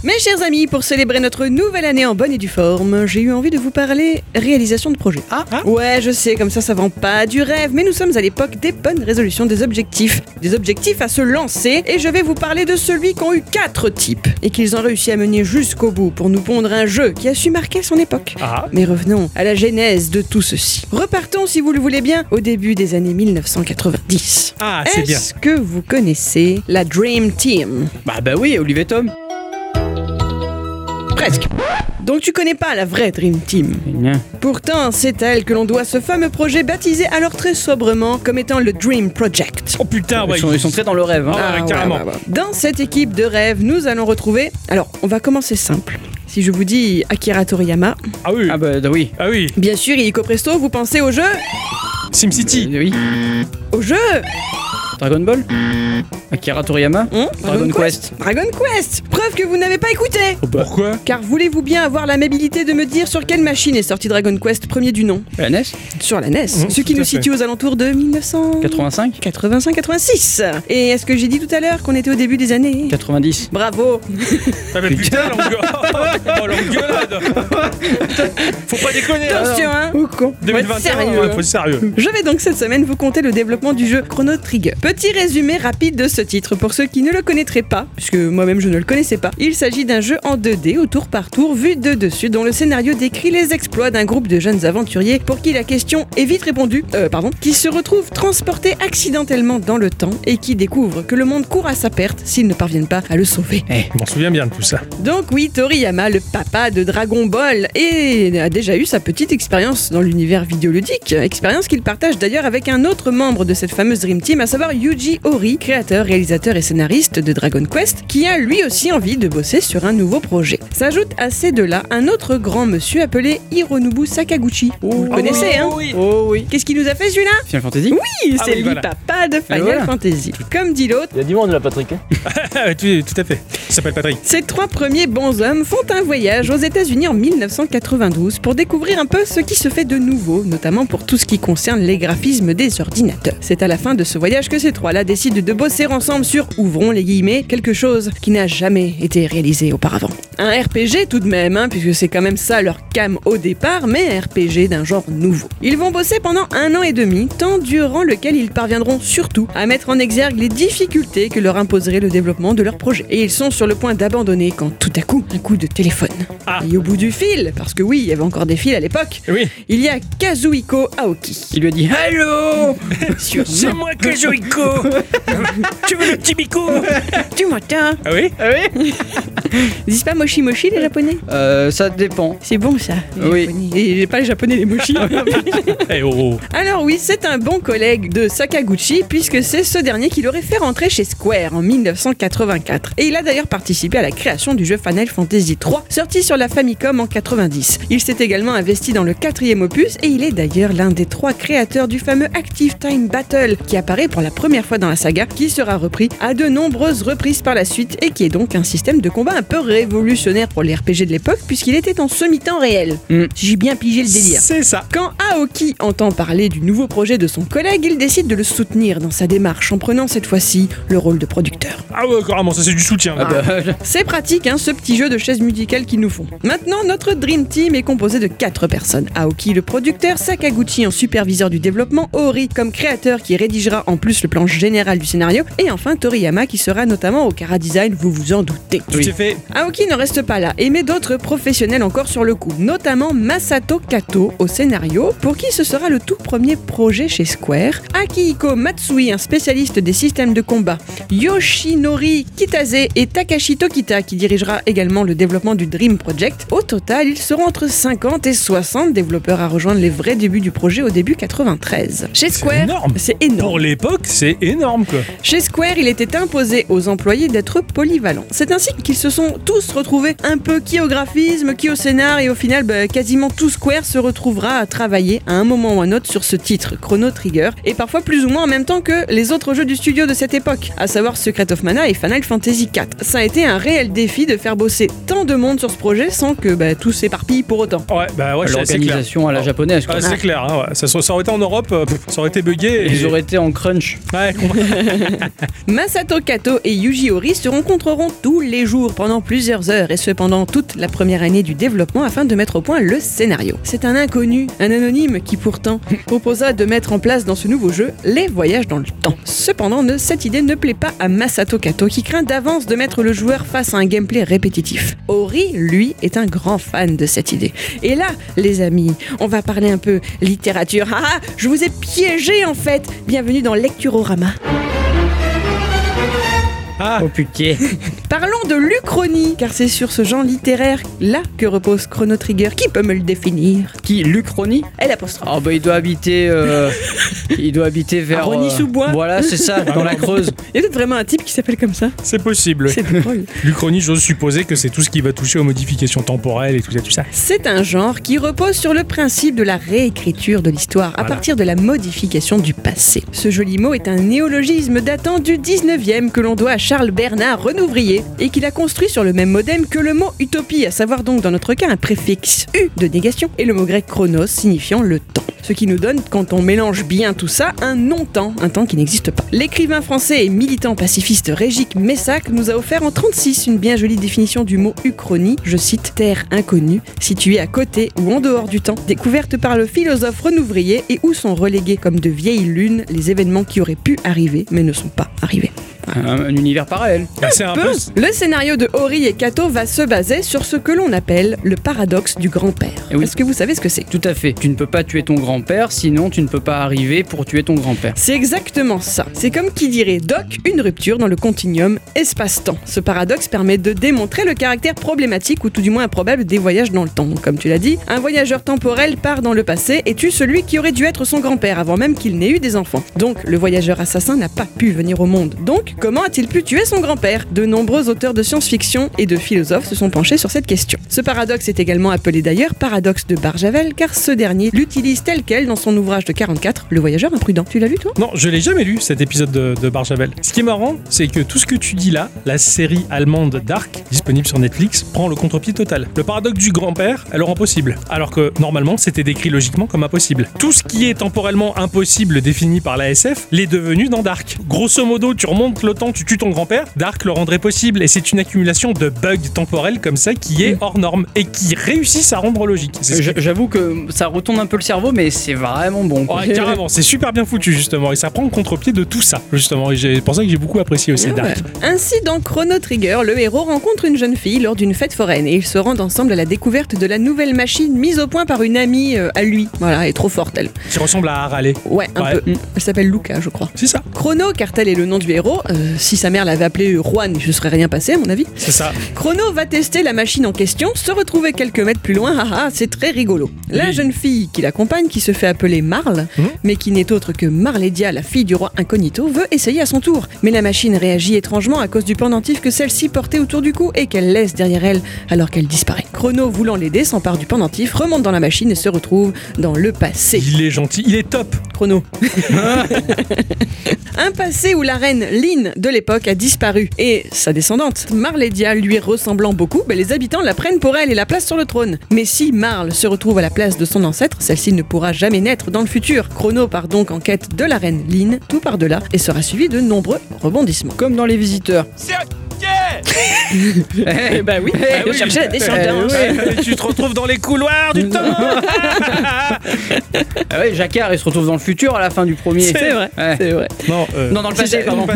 [SPEAKER 1] Mes chers amis, pour célébrer notre nouvelle année en bonne et due forme, j'ai eu envie de vous parler réalisation de projet.
[SPEAKER 2] Ah, ah.
[SPEAKER 1] Ouais, je sais, comme ça, ça vend pas du rêve, mais nous sommes à l'époque des bonnes résolutions, des objectifs. Des objectifs à se lancer, et je vais vous parler de celui qu'ont eu quatre types, et qu'ils ont réussi à mener jusqu'au bout pour nous pondre un jeu qui a su marquer son époque.
[SPEAKER 3] Ah,
[SPEAKER 1] Mais revenons à la genèse de tout ceci. Repartons, si vous le voulez bien, au début des années 1990.
[SPEAKER 3] ah c'est bien.
[SPEAKER 1] Est-ce que vous connaissez la Dream Team
[SPEAKER 2] Bah bah oui, Olivier Tom.
[SPEAKER 1] Presque. Donc tu connais pas la vraie Dream Team. Pourtant, c'est à elle que l'on doit ce fameux projet baptisé alors très sobrement comme étant le Dream Project.
[SPEAKER 3] Oh putain, ouais.
[SPEAKER 2] Ils sont, ils sont très dans le rêve. hein.
[SPEAKER 3] Ah, ouais, carrément.
[SPEAKER 1] Dans cette équipe de rêve, nous allons retrouver... Alors, on va commencer simple. Si je vous dis Akira Toriyama,
[SPEAKER 3] Ah oui.
[SPEAKER 2] Ah bah oui.
[SPEAKER 3] Ah oui,
[SPEAKER 1] bien sûr, illico presto, vous pensez au jeu
[SPEAKER 3] SimCity.
[SPEAKER 2] Euh, oui.
[SPEAKER 1] Au jeu
[SPEAKER 2] Dragon Ball Akira Toriyama
[SPEAKER 1] Hein
[SPEAKER 2] Dragon Quest.
[SPEAKER 1] Dragon Quest Preuve que vous n'avez pas écouté
[SPEAKER 3] Pourquoi
[SPEAKER 1] Car voulez-vous bien avoir l'amabilité de me dire sur quelle machine est sorti Dragon Quest premier du nom
[SPEAKER 2] La E NES
[SPEAKER 1] Sur la NES,
[SPEAKER 3] Mmh,
[SPEAKER 1] ce qui
[SPEAKER 3] tout
[SPEAKER 1] nous
[SPEAKER 3] à fait.
[SPEAKER 1] situe aux alentours de 1900...
[SPEAKER 2] 85
[SPEAKER 1] 85-86 Et est-ce que j'ai dit tout à l'heure qu'on était au début des années
[SPEAKER 2] 90
[SPEAKER 1] Bravo
[SPEAKER 3] Ah mais putain, l'engueulade Oh l'engueulade Faut pas déconner hein.
[SPEAKER 1] Attention hein
[SPEAKER 3] 2021,
[SPEAKER 1] Sérieux,
[SPEAKER 3] ouais,
[SPEAKER 1] hein.
[SPEAKER 3] faut être sérieux.
[SPEAKER 1] Je vais donc cette semaine vous conter le développement du jeu Chrono Trigger. Petit résumé rapide de ce titre pour ceux qui ne le connaîtraient pas, puisque moi-même je ne le connaissais pas. Il s'agit d'un jeu en 2D au tour par tour vu de dessus dont le scénario décrit les exploits d'un groupe de jeunes aventuriers pour qui la question est vite répondue, euh, pardon, qui se retrouvent transportés accidentellement dans le temps et qui découvrent que le monde court à sa perte s'ils ne parviennent pas à le sauver.
[SPEAKER 3] Je m'en souviens bien de tout ça.
[SPEAKER 1] Donc oui, Toriyama, le papa de Dragon Ball, et a déjà eu sa petite expérience dans l'univers vidéoludique, expérience qu'il partage d'ailleurs avec un autre membre de cette fameuse Dream Team, à savoir Yuji Horii, créateur, réalisateur et scénariste de Dragon Quest, qui a lui aussi envie de bosser sur un nouveau projet. S'ajoute à ces deux-là un autre grand monsieur appelé Hironobu Sakaguchi. Vous le connaissez, hein
[SPEAKER 2] Oh Ah oui.
[SPEAKER 1] Qu'est-ce qu'il nous a fait celui-là
[SPEAKER 2] Final Fantasy
[SPEAKER 1] Oui,
[SPEAKER 3] Ah
[SPEAKER 1] c'est
[SPEAKER 3] oui,
[SPEAKER 1] le
[SPEAKER 3] voilà.
[SPEAKER 1] papa de Final
[SPEAKER 2] voilà.
[SPEAKER 1] Fantasy. Comme dit l'autre,
[SPEAKER 5] Il y a du monde là, Patrick.
[SPEAKER 3] Ah, ouais, tout, tout à fait. Il s'appelle Patrick.
[SPEAKER 1] Ces trois premiers bonshommes font un voyage aux États-Unis en 1992 pour découvrir un peu ce qui se fait de nouveau, notamment pour tout ce qui concerne les graphismes des ordinateurs. C'est à la fin de ce voyage que ces trois-là décident de bosser ensemble sur, ouvrons les guillemets, quelque chose qui n'a jamais été réalisé auparavant. Un RPG tout de même, hein, puisque c'est quand même ça leur cam au départ, mais un RPG d'un genre nouveau. Ils vont bosser pendant un an et demi, temps durant lequel ils parviendront surtout à mettre en exergue les difficultés que leur imposerait le développement de leur projet. Et ils sont sur le point d'abandonner quand tout à coup, un coup de téléphone.
[SPEAKER 3] Ah.
[SPEAKER 1] Et au bout du fil, parce que oui, il y avait encore des fils à l'époque,
[SPEAKER 3] Oui.
[SPEAKER 1] il y a Kazuhiko Aoki.
[SPEAKER 2] qui lui a dit Allô
[SPEAKER 3] C'est moi que Joico Tu veux le petit bico
[SPEAKER 1] Tu m'entends
[SPEAKER 3] Ah oui
[SPEAKER 2] Ah oui
[SPEAKER 1] Ils disent pas Moshi Moshi les japonais
[SPEAKER 2] euh, Ça dépend.
[SPEAKER 1] C'est bon ça les
[SPEAKER 2] Oui.
[SPEAKER 1] japonais. Et j'ai pas les japonais les Moshi
[SPEAKER 3] Eh oh, oh.
[SPEAKER 1] Alors oui, c'est un bon collègue de Sakaguchi puisque c'est ce dernier qui l'aurait fait rentrer chez Square en 1984. Et il a d'ailleurs participé à la création du jeu Final Fantasy III, sorti sur la Famicom en 90. Il s'est également investi dans le quatrième opus et il est d'ailleurs l'un des trois créateurs du fameux Active Time Battle qui apparaît pour la première fois dans la saga, qui sera repris à de nombreuses reprises par la suite et qui est donc un système de combat un peu révolutionnaire pour les RPG de l'époque puisqu'il était en semi-temps réel.
[SPEAKER 2] Mm.
[SPEAKER 1] J'ai bien pigé le délire.
[SPEAKER 3] C'est ça.
[SPEAKER 1] Quand Aoki entend parler du nouveau projet de son collègue, il décide de le soutenir dans sa démarche en prenant cette fois-ci le rôle de producteur.
[SPEAKER 3] Ah ouais, carrément, ça c'est du soutien.
[SPEAKER 2] Ah bah,
[SPEAKER 1] C'est pratique, hein, ce petit jeu de chaises musicales qu'ils nous font. Maintenant, notre Dream Team est composé de 4 personnes. Aoki, le producteur, Sakaguchi en superviseur du développement, Ori comme créateur qui rédigera en plus le plan général du scénario, et enfin Toriyama qui sera notamment au Kara Design, vous vous en doutez.
[SPEAKER 3] Tu t'es fait.
[SPEAKER 1] Aoki ne reste pas là et met d'autres professionnels encore sur le coup, notamment Masato Kato au scénario, pour qui ce sera le tout premier projet chez Square, Akihiko Matsui, un spécialiste des systèmes de combat, Yoshinori Kitase et Takashi Tokita, qui dirigera également le développement du Dream Project. Au total, ils seront entre 50 et 60 développeurs à rejoindre les vrais débuts du projet au début 93. Chez Square,
[SPEAKER 3] énorme.
[SPEAKER 1] c'est énorme.
[SPEAKER 3] Pour l'époque, c'est énorme quoi.
[SPEAKER 1] Chez Square, il était imposé aux employés d'être polyvalents. C'est ainsi qu'ils se sont tous retrouvés un peu qui au graphisme, qui au scénar, et au final, bah, quasiment tout Square se retrouvera à travailler à un moment ou un autre sur ce titre, Chrono Trigger, et parfois plus ou moins en même temps que les autres jeux du studio de cette époque, à savoir Secret of Mana et Final Fantasy IV. Ça a été un réel défi de faire bosser tant de monde sur ce projet sans que bah, tout s'éparpille pour autant.
[SPEAKER 3] Ouais, bah ouais, c'est c'est clair.
[SPEAKER 2] L'organisation à la japonaise. Quoi.
[SPEAKER 3] Ah, c'est clair, hein, ouais. ça, serait- ça aurait été en Europe, euh, pff, ça aurait été bugué.
[SPEAKER 2] Ils auraient été en crunch.
[SPEAKER 3] Ouais, compris.
[SPEAKER 1] Masato Kato et Yuji Horii se rencontreront tous les jours pendant pendant plusieurs heures et cependant toute la première année du développement afin de mettre au point le scénario. C'est un inconnu, un anonyme qui pourtant proposa de mettre en place dans ce nouveau jeu les voyages dans le temps. Cependant, ne- cette idée ne plaît pas à Masato Kato qui craint d'avance de mettre le joueur face à un gameplay répétitif. Ori, lui, est un grand fan de cette idée. Et là, les amis, on va parler un peu littérature. Ah, ah, je vous ai piégé en fait. Bienvenue dans Lecturorama.
[SPEAKER 3] Ah,
[SPEAKER 2] Oh putain.
[SPEAKER 1] Parlons de l'Uchronie, car c'est sur ce genre littéraire là que repose Chrono Trigger. Qui peut me le définir
[SPEAKER 2] Qui Lucroni
[SPEAKER 1] Elle apostrophe.
[SPEAKER 2] Oh bah il doit habiter euh, il doit habiter
[SPEAKER 1] Ah,
[SPEAKER 2] vers euh,
[SPEAKER 1] Rony-sous-Bois.
[SPEAKER 2] Voilà, c'est ça, dans la Creuse.
[SPEAKER 1] Il y a peut-être vraiment un type qui s'appelle comme ça.
[SPEAKER 3] c'est possible.
[SPEAKER 1] C'est drôle.
[SPEAKER 3] L'Uchronie, j'ose supposer que c'est tout ce qui va toucher aux modifications temporelles et tout ça, tout ça.
[SPEAKER 1] C'est un genre qui repose sur le principe de la réécriture de l'histoire à
[SPEAKER 3] Voilà.
[SPEAKER 1] partir de la modification du passé. Ce joli mot est un néologisme datant du 19e que l'on doit à Charles Bernard Renouvrier et qu'il a construit sur le même modem que le mot utopie, à savoir donc dans notre cas un préfixe U de négation et le mot grec chronos signifiant le temps. Ce qui nous donne, quand on mélange bien tout ça, un non-temps, un temps qui n'existe pas. L'écrivain français et militant pacifiste Régic Messac nous a offert en 36 une bien jolie définition du mot uchronie, je cite terre inconnue, située à côté ou en dehors du temps, découverte par le philosophe Renouvrier et où sont relégués comme de vieilles lunes les événements qui auraient pu arriver mais ne sont pas arrivés.
[SPEAKER 2] Un, un univers parallèle.
[SPEAKER 3] Ah, c'est un peu.
[SPEAKER 1] Le scénario de Hori et Kato va se baser sur ce que l'on appelle le paradoxe du grand-père.
[SPEAKER 2] Eh oui.
[SPEAKER 1] Est-ce que vous savez ce que c'est
[SPEAKER 2] Tout à fait. Tu ne peux pas tuer ton grand-père, sinon tu ne peux pas arriver pour tuer ton grand-père.
[SPEAKER 1] C'est exactement ça. C'est comme qui dirait Doc une rupture dans le continuum espace-temps. Ce paradoxe permet de démontrer le caractère problématique ou tout du moins improbable des voyages dans le temps. Donc, comme tu l'as dit, un voyageur temporel part dans le passé et tue celui qui aurait dû être son grand-père avant même qu'il n'ait eu des enfants. Donc le voyageur assassin n'a pas pu venir au monde. Donc comment a-t-il pu tuer son grand-père De nombreux auteurs de science-fiction et de philosophes se sont penchés sur cette question. Ce paradoxe est également appelé d'ailleurs paradoxe de Barjavel car ce dernier l'utilise tel quel dans son ouvrage de 44, Le voyageur imprudent. Tu l'as lu toi
[SPEAKER 3] Non, je l'ai jamais lu cet épisode de, de Barjavel. Ce qui est marrant, c'est que tout ce que tu dis là, la série allemande Dark, disponible sur Netflix, prend le contre-pied total. Le paradoxe du grand-père, elle rend possible. Alors que normalement, c'était décrit logiquement comme impossible. Tout ce qui est temporellement impossible défini par la SF l'est devenu dans Dark. Grosso modo, tu remontes le temps, tu tues ton grand-père, Dark le rendrait possible. Et c'est une accumulation de bugs temporels comme ça qui est hors norme et qui réussissent à rendre logique. C'est ce
[SPEAKER 2] J- J'avoue que ça retourne un peu le cerveau, mais c'est vraiment bon. quoi.
[SPEAKER 3] Ouais, carrément, c'est super bien foutu justement et ça prend le contre-pied de tout ça justement et j'ai- c'est pour ça que j'ai beaucoup apprécié aussi
[SPEAKER 1] Ah
[SPEAKER 3] Dark.
[SPEAKER 1] ouais. Ainsi, dans Chrono Trigger, le héros rencontre une jeune fille lors d'une fête foraine et ils se rendent ensemble à la découverte de la nouvelle machine mise au point par une amie euh, à lui. Voilà, elle est trop forte elle.
[SPEAKER 3] qui ressemble à Haralé.
[SPEAKER 1] Ouais, un
[SPEAKER 3] Ouais.
[SPEAKER 1] peu. Elle s'appelle Luca, je crois.
[SPEAKER 3] C'est ça,
[SPEAKER 1] Chrono, car tel est le nom du héros, euh, si sa mère l'avait appelé Juan, je ne serais rien passé à mon avis.
[SPEAKER 3] c'est ça.
[SPEAKER 1] Chrono va tester la machine en question, se retrouver quelques mètres plus loin, haha, c'est très rigolo. La
[SPEAKER 3] Oui.
[SPEAKER 1] jeune fille qui l'accompagne, qui se fait appeler Marle,
[SPEAKER 3] Mhm.
[SPEAKER 1] mais qui n'est autre que Marledia, la fille du roi incognito, veut essayer à son tour. Mais la machine réagit étrangement à cause du pendentif que celle-ci portait autour du cou et qu'elle laisse derrière elle alors qu'elle disparaît. Chrono, voulant l'aider, s'empare du pendentif, remonte dans la machine et se retrouve dans le passé.
[SPEAKER 3] Il est gentil, il est top.
[SPEAKER 1] Chrono. Un passé où la reine Lynn de l'époque a disparu et sa descendante, Marledia, lui ressemblant beaucoup, ben, les habitants la prennent pour elle et la placent sur le trône. Mais si Marle se retrouve à la place de son ancêtre, celle-ci ne pourra jamais naître dans le futur. Chrono part donc en quête de la reine Lynn tout par-delà et sera suivi de nombreux rebondissements.
[SPEAKER 2] Comme dans les visiteurs.
[SPEAKER 5] C'est un
[SPEAKER 2] Eh bah oui,
[SPEAKER 1] Eh oui. cherchais la
[SPEAKER 3] Euh,
[SPEAKER 1] descendance.
[SPEAKER 2] Eh oui.
[SPEAKER 3] tu te retrouves dans les couloirs du temps.
[SPEAKER 2] Ah ouais, Jacquard, il se retrouve dans le futur à la fin de du premier.
[SPEAKER 3] C'est vrai.
[SPEAKER 2] Ouais.
[SPEAKER 1] C'est vrai.
[SPEAKER 3] Non, euh,
[SPEAKER 2] Non, dans le passé,
[SPEAKER 1] C'est-
[SPEAKER 2] pardon.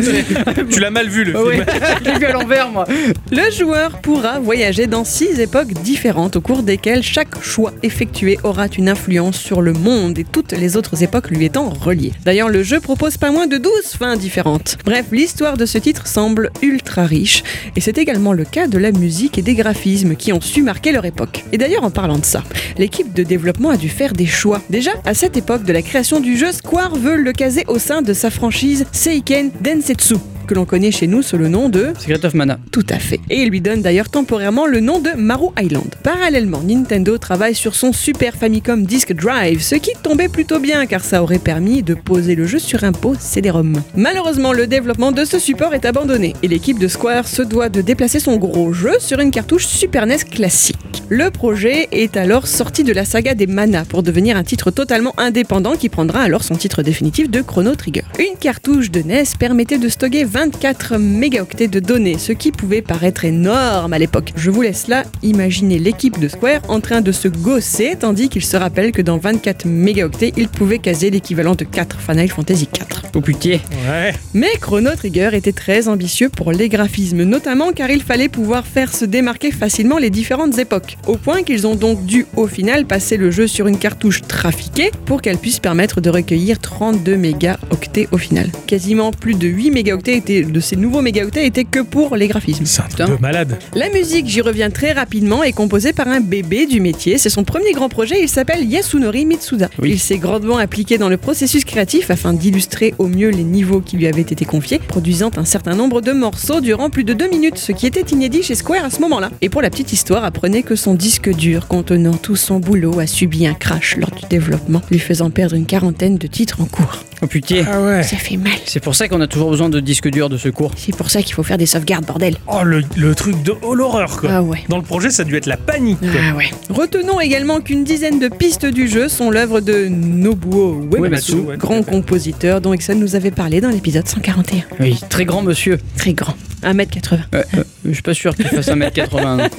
[SPEAKER 3] tu l'as mal vu le
[SPEAKER 2] Ah ouais,
[SPEAKER 3] film.
[SPEAKER 2] je l'ai vu à l'envers, moi.
[SPEAKER 1] Le joueur pourra voyager dans six époques différentes au cours desquelles chaque choix effectué aura une influence sur le monde et toutes les autres époques lui étant reliées. D'ailleurs, le jeu propose pas moins de 12 fins différentes. Bref, l'histoire de ce titre semble ultra riche et c'est également le cas de la musique et des graphismes qui ont su marquer leur époque. Et d'ailleurs, en parlant de ça, l'équipe de développement a dû faire des choix. Déjà, à cette époque de la création du jeu, Square veut le caser au sein de sa franchise Seiken Densetsu que l'on connaît chez nous sous le nom de
[SPEAKER 2] Secret of Mana.
[SPEAKER 1] tout à fait. Et il lui donne d'ailleurs temporairement le nom de Maru Island. Parallèlement, Nintendo travaille sur son Super Famicom Disk Drive, ce qui tombait plutôt bien car ça aurait permis de poser le jeu sur un pot CD-ROM. Malheureusement, le développement de ce support est abandonné et l'équipe de Square se doit de déplacer son gros jeu sur une cartouche Super NES classique. Pacifique. Le projet est alors sorti de la saga des manas pour devenir un titre totalement indépendant qui prendra alors son titre définitif de Chrono Trigger. Une cartouche de NES permettait de stocker 24 mégaoctets de données, ce qui pouvait paraître énorme à l'époque. Je vous laisse là imaginer l'équipe de Square en train de se gosser tandis qu'il se rappelle que dans 24 mégaoctets, il pouvait caser l'équivalent de 4 Final Fantasy 4.
[SPEAKER 2] Oh putain.
[SPEAKER 3] Ouais.
[SPEAKER 1] Mais Chrono Trigger était très ambitieux pour les graphismes, notamment car il fallait pouvoir faire se démarquer facilement les différentes époques, au point qu'ils ont donc dû au final passer le jeu sur une cartouche trafiquée pour qu'elle puisse permettre de recueillir 32 mégaoctets au final. Quasiment plus de 8 mégaoctets étaient- de ces nouveaux mégaoctets étaient que pour les graphismes.
[SPEAKER 3] C'est un truc
[SPEAKER 2] Putain.
[SPEAKER 3] de malade.
[SPEAKER 1] La musique, j'y reviens très rapidement, est composée par un bébé du métier. C'est son premier grand projet, il s'appelle Yasunori Mitsuda.
[SPEAKER 2] Oui.
[SPEAKER 1] Il s'est grandement impliqué dans le processus créatif afin d'illustrer au mieux les niveaux qui lui avaient été confiés, produisant un certain nombre de morceaux durant plus de deux minutes, ce qui était inédit chez Square à ce moment-là. Et pour la petite histoire, apprenez que son disque dur contenant tout son boulot a subi un crash lors du développement, lui faisant perdre une quarantaine de titres en cours.
[SPEAKER 2] Oh putain.
[SPEAKER 3] Ah ouais.
[SPEAKER 1] Ça fait mal.
[SPEAKER 2] C'est pour ça qu'on a toujours besoin de disques durs de secours.
[SPEAKER 1] C'est pour ça qu'il faut faire des sauvegardes, bordel.
[SPEAKER 3] Oh, le, le truc de oh, l'horreur, quoi.
[SPEAKER 1] Ah ouais.
[SPEAKER 3] Dans le projet, ça a dû être la panique, quoi.
[SPEAKER 1] Ah ouais. Retenons également qu'une dizaine de pistes du jeu sont l'œuvre de Nobuo Uematsu,
[SPEAKER 3] Uematsu, ouais, tout à fait.
[SPEAKER 1] grand compositeur dont Exxon nous avait parlé dans l'épisode 141.
[SPEAKER 2] Oui, très grand monsieur.
[SPEAKER 1] Très grand, 1m80.
[SPEAKER 2] Euh, euh, je suis pas sûr qu'il fasse 1m80.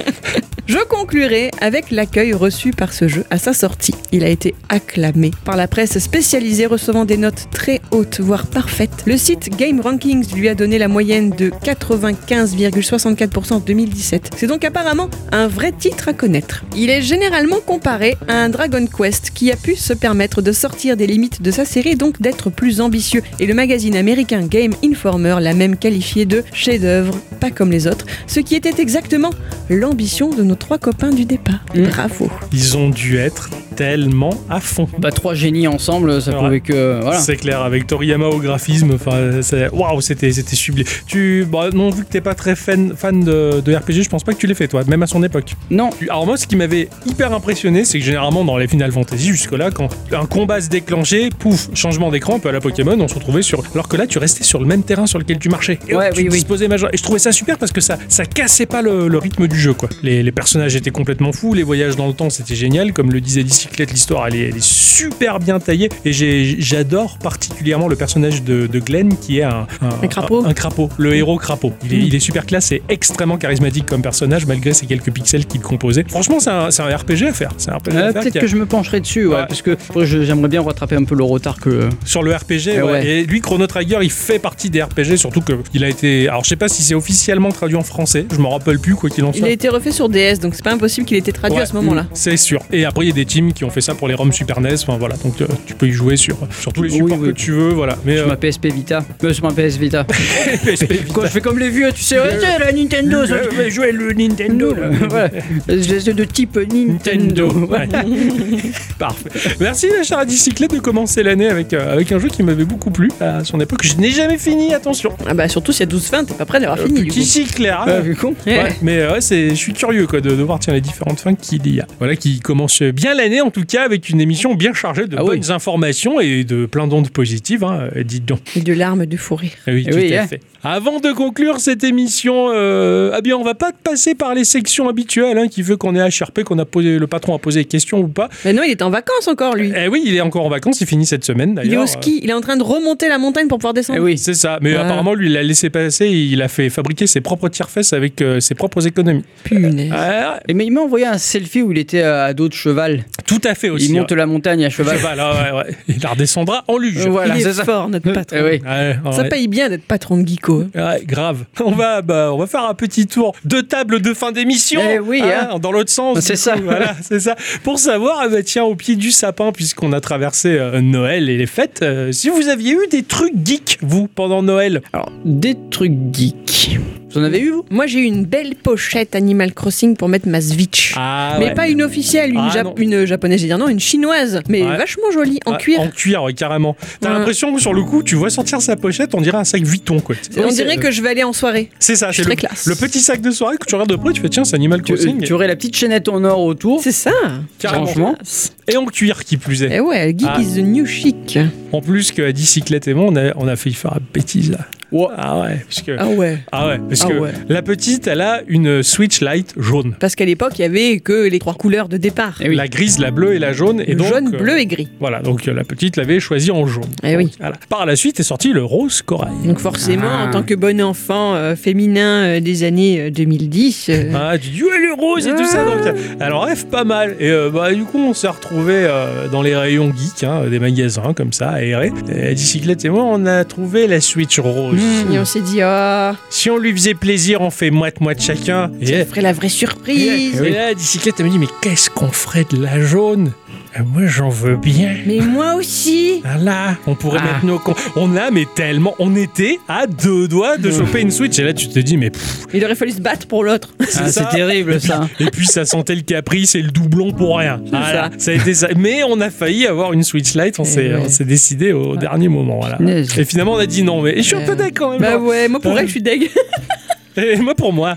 [SPEAKER 1] Je conclurai avec l'accueil reçu par ce jeu à sa sortie. Il a été acclamé par la presse spécialisée recevant des notes très hautes, voire parfaites. Le site Game Rankings lui a donné la moyenne de 95,64% en 2017. C'est donc apparemment un vrai titre à connaître. Il est généralement comparé à un Dragon Quest qui a pu se permettre de sortir des limites de sa série et donc d'être plus ambitieux. Et le magazine américain Game Informer l'a même qualifié de chef-d'œuvre, pas comme les autres, ce qui était exactement l'ambition de nos trois copains du départ.
[SPEAKER 2] Mm.
[SPEAKER 1] Bravo.
[SPEAKER 3] Ils ont dû être tellement à fond.
[SPEAKER 2] bah, trois génies ensemble, ça
[SPEAKER 3] Ouais.
[SPEAKER 2] pouvait que. euh, Voilà.
[SPEAKER 3] C'est clair, avec Toriyama au graphisme, enfin, c'est- waouh, c'était c'était sublime. Tu, bah, non, vu que t'es pas très fan, fan de, de RPG, je pense pas que tu l'aies fait, toi, même à son époque.
[SPEAKER 2] Non,
[SPEAKER 3] Alors moi, ce qui m'avait hyper impressionné, c'est que généralement dans les Final Fantasy jusque-là, quand un combat se déclenchait, pouf, changement d'écran, un peu à la Pokémon, on se retrouvait sur. Alors que là, tu restais sur le même terrain sur lequel tu marchais. Et hop,
[SPEAKER 2] Ouais,
[SPEAKER 3] tu
[SPEAKER 2] oui, oui.
[SPEAKER 3] disposais major- Et je trouvais ça super parce que ça, ça cassait pas le, le rythme du jeu, quoi. Les, les personnages étaient complètement fous, les voyages dans le temps, c'était génial. Comme le disait Bicyclette, l'histoire, elle est, elle est super bien taillée. Et j'ai- j'adore particulièrement le personnage de, de Glenn qui est un,
[SPEAKER 1] Un crapaud.
[SPEAKER 3] un crapaud, le héros crapaud. Il est, il est super classe et extrêmement charismatique comme personnage, malgré ses quelques pixels qu'il composait. Franchement, c'est un, c'est un RPG à faire. C'est un RPG
[SPEAKER 2] Euh,
[SPEAKER 3] à faire qui
[SPEAKER 2] peut-être
[SPEAKER 3] a-
[SPEAKER 2] que je me pencherai dessus, ouais,
[SPEAKER 3] Ouais.
[SPEAKER 2] parce que moi, je- j'aimerais bien rattraper un peu le retard que.
[SPEAKER 3] Sur le RPG,
[SPEAKER 2] Eh
[SPEAKER 3] ouais.
[SPEAKER 2] ouais.
[SPEAKER 3] et lui, Chrono Trigger, il fait partie des RPG, surtout que il a été. Alors, je sais pas si c'est officiellement traduit en français, je m'en rappelle plus, quoi qu'il en
[SPEAKER 1] Il
[SPEAKER 3] soit.
[SPEAKER 1] a été refait sur DS, donc c'est pas impossible qu'il ait été traduit
[SPEAKER 3] Ouais, Mm. Mmh.
[SPEAKER 1] à ce moment-là.
[SPEAKER 3] C'est sûr. Et après, il y a des teams qui ont fait ça pour les ROM Super NES. Enfin, voilà. Donc, euh, tu peux y jouer sur, sur tous les
[SPEAKER 2] Oui,
[SPEAKER 3] supports
[SPEAKER 2] oui.
[SPEAKER 3] que tu veux. Voilà. Mais
[SPEAKER 2] Sur
[SPEAKER 3] euh,
[SPEAKER 2] ma PSP Vita. Euh, sur ma PS Vita. Euh,
[SPEAKER 3] PSP Vita.
[SPEAKER 2] Quand je fais comme les vieux, tu sais, ouais, tiens, la Nintendo, ça tu peux jouer le Nintendo. là. voilà. Espèce de type euh, Nintendo.
[SPEAKER 3] Nintendo. Ouais. Parfait. Merci ma chère bicyclette de commencer l'année avec, euh, avec un jeu qui m'avait beaucoup plu à son époque. Je n'ai jamais fini, attention.
[SPEAKER 1] Ah bah surtout s'il y a 12 fins, t'es pas prêt d'avoir fini du
[SPEAKER 3] Euh, Petit
[SPEAKER 1] coup.
[SPEAKER 3] cycle, hein.
[SPEAKER 2] Ah, vu con.
[SPEAKER 1] Ouais.
[SPEAKER 3] Ouais, mais euh, ouais, c'est, je suis curieux quoi, de, de voir tiens, les différentes fins qu'il y a. Voilà, qui commence bien l'année en tout cas avec une émission bien chargée de
[SPEAKER 2] Ah oui.
[SPEAKER 3] bonnes informations et de plein d'ondes positives, hein, euh, dites donc.
[SPEAKER 1] Et de larmes de fou rire.
[SPEAKER 3] Ah Oui,
[SPEAKER 2] Eh
[SPEAKER 3] tout
[SPEAKER 2] oui,
[SPEAKER 3] à
[SPEAKER 2] hein.
[SPEAKER 3] fait. Avant de conclure cette émission, euh, ah bien, on va pas passer par les sections habituelles hein, qui veut qu'on est HRP, qu'on a posé, le patron a posé des questions ou pas.
[SPEAKER 1] Mais non, il est en vacances encore lui.
[SPEAKER 3] Eh oui, il est encore en vacances, il finit cette semaine d'ailleurs.
[SPEAKER 1] Il est au
[SPEAKER 3] Euh,
[SPEAKER 1] ski, il est en train de remonter la montagne pour pouvoir descendre.
[SPEAKER 2] Eh oui.
[SPEAKER 3] C'est ça, mais
[SPEAKER 1] Ah.
[SPEAKER 3] apparemment lui il a laissé passer, il a fait fabriquer ses propres tire-fesses avec euh, ses propres économies.
[SPEAKER 1] Punaise.
[SPEAKER 3] Ah,
[SPEAKER 2] Et mais il m'a envoyé un selfie où il était à dos de cheval.
[SPEAKER 3] tout à fait aussi.
[SPEAKER 2] il monte
[SPEAKER 3] ouais.
[SPEAKER 2] la montagne à
[SPEAKER 3] Je
[SPEAKER 2] cheval.
[SPEAKER 3] sais pas, là, ouais, ouais. Il la redescendra en luge.
[SPEAKER 2] Euh, Voilà,
[SPEAKER 1] il
[SPEAKER 2] c'est
[SPEAKER 1] est
[SPEAKER 2] ça.
[SPEAKER 1] fort notre patron.
[SPEAKER 2] Eh oui.
[SPEAKER 3] Ouais, ouais.
[SPEAKER 1] Ça paye bien d'être patron de Geeko. hein.
[SPEAKER 3] Ouais, grave. On va, bah, on va faire un petit tour de table de fin d'émission.
[SPEAKER 2] Eh oui,
[SPEAKER 3] hein, dans l'autre
[SPEAKER 1] Bah,
[SPEAKER 3] sens.
[SPEAKER 2] C'est
[SPEAKER 3] du
[SPEAKER 2] ça.
[SPEAKER 3] coup, voilà, c'est ça. Pour savoir, ah bah, tiens, au pied du sapin, puisqu'on a traversé euh, Noël et les fêtes, euh, si vous aviez eu des trucs geeks, vous, pendant Noël.
[SPEAKER 2] Alors, des trucs geeks. Vous en avez eu, vous
[SPEAKER 1] Moi j'ai eu une belle pochette Animal Crossing pour mettre ma Switch.
[SPEAKER 3] Ah,
[SPEAKER 1] mais
[SPEAKER 3] ouais.
[SPEAKER 1] pas une officielle, une,
[SPEAKER 3] Ah,
[SPEAKER 1] Jap-
[SPEAKER 3] non.
[SPEAKER 1] une euh, japonaise, j'ai dit non, une chinoise, mais
[SPEAKER 3] Ouais.
[SPEAKER 1] vachement jolie, en
[SPEAKER 3] Ah,
[SPEAKER 1] cuir.
[SPEAKER 3] En cuir, ouais, carrément. T'as
[SPEAKER 1] Ouais.
[SPEAKER 3] l'impression que sur le coup, tu vois sortir sa pochette, on dirait un sac Vuitton, quoi.
[SPEAKER 1] C'est- On dirait que je vais aller en soirée.
[SPEAKER 3] C'est ça,
[SPEAKER 1] Je suis
[SPEAKER 3] c'est le,
[SPEAKER 1] très classe.
[SPEAKER 3] le petit sac de soirée que tu regardes de près, tu fais tiens, c'est Animal
[SPEAKER 2] tu,
[SPEAKER 3] Crossing.
[SPEAKER 2] euh, tu aurais la petite chaînette en or autour.
[SPEAKER 1] C'est ça.
[SPEAKER 3] Carrément.
[SPEAKER 1] Ah,
[SPEAKER 2] Franchement.
[SPEAKER 3] Et en cuir qui plus est.
[SPEAKER 1] Eh ouais, Geek
[SPEAKER 3] Ah.
[SPEAKER 1] is the new chic.
[SPEAKER 3] En plus que à bicyclette et moi, on a, on a failli faire la bêtise là.
[SPEAKER 2] Wow.
[SPEAKER 3] Ah ouais, parce que,
[SPEAKER 1] Ah ouais.
[SPEAKER 3] ah ouais, parce
[SPEAKER 1] Ah
[SPEAKER 3] que
[SPEAKER 1] ouais.
[SPEAKER 3] la petite, elle a une Switch Lite jaune.
[SPEAKER 1] Parce qu'à l'époque, il y avait que les trois couleurs de départ.
[SPEAKER 2] Eh oui.
[SPEAKER 3] La grise, la bleue et la jaune. Et
[SPEAKER 1] Le
[SPEAKER 3] donc,
[SPEAKER 1] jaune,
[SPEAKER 3] euh,
[SPEAKER 1] bleu et gris.
[SPEAKER 3] Voilà, donc euh, la petite l'avait choisi en jaune.
[SPEAKER 1] Eh oui.
[SPEAKER 3] Voilà. Par la suite est sorti le rose corail.
[SPEAKER 1] Donc forcément,
[SPEAKER 2] Ah.
[SPEAKER 1] en tant que bon enfant euh, féminin euh, des années euh, 2010, euh,
[SPEAKER 3] Ah, tu dis, ouais, le rose et tout ça. Donc, elle en rêve pas mal. Et euh, bah, du coup, on s'est retrouvés euh, dans les rayons geeks, hein, des magasins comme ça, aérés. Et Bicyclette et moi, on a trouvé la Switch rose.
[SPEAKER 1] hmm, et on s'est dit, ah,
[SPEAKER 3] Si on lui faisait plaisir, on fait moite-moite chacun. Et
[SPEAKER 1] ça
[SPEAKER 3] elle-
[SPEAKER 1] ferait la vraie surprise.
[SPEAKER 3] Et là, Bicyclette, elle me dit, mais qu'est-ce qu'on ferait de la jaune Ah, Moi, j'en veux bien.
[SPEAKER 1] Mais moi aussi.
[SPEAKER 3] Ah là, on pourrait
[SPEAKER 2] Ah.
[SPEAKER 3] mettre nos cons. On a, mais tellement. On était à deux doigts
[SPEAKER 1] Mmh.
[SPEAKER 3] de choper une Switch. Et là, tu te dis, mais pff,
[SPEAKER 1] Il aurait fallu se battre pour l'autre.
[SPEAKER 3] c'est
[SPEAKER 2] Ah,
[SPEAKER 3] ça.
[SPEAKER 2] c'est terrible ça.
[SPEAKER 3] Et puis ça sentait le caprice et le doublon pour rien. Voilà, ça a été ça. Mais on a failli avoir une Switch Lite, on
[SPEAKER 1] Eh
[SPEAKER 3] s'est
[SPEAKER 1] ouais.
[SPEAKER 3] on s'est décidé au dernier moment. Voilà.
[SPEAKER 2] Punaise.
[SPEAKER 3] Et finalement on a dit non, mais et je suis un
[SPEAKER 1] Euh,
[SPEAKER 3] peu d'accord quand même.
[SPEAKER 1] Bah ouais, moi pour vrai, je suis deg.
[SPEAKER 3] Et moi pour moi.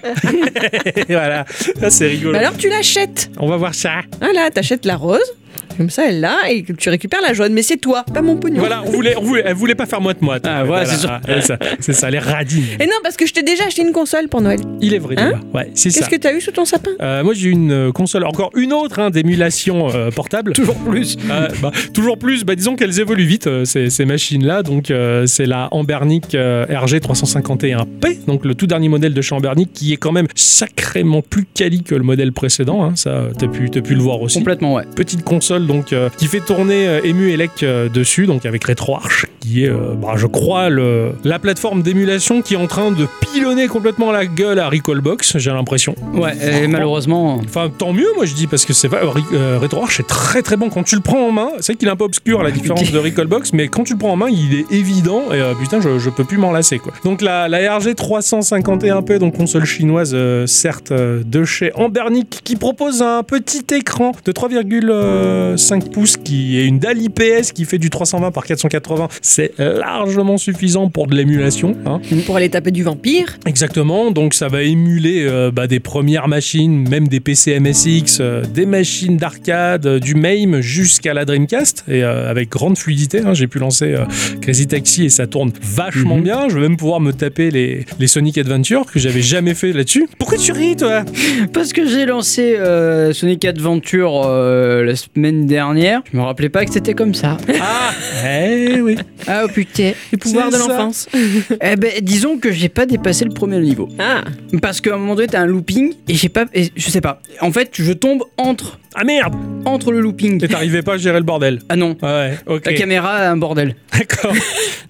[SPEAKER 3] voilà, ça c'est rigolo.
[SPEAKER 1] Mais Bah, alors tu l'achètes.
[SPEAKER 3] on va voir ça.
[SPEAKER 1] Ah là, t'achètes la rose. Comme ça, elle l'a et tu récupères la jaune. Mais c'est toi, pas mon pognon.
[SPEAKER 3] Voilà, on voulait, on voulait- elle voulait pas faire moite-moite.
[SPEAKER 2] Ah, voilà, c'est sûr. Eh,
[SPEAKER 3] Ah, ouais, ça- c'est ça, les radines.
[SPEAKER 1] Et non, parce que je t'ai déjà acheté une console pour Noël.
[SPEAKER 3] Il est vrai,
[SPEAKER 1] Hein
[SPEAKER 3] déjà. Ouais, c'est ça.
[SPEAKER 1] Qu'est-ce que t'as eu sous ton sapin
[SPEAKER 3] Euh, moi j'ai eu une euh, console, encore une autre hein, d'émulation euh, portable.
[SPEAKER 2] Toujours plus.
[SPEAKER 3] Euh, bah, toujours plus, bah, disons qu'elles évoluent vite euh, ces, ces machines-là. Donc euh, c'est la Ambernic euh, RG351P, donc le tout dernier modèle de chez Ambernic qui est quand même sacrément plus quali que le modèle précédent. hein. ça, euh, t'as pu, t'as pu le voir aussi.
[SPEAKER 2] Complètement, ouais.
[SPEAKER 3] Petite console donc euh, qui fait tourner euh, EMU Elec euh, dessus, donc avec Retro Arch, qui est, euh, bah, je crois, le, la plateforme d'émulation qui est en train de pilonner complètement la gueule à Recallbox. J'ai l'impression.
[SPEAKER 2] Ouais, et malheureusement. euh.
[SPEAKER 3] Enfin, tant mieux, moi je dis, parce que c'est pas. euh, RetroArch est très très bon quand tu le prends en main. C'est vrai qu'il est un peu obscur la différence de Recallbox, mais quand tu le prends en main, il est évident et euh, putain, je, je peux plus m'en lasser quoi. Donc la, la RG351P, donc console chinoise, euh, certes euh, de chez Ambernic, qui propose un petit écran de 3,5 pouces qui est une dalle IPS qui fait du 320 par 480. C'est largement suffisant pour de l'émulation. Hein.
[SPEAKER 1] Pour aller taper du vampire.
[SPEAKER 3] Exactement, donc ça va émuler euh, bah, des premières machines, même des PC MSX, euh, des machines d'arcade, euh, du MAME jusqu'à la Dreamcast, et euh, avec grande fluidité. hein, J'ai pu lancer euh, Crazy Taxi et ça tourne vachement
[SPEAKER 2] Mhm.
[SPEAKER 3] bien. Je vais même pouvoir me taper les, les Sonic Adventure que j'avais jamais fait là-dessus. Pourquoi tu ris, toi
[SPEAKER 2] Parce que j'ai lancé euh, Sonic Adventure euh, la semaine dernière, je me rappelais pas que c'était comme ça.
[SPEAKER 3] Ah Eh oui
[SPEAKER 2] Ah oh, putain.
[SPEAKER 1] Les pouvoirs de
[SPEAKER 3] C'est ça.
[SPEAKER 1] l'enfance.
[SPEAKER 2] Eh ben, disons que j'ai pas dépassé le premier niveau.
[SPEAKER 1] Ah,
[SPEAKER 2] Parce qu'à un moment donné, t'as un looping et j'ai pas. et je sais pas. En fait, je tombe entre,
[SPEAKER 3] Ah merde
[SPEAKER 2] entre le looping.
[SPEAKER 3] Et t'arrivais pas à gérer le bordel.
[SPEAKER 2] Ah non.
[SPEAKER 3] Ah ouais, ok.
[SPEAKER 2] La caméra a un bordel.
[SPEAKER 3] D'accord.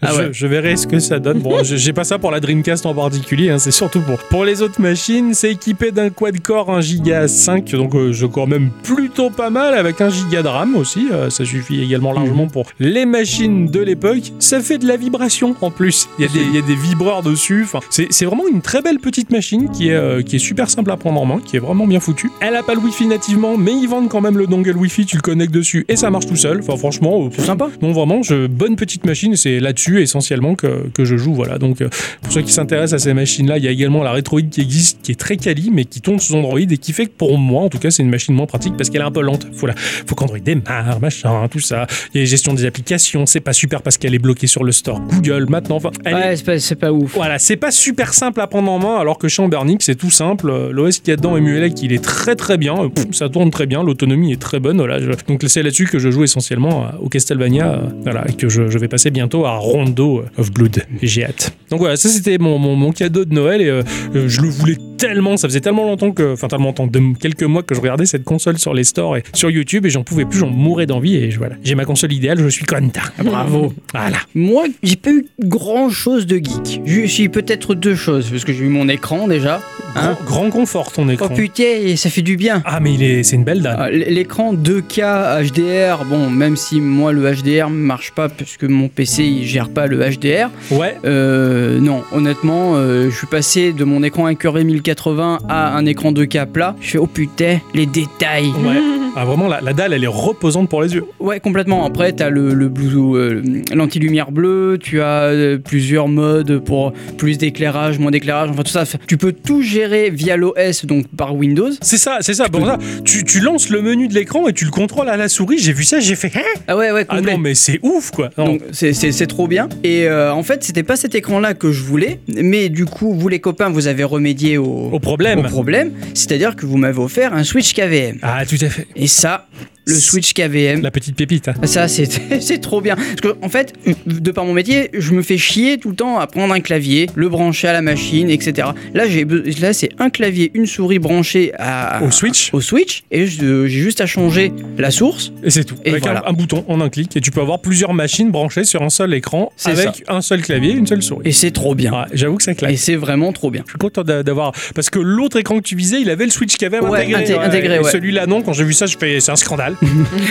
[SPEAKER 2] Ah
[SPEAKER 3] je,
[SPEAKER 2] ouais.
[SPEAKER 3] je verrai ce que ça donne. Bon, je- j'ai pas ça pour la Dreamcast en particulier, hein, c'est surtout pour. Pour les autres machines, c'est équipé d'un quad-core 1 Giga 5, donc euh, je quand même plutôt pas mal avec 1 Giga de RAM aussi. euh, ça suffit également
[SPEAKER 2] Mhm.
[SPEAKER 3] largement pour les machines de l'époque. Ça fait de la vibration en plus. Il y a des, il y a des vibreurs dessus. Enfin, c'est c'est vraiment une très belle petite machine qui est, euh, qui est super simple à prendre en main, qui est vraiment bien foutue. Elle a pas le Wi-Fi nativement, mais ils vendent quand même le dongle Wi-Fi. Tu le connectes dessus et ça marche tout seul. Enfin, franchement, euh,
[SPEAKER 2] C'est sympa.
[SPEAKER 3] non, vraiment, je, bonne petite machine, c'est là-dessus essentiellement que, que je joue. Voilà. Donc, euh, pour ceux qui s'intéressent à ces machines-là, il y a également la Retroid qui existe, qui est très quali, mais qui tourne sous Android et qui fait que pour moi, en tout cas, c'est une machine moins pratique parce qu'elle est un peu lente. Faut, la, faut qu'Android démarre, machin, tout ça. Il y a la gestion des applications, c'est pas super parce qu'elle est bloquée sur le store Google maintenant. Enfin, elle est-
[SPEAKER 2] Ouais, c'est pas, c'est pas ouf.
[SPEAKER 3] voilà, c'est pas super simple à prendre en main, alors que chez Ambernic, c'est tout simple. Euh, L'OS qu'il y a dedans, Emuelec, il est très très bien. Euh, pff, ça tourne très bien, l'autonomie est très bonne. Voilà, je- Donc c'est là-dessus que je joue essentiellement euh, au Castlevania, euh, voilà, et que je, je vais passer bientôt à Rondo euh, of Blood.
[SPEAKER 2] Mm.
[SPEAKER 3] J'ai hâte. Donc voilà, ça c'était mon, mon, mon cadeau de Noël, et euh, euh, je le voulais tellement, ça faisait tellement longtemps que, enfin tellement longtemps, de- quelques mois que je regardais cette console sur les stores et sur YouTube, et j'en pouvais plus, j'en mourais d'envie, et je- voilà. J'ai ma console idéale, je suis content.
[SPEAKER 2] Bravo.
[SPEAKER 3] Voilà.
[SPEAKER 2] Moi, j'ai pas eu grand chose de geek. J'ai- J'ai eu peut-être deux choses. Parce que j'ai eu mon écran déjà. Hein
[SPEAKER 3] grand, grand confort ton écran.
[SPEAKER 2] oh putain, et ça fait du bien.
[SPEAKER 3] Ah mais il est, c'est une belle date.
[SPEAKER 2] Euh, l- L'écran 2K HDR, bon, même si moi le HDR marche pas parce que mon PC il gère pas le HDR,
[SPEAKER 3] Ouais.
[SPEAKER 2] euh, non, honnêtement, euh, je suis passé de mon écran incurvé 1080 à un écran 2K plat. Je fais oh putain, les détails.
[SPEAKER 3] Ouais. Ah, vraiment, la, la dalle, elle est reposante pour les yeux.
[SPEAKER 2] Ouais, complètement. Après, t'as le, le blue, euh, l'anti-lumière bleue, tu as euh, plusieurs modes pour plus d'éclairage, moins d'éclairage, enfin tout ça. Tu peux tout gérer via l'OS, donc par Windows.
[SPEAKER 3] C'est ça, c'est ça. Bon, ça tu, tu lances le menu de l'écran et tu le contrôles à la souris. J'ai vu ça, j'ai fait. Hein
[SPEAKER 2] Ah ouais, ouais,
[SPEAKER 3] Ah
[SPEAKER 2] complet.
[SPEAKER 3] non, mais c'est ouf, quoi. Non.
[SPEAKER 2] Donc c'est- c'est c'est trop bien. Et euh, en fait, c'était pas cet écran-là que je voulais, mais du coup, vous les copains, vous avez remédié au,
[SPEAKER 3] Au problème.
[SPEAKER 2] au problème, c'est-à-dire que vous m'avez offert un Switch KVM.
[SPEAKER 3] Ah, tout à fait.
[SPEAKER 2] Et ça, le Switch KVM.
[SPEAKER 3] La petite pépite. hein.
[SPEAKER 2] Ah, Ça, c'est c'est trop bien. Parce que, en fait, de par mon métier, je me fais chier tout le temps à prendre un clavier, le brancher à la machine, etc. Là, j'ai be- là c'est un clavier, une souris branchée à,
[SPEAKER 3] Au Switch,
[SPEAKER 2] au Switch, et je- j'ai juste à changer la source.
[SPEAKER 3] et c'est tout.
[SPEAKER 2] Et
[SPEAKER 3] avec un-
[SPEAKER 2] voilà.
[SPEAKER 3] un, bouton en un clic, et tu peux avoir plusieurs machines branchées sur un seul écran,
[SPEAKER 2] C'est
[SPEAKER 3] avec un seul clavier, une seule souris.
[SPEAKER 2] Et c'est trop bien.
[SPEAKER 3] Ouais, J'avoue que ça claque.
[SPEAKER 2] Et c'est vraiment trop bien.
[SPEAKER 3] Je suis content d'a- d'avoir. Parce que l'autre écran que tu visais, il avait le Switch qui avait
[SPEAKER 2] Ouais,
[SPEAKER 3] intégré.
[SPEAKER 2] inté- intégré,
[SPEAKER 3] Et
[SPEAKER 2] ouais.
[SPEAKER 3] Celui-là, non, quand j'ai vu ça, je fais. C'est un scandale.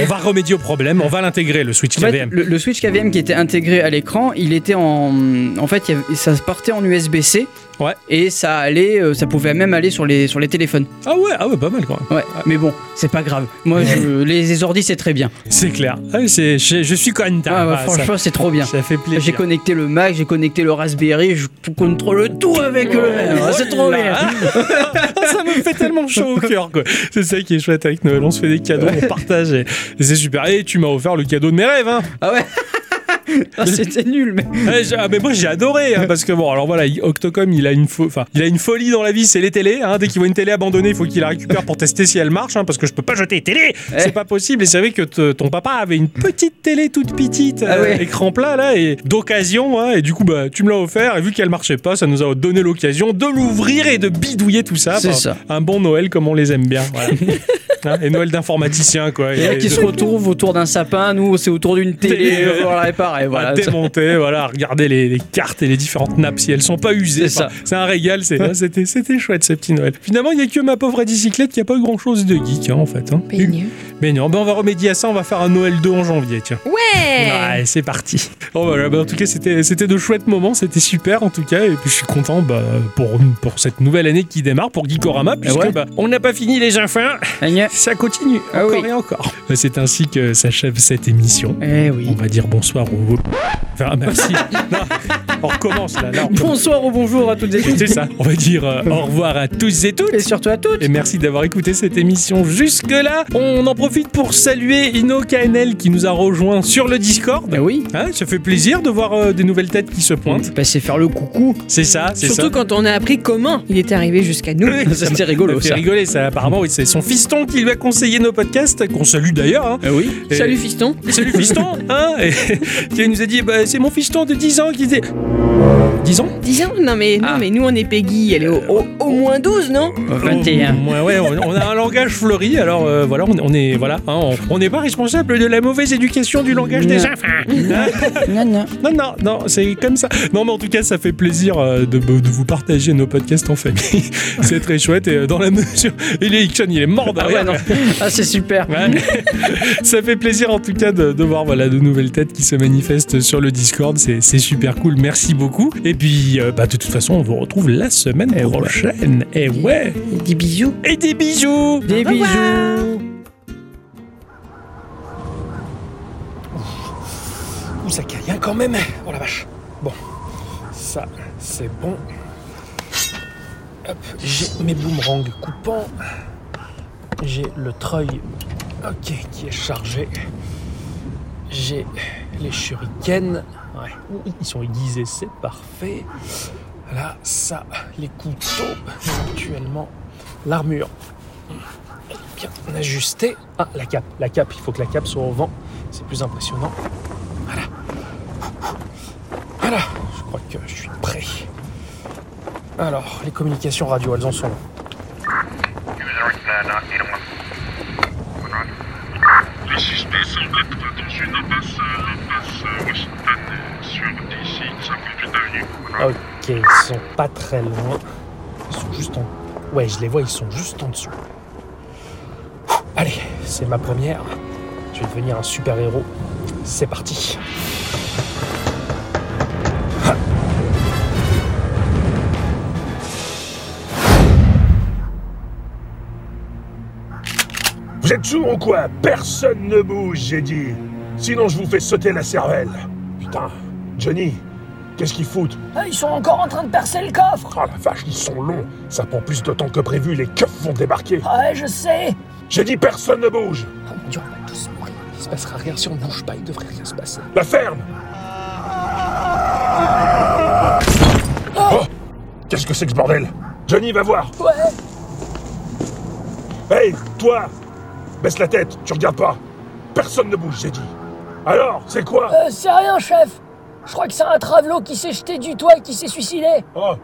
[SPEAKER 3] on va remédier au problème, on va l'intégrer, le Switch
[SPEAKER 2] En fait,
[SPEAKER 3] KVM.
[SPEAKER 2] le, le Switch KVM qui était intégré à l'écran, il était en. En fait, il y avait- ça partait en USB-C.
[SPEAKER 3] Ouais.
[SPEAKER 2] Et ça allait, euh, ça pouvait même aller sur les, sur les téléphones.
[SPEAKER 3] Ah ouais, ah ouais, pas mal quand même.
[SPEAKER 2] Ouais. Mais bon, c'est pas grave. Moi, je- les, les ordi, c'est très bien.
[SPEAKER 3] C'est clair. Ah oui, c'est- je, je suis content.
[SPEAKER 2] Ah, bah,
[SPEAKER 3] Ah, ça-
[SPEAKER 2] franchement, c'est trop bien.
[SPEAKER 3] ça, fait plaisir.
[SPEAKER 2] J'ai connecté le Mac, j'ai connecté le Raspberry, je contrôle tout avec le Ah, C'est trop bien.
[SPEAKER 3] Ah, ça me fait tellement chaud au cœur, quoi. C'est ça qui est chouette avec Noël. On se fait des cadeaux, on partage. Et, et c'est super. Et tu m'as offert le cadeau de mes rêves, hein.
[SPEAKER 2] Ah ouais. Ah, C'était nul, mais.
[SPEAKER 3] Ouais, j'ai- ah, mais moi j'ai adoré hein, parce que bon alors voilà il- Octocom il a une fo- enfin il a une folie dans la vie c'est les télés hein. dès qu'il voit une télé abandonnée il faut qu'il la récupère pour tester si elle marche hein, parce que je peux pas jeter les télé
[SPEAKER 2] Eh.
[SPEAKER 3] c'est pas possible et c'est vrai que te- ton papa avait une petite télé toute petite euh,
[SPEAKER 2] Ah ouais.
[SPEAKER 3] écran plat là et d'occasion hein, et du coup bah tu me l'as offert et vu qu'elle marchait pas ça nous a donné l'occasion de l'ouvrir et de bidouiller tout ça
[SPEAKER 2] C'est
[SPEAKER 3] Enfin,
[SPEAKER 2] ça.
[SPEAKER 3] un bon Noël comme on les aime bien voilà. Hein, et Noël d'informaticien quoi
[SPEAKER 2] Il y en a
[SPEAKER 3] Et
[SPEAKER 2] qui
[SPEAKER 3] de-
[SPEAKER 2] se retrouvent autour d'un sapin, nous, c'est autour d'une télé,
[SPEAKER 3] Télé.
[SPEAKER 2] on va la réparer. Voilà.
[SPEAKER 3] à
[SPEAKER 2] Ça-
[SPEAKER 3] démonter, voilà, à regarder les, les cartes et les différentes nappes si elles sont pas usées.
[SPEAKER 2] C'est
[SPEAKER 3] Enfin, C'est un régal, c'est- ah, c'était c'était chouette ce petit Noël. Finalement, il n'y a que ma pauvre bicyclette qui a pas grand chose de geek hein, en fait. Hein. Mais non, ben, on va remédier à ça, on va faire un Noël 2 en janvier, tiens.
[SPEAKER 9] Ouais
[SPEAKER 1] Eh.
[SPEAKER 3] Ouais, c'est parti. Bon, voilà, bah, en tout cas, c'était c'était de chouettes moments, c'était super en tout cas, et puis je suis content bah, pour, pour cette nouvelle année qui démarre pour Geekorama, puisque
[SPEAKER 2] Eh ouais.
[SPEAKER 3] bah, on n'a pas fini les enfants,
[SPEAKER 2] Eh,
[SPEAKER 3] ça continue
[SPEAKER 2] Ah
[SPEAKER 3] encore
[SPEAKER 2] oui.
[SPEAKER 3] et encore. Bah, C'est ainsi que s'achève cette émission.
[SPEAKER 2] Eh oui.
[SPEAKER 3] On va dire bonsoir au. Enfin, merci. Non, on recommence là. là, on recommence.
[SPEAKER 2] Bonsoir ou bonjour à toutes et tous.
[SPEAKER 3] C'est ça. On va dire euh, au revoir à tous et toutes.
[SPEAKER 2] Et surtout à toutes.
[SPEAKER 3] Et merci d'avoir écouté cette émission jusque-là. On en profite pour saluer Ino KNL qui nous a rejoint sur le Discord.
[SPEAKER 2] Bah oui.
[SPEAKER 3] Hein, ça fait plaisir de voir euh, des nouvelles têtes qui se pointent.
[SPEAKER 2] Bah, c'est faire le coucou.
[SPEAKER 3] C'est ça, c'est ça.
[SPEAKER 1] Surtout quand on a appris comment il était arrivé jusqu'à nous.
[SPEAKER 2] Ça,
[SPEAKER 3] m'a-
[SPEAKER 2] c'était rigolo,
[SPEAKER 3] m'a fait
[SPEAKER 2] ça.
[SPEAKER 3] rigoler, ça. Apparemment, oui, c'est son fiston qui lui a conseillé nos podcasts, qu'on salue d'ailleurs. hein.
[SPEAKER 2] Ah oui.
[SPEAKER 3] Et-
[SPEAKER 1] Salut fiston.
[SPEAKER 3] Salut fiston hein Et qui nous a dit bah, c'est mon fiston de 10 ans qui disait 10 ans
[SPEAKER 1] Disons, non mais, non,
[SPEAKER 2] Ah.
[SPEAKER 1] mais nous on est Peggy, elle est au, au- au moins 12, non
[SPEAKER 3] Oh, ouais, ouais, on, on a un langage fleuri, alors euh, voilà, on, on est voilà, hein, on- on n'est pas responsable de la mauvaise éducation du langage des enfants. Hein
[SPEAKER 2] Non, non.
[SPEAKER 3] non, non, non, c'est comme ça. Non, mais en tout cas, ça fait plaisir euh, de, de vous partager nos podcasts en famille. c'est très chouette et euh, dans la mesure, il est Hickson, il est mort
[SPEAKER 2] Ah
[SPEAKER 3] derrière.
[SPEAKER 2] ouais, non. Ah, c'est super.
[SPEAKER 3] Ouais. ça fait plaisir en tout cas de, de voir voilà, de nouvelles têtes qui se manifestent sur le Discord. C'est c'est super cool. Merci beaucoup. Et puis, euh, bah, de toute façon, on vous retrouve la semaine
[SPEAKER 2] Eh
[SPEAKER 3] prochaine. Et ouais.
[SPEAKER 1] Des bisous.
[SPEAKER 3] Et des bisous.
[SPEAKER 2] Des bisous.
[SPEAKER 5] Ouh, ça caille hein, quand même. Oh la vache. Bon, ça, c'est bon. Hop, j'ai mes boomerangs coupants. J'ai le treuil ok, qui est chargé. J'ai les shurikens. Ouais, ouh, ils sont aiguisés, c'est parfait. Là, ça, les couteaux, éventuellement l'armure. Bien ajusté. Ah, la cape, la cape, il faut que la cape soit au vent. C'est plus impressionnant. Voilà, je crois que je suis prêt. Alors, les communications radio, elles en sont là. Ok, ils sont pas très loin. Ils sont juste en... Ouais, je les vois, ils sont juste en dessous. Allez, c'est ma première. Je vais devenir un super-héros. C'est parti.
[SPEAKER 7] Vous êtes sourd ou quoi Personne ne bouge, j'ai dit. Sinon, je vous fais sauter la cervelle. Putain, Johnny, qu'est-ce qu'ils foutent
[SPEAKER 10] Ils sont encore en train de percer le coffre
[SPEAKER 7] Oh la vache, ils sont longs. Ça prend plus de temps que prévu. Les keufs vont débarquer.
[SPEAKER 10] Ouais, je sais
[SPEAKER 7] J'ai dit personne ne bouge.
[SPEAKER 11] Oh mon dieu, on va tous mourir. Il se passera rien si on ne bouge pas, il devrait rien se passer.
[SPEAKER 7] La ferme Oh Qu'est-ce que c'est que ce bordel Johnny, va voir
[SPEAKER 10] Ouais
[SPEAKER 7] Hey, toi Baisse la tête, tu regardes pas Personne ne bouge, j'ai dit. Alors, c'est quoi
[SPEAKER 10] Euh, c'est rien, chef Je crois que c'est un travelot qui s'est jeté du toit et qui s'est suicidé
[SPEAKER 7] Oh,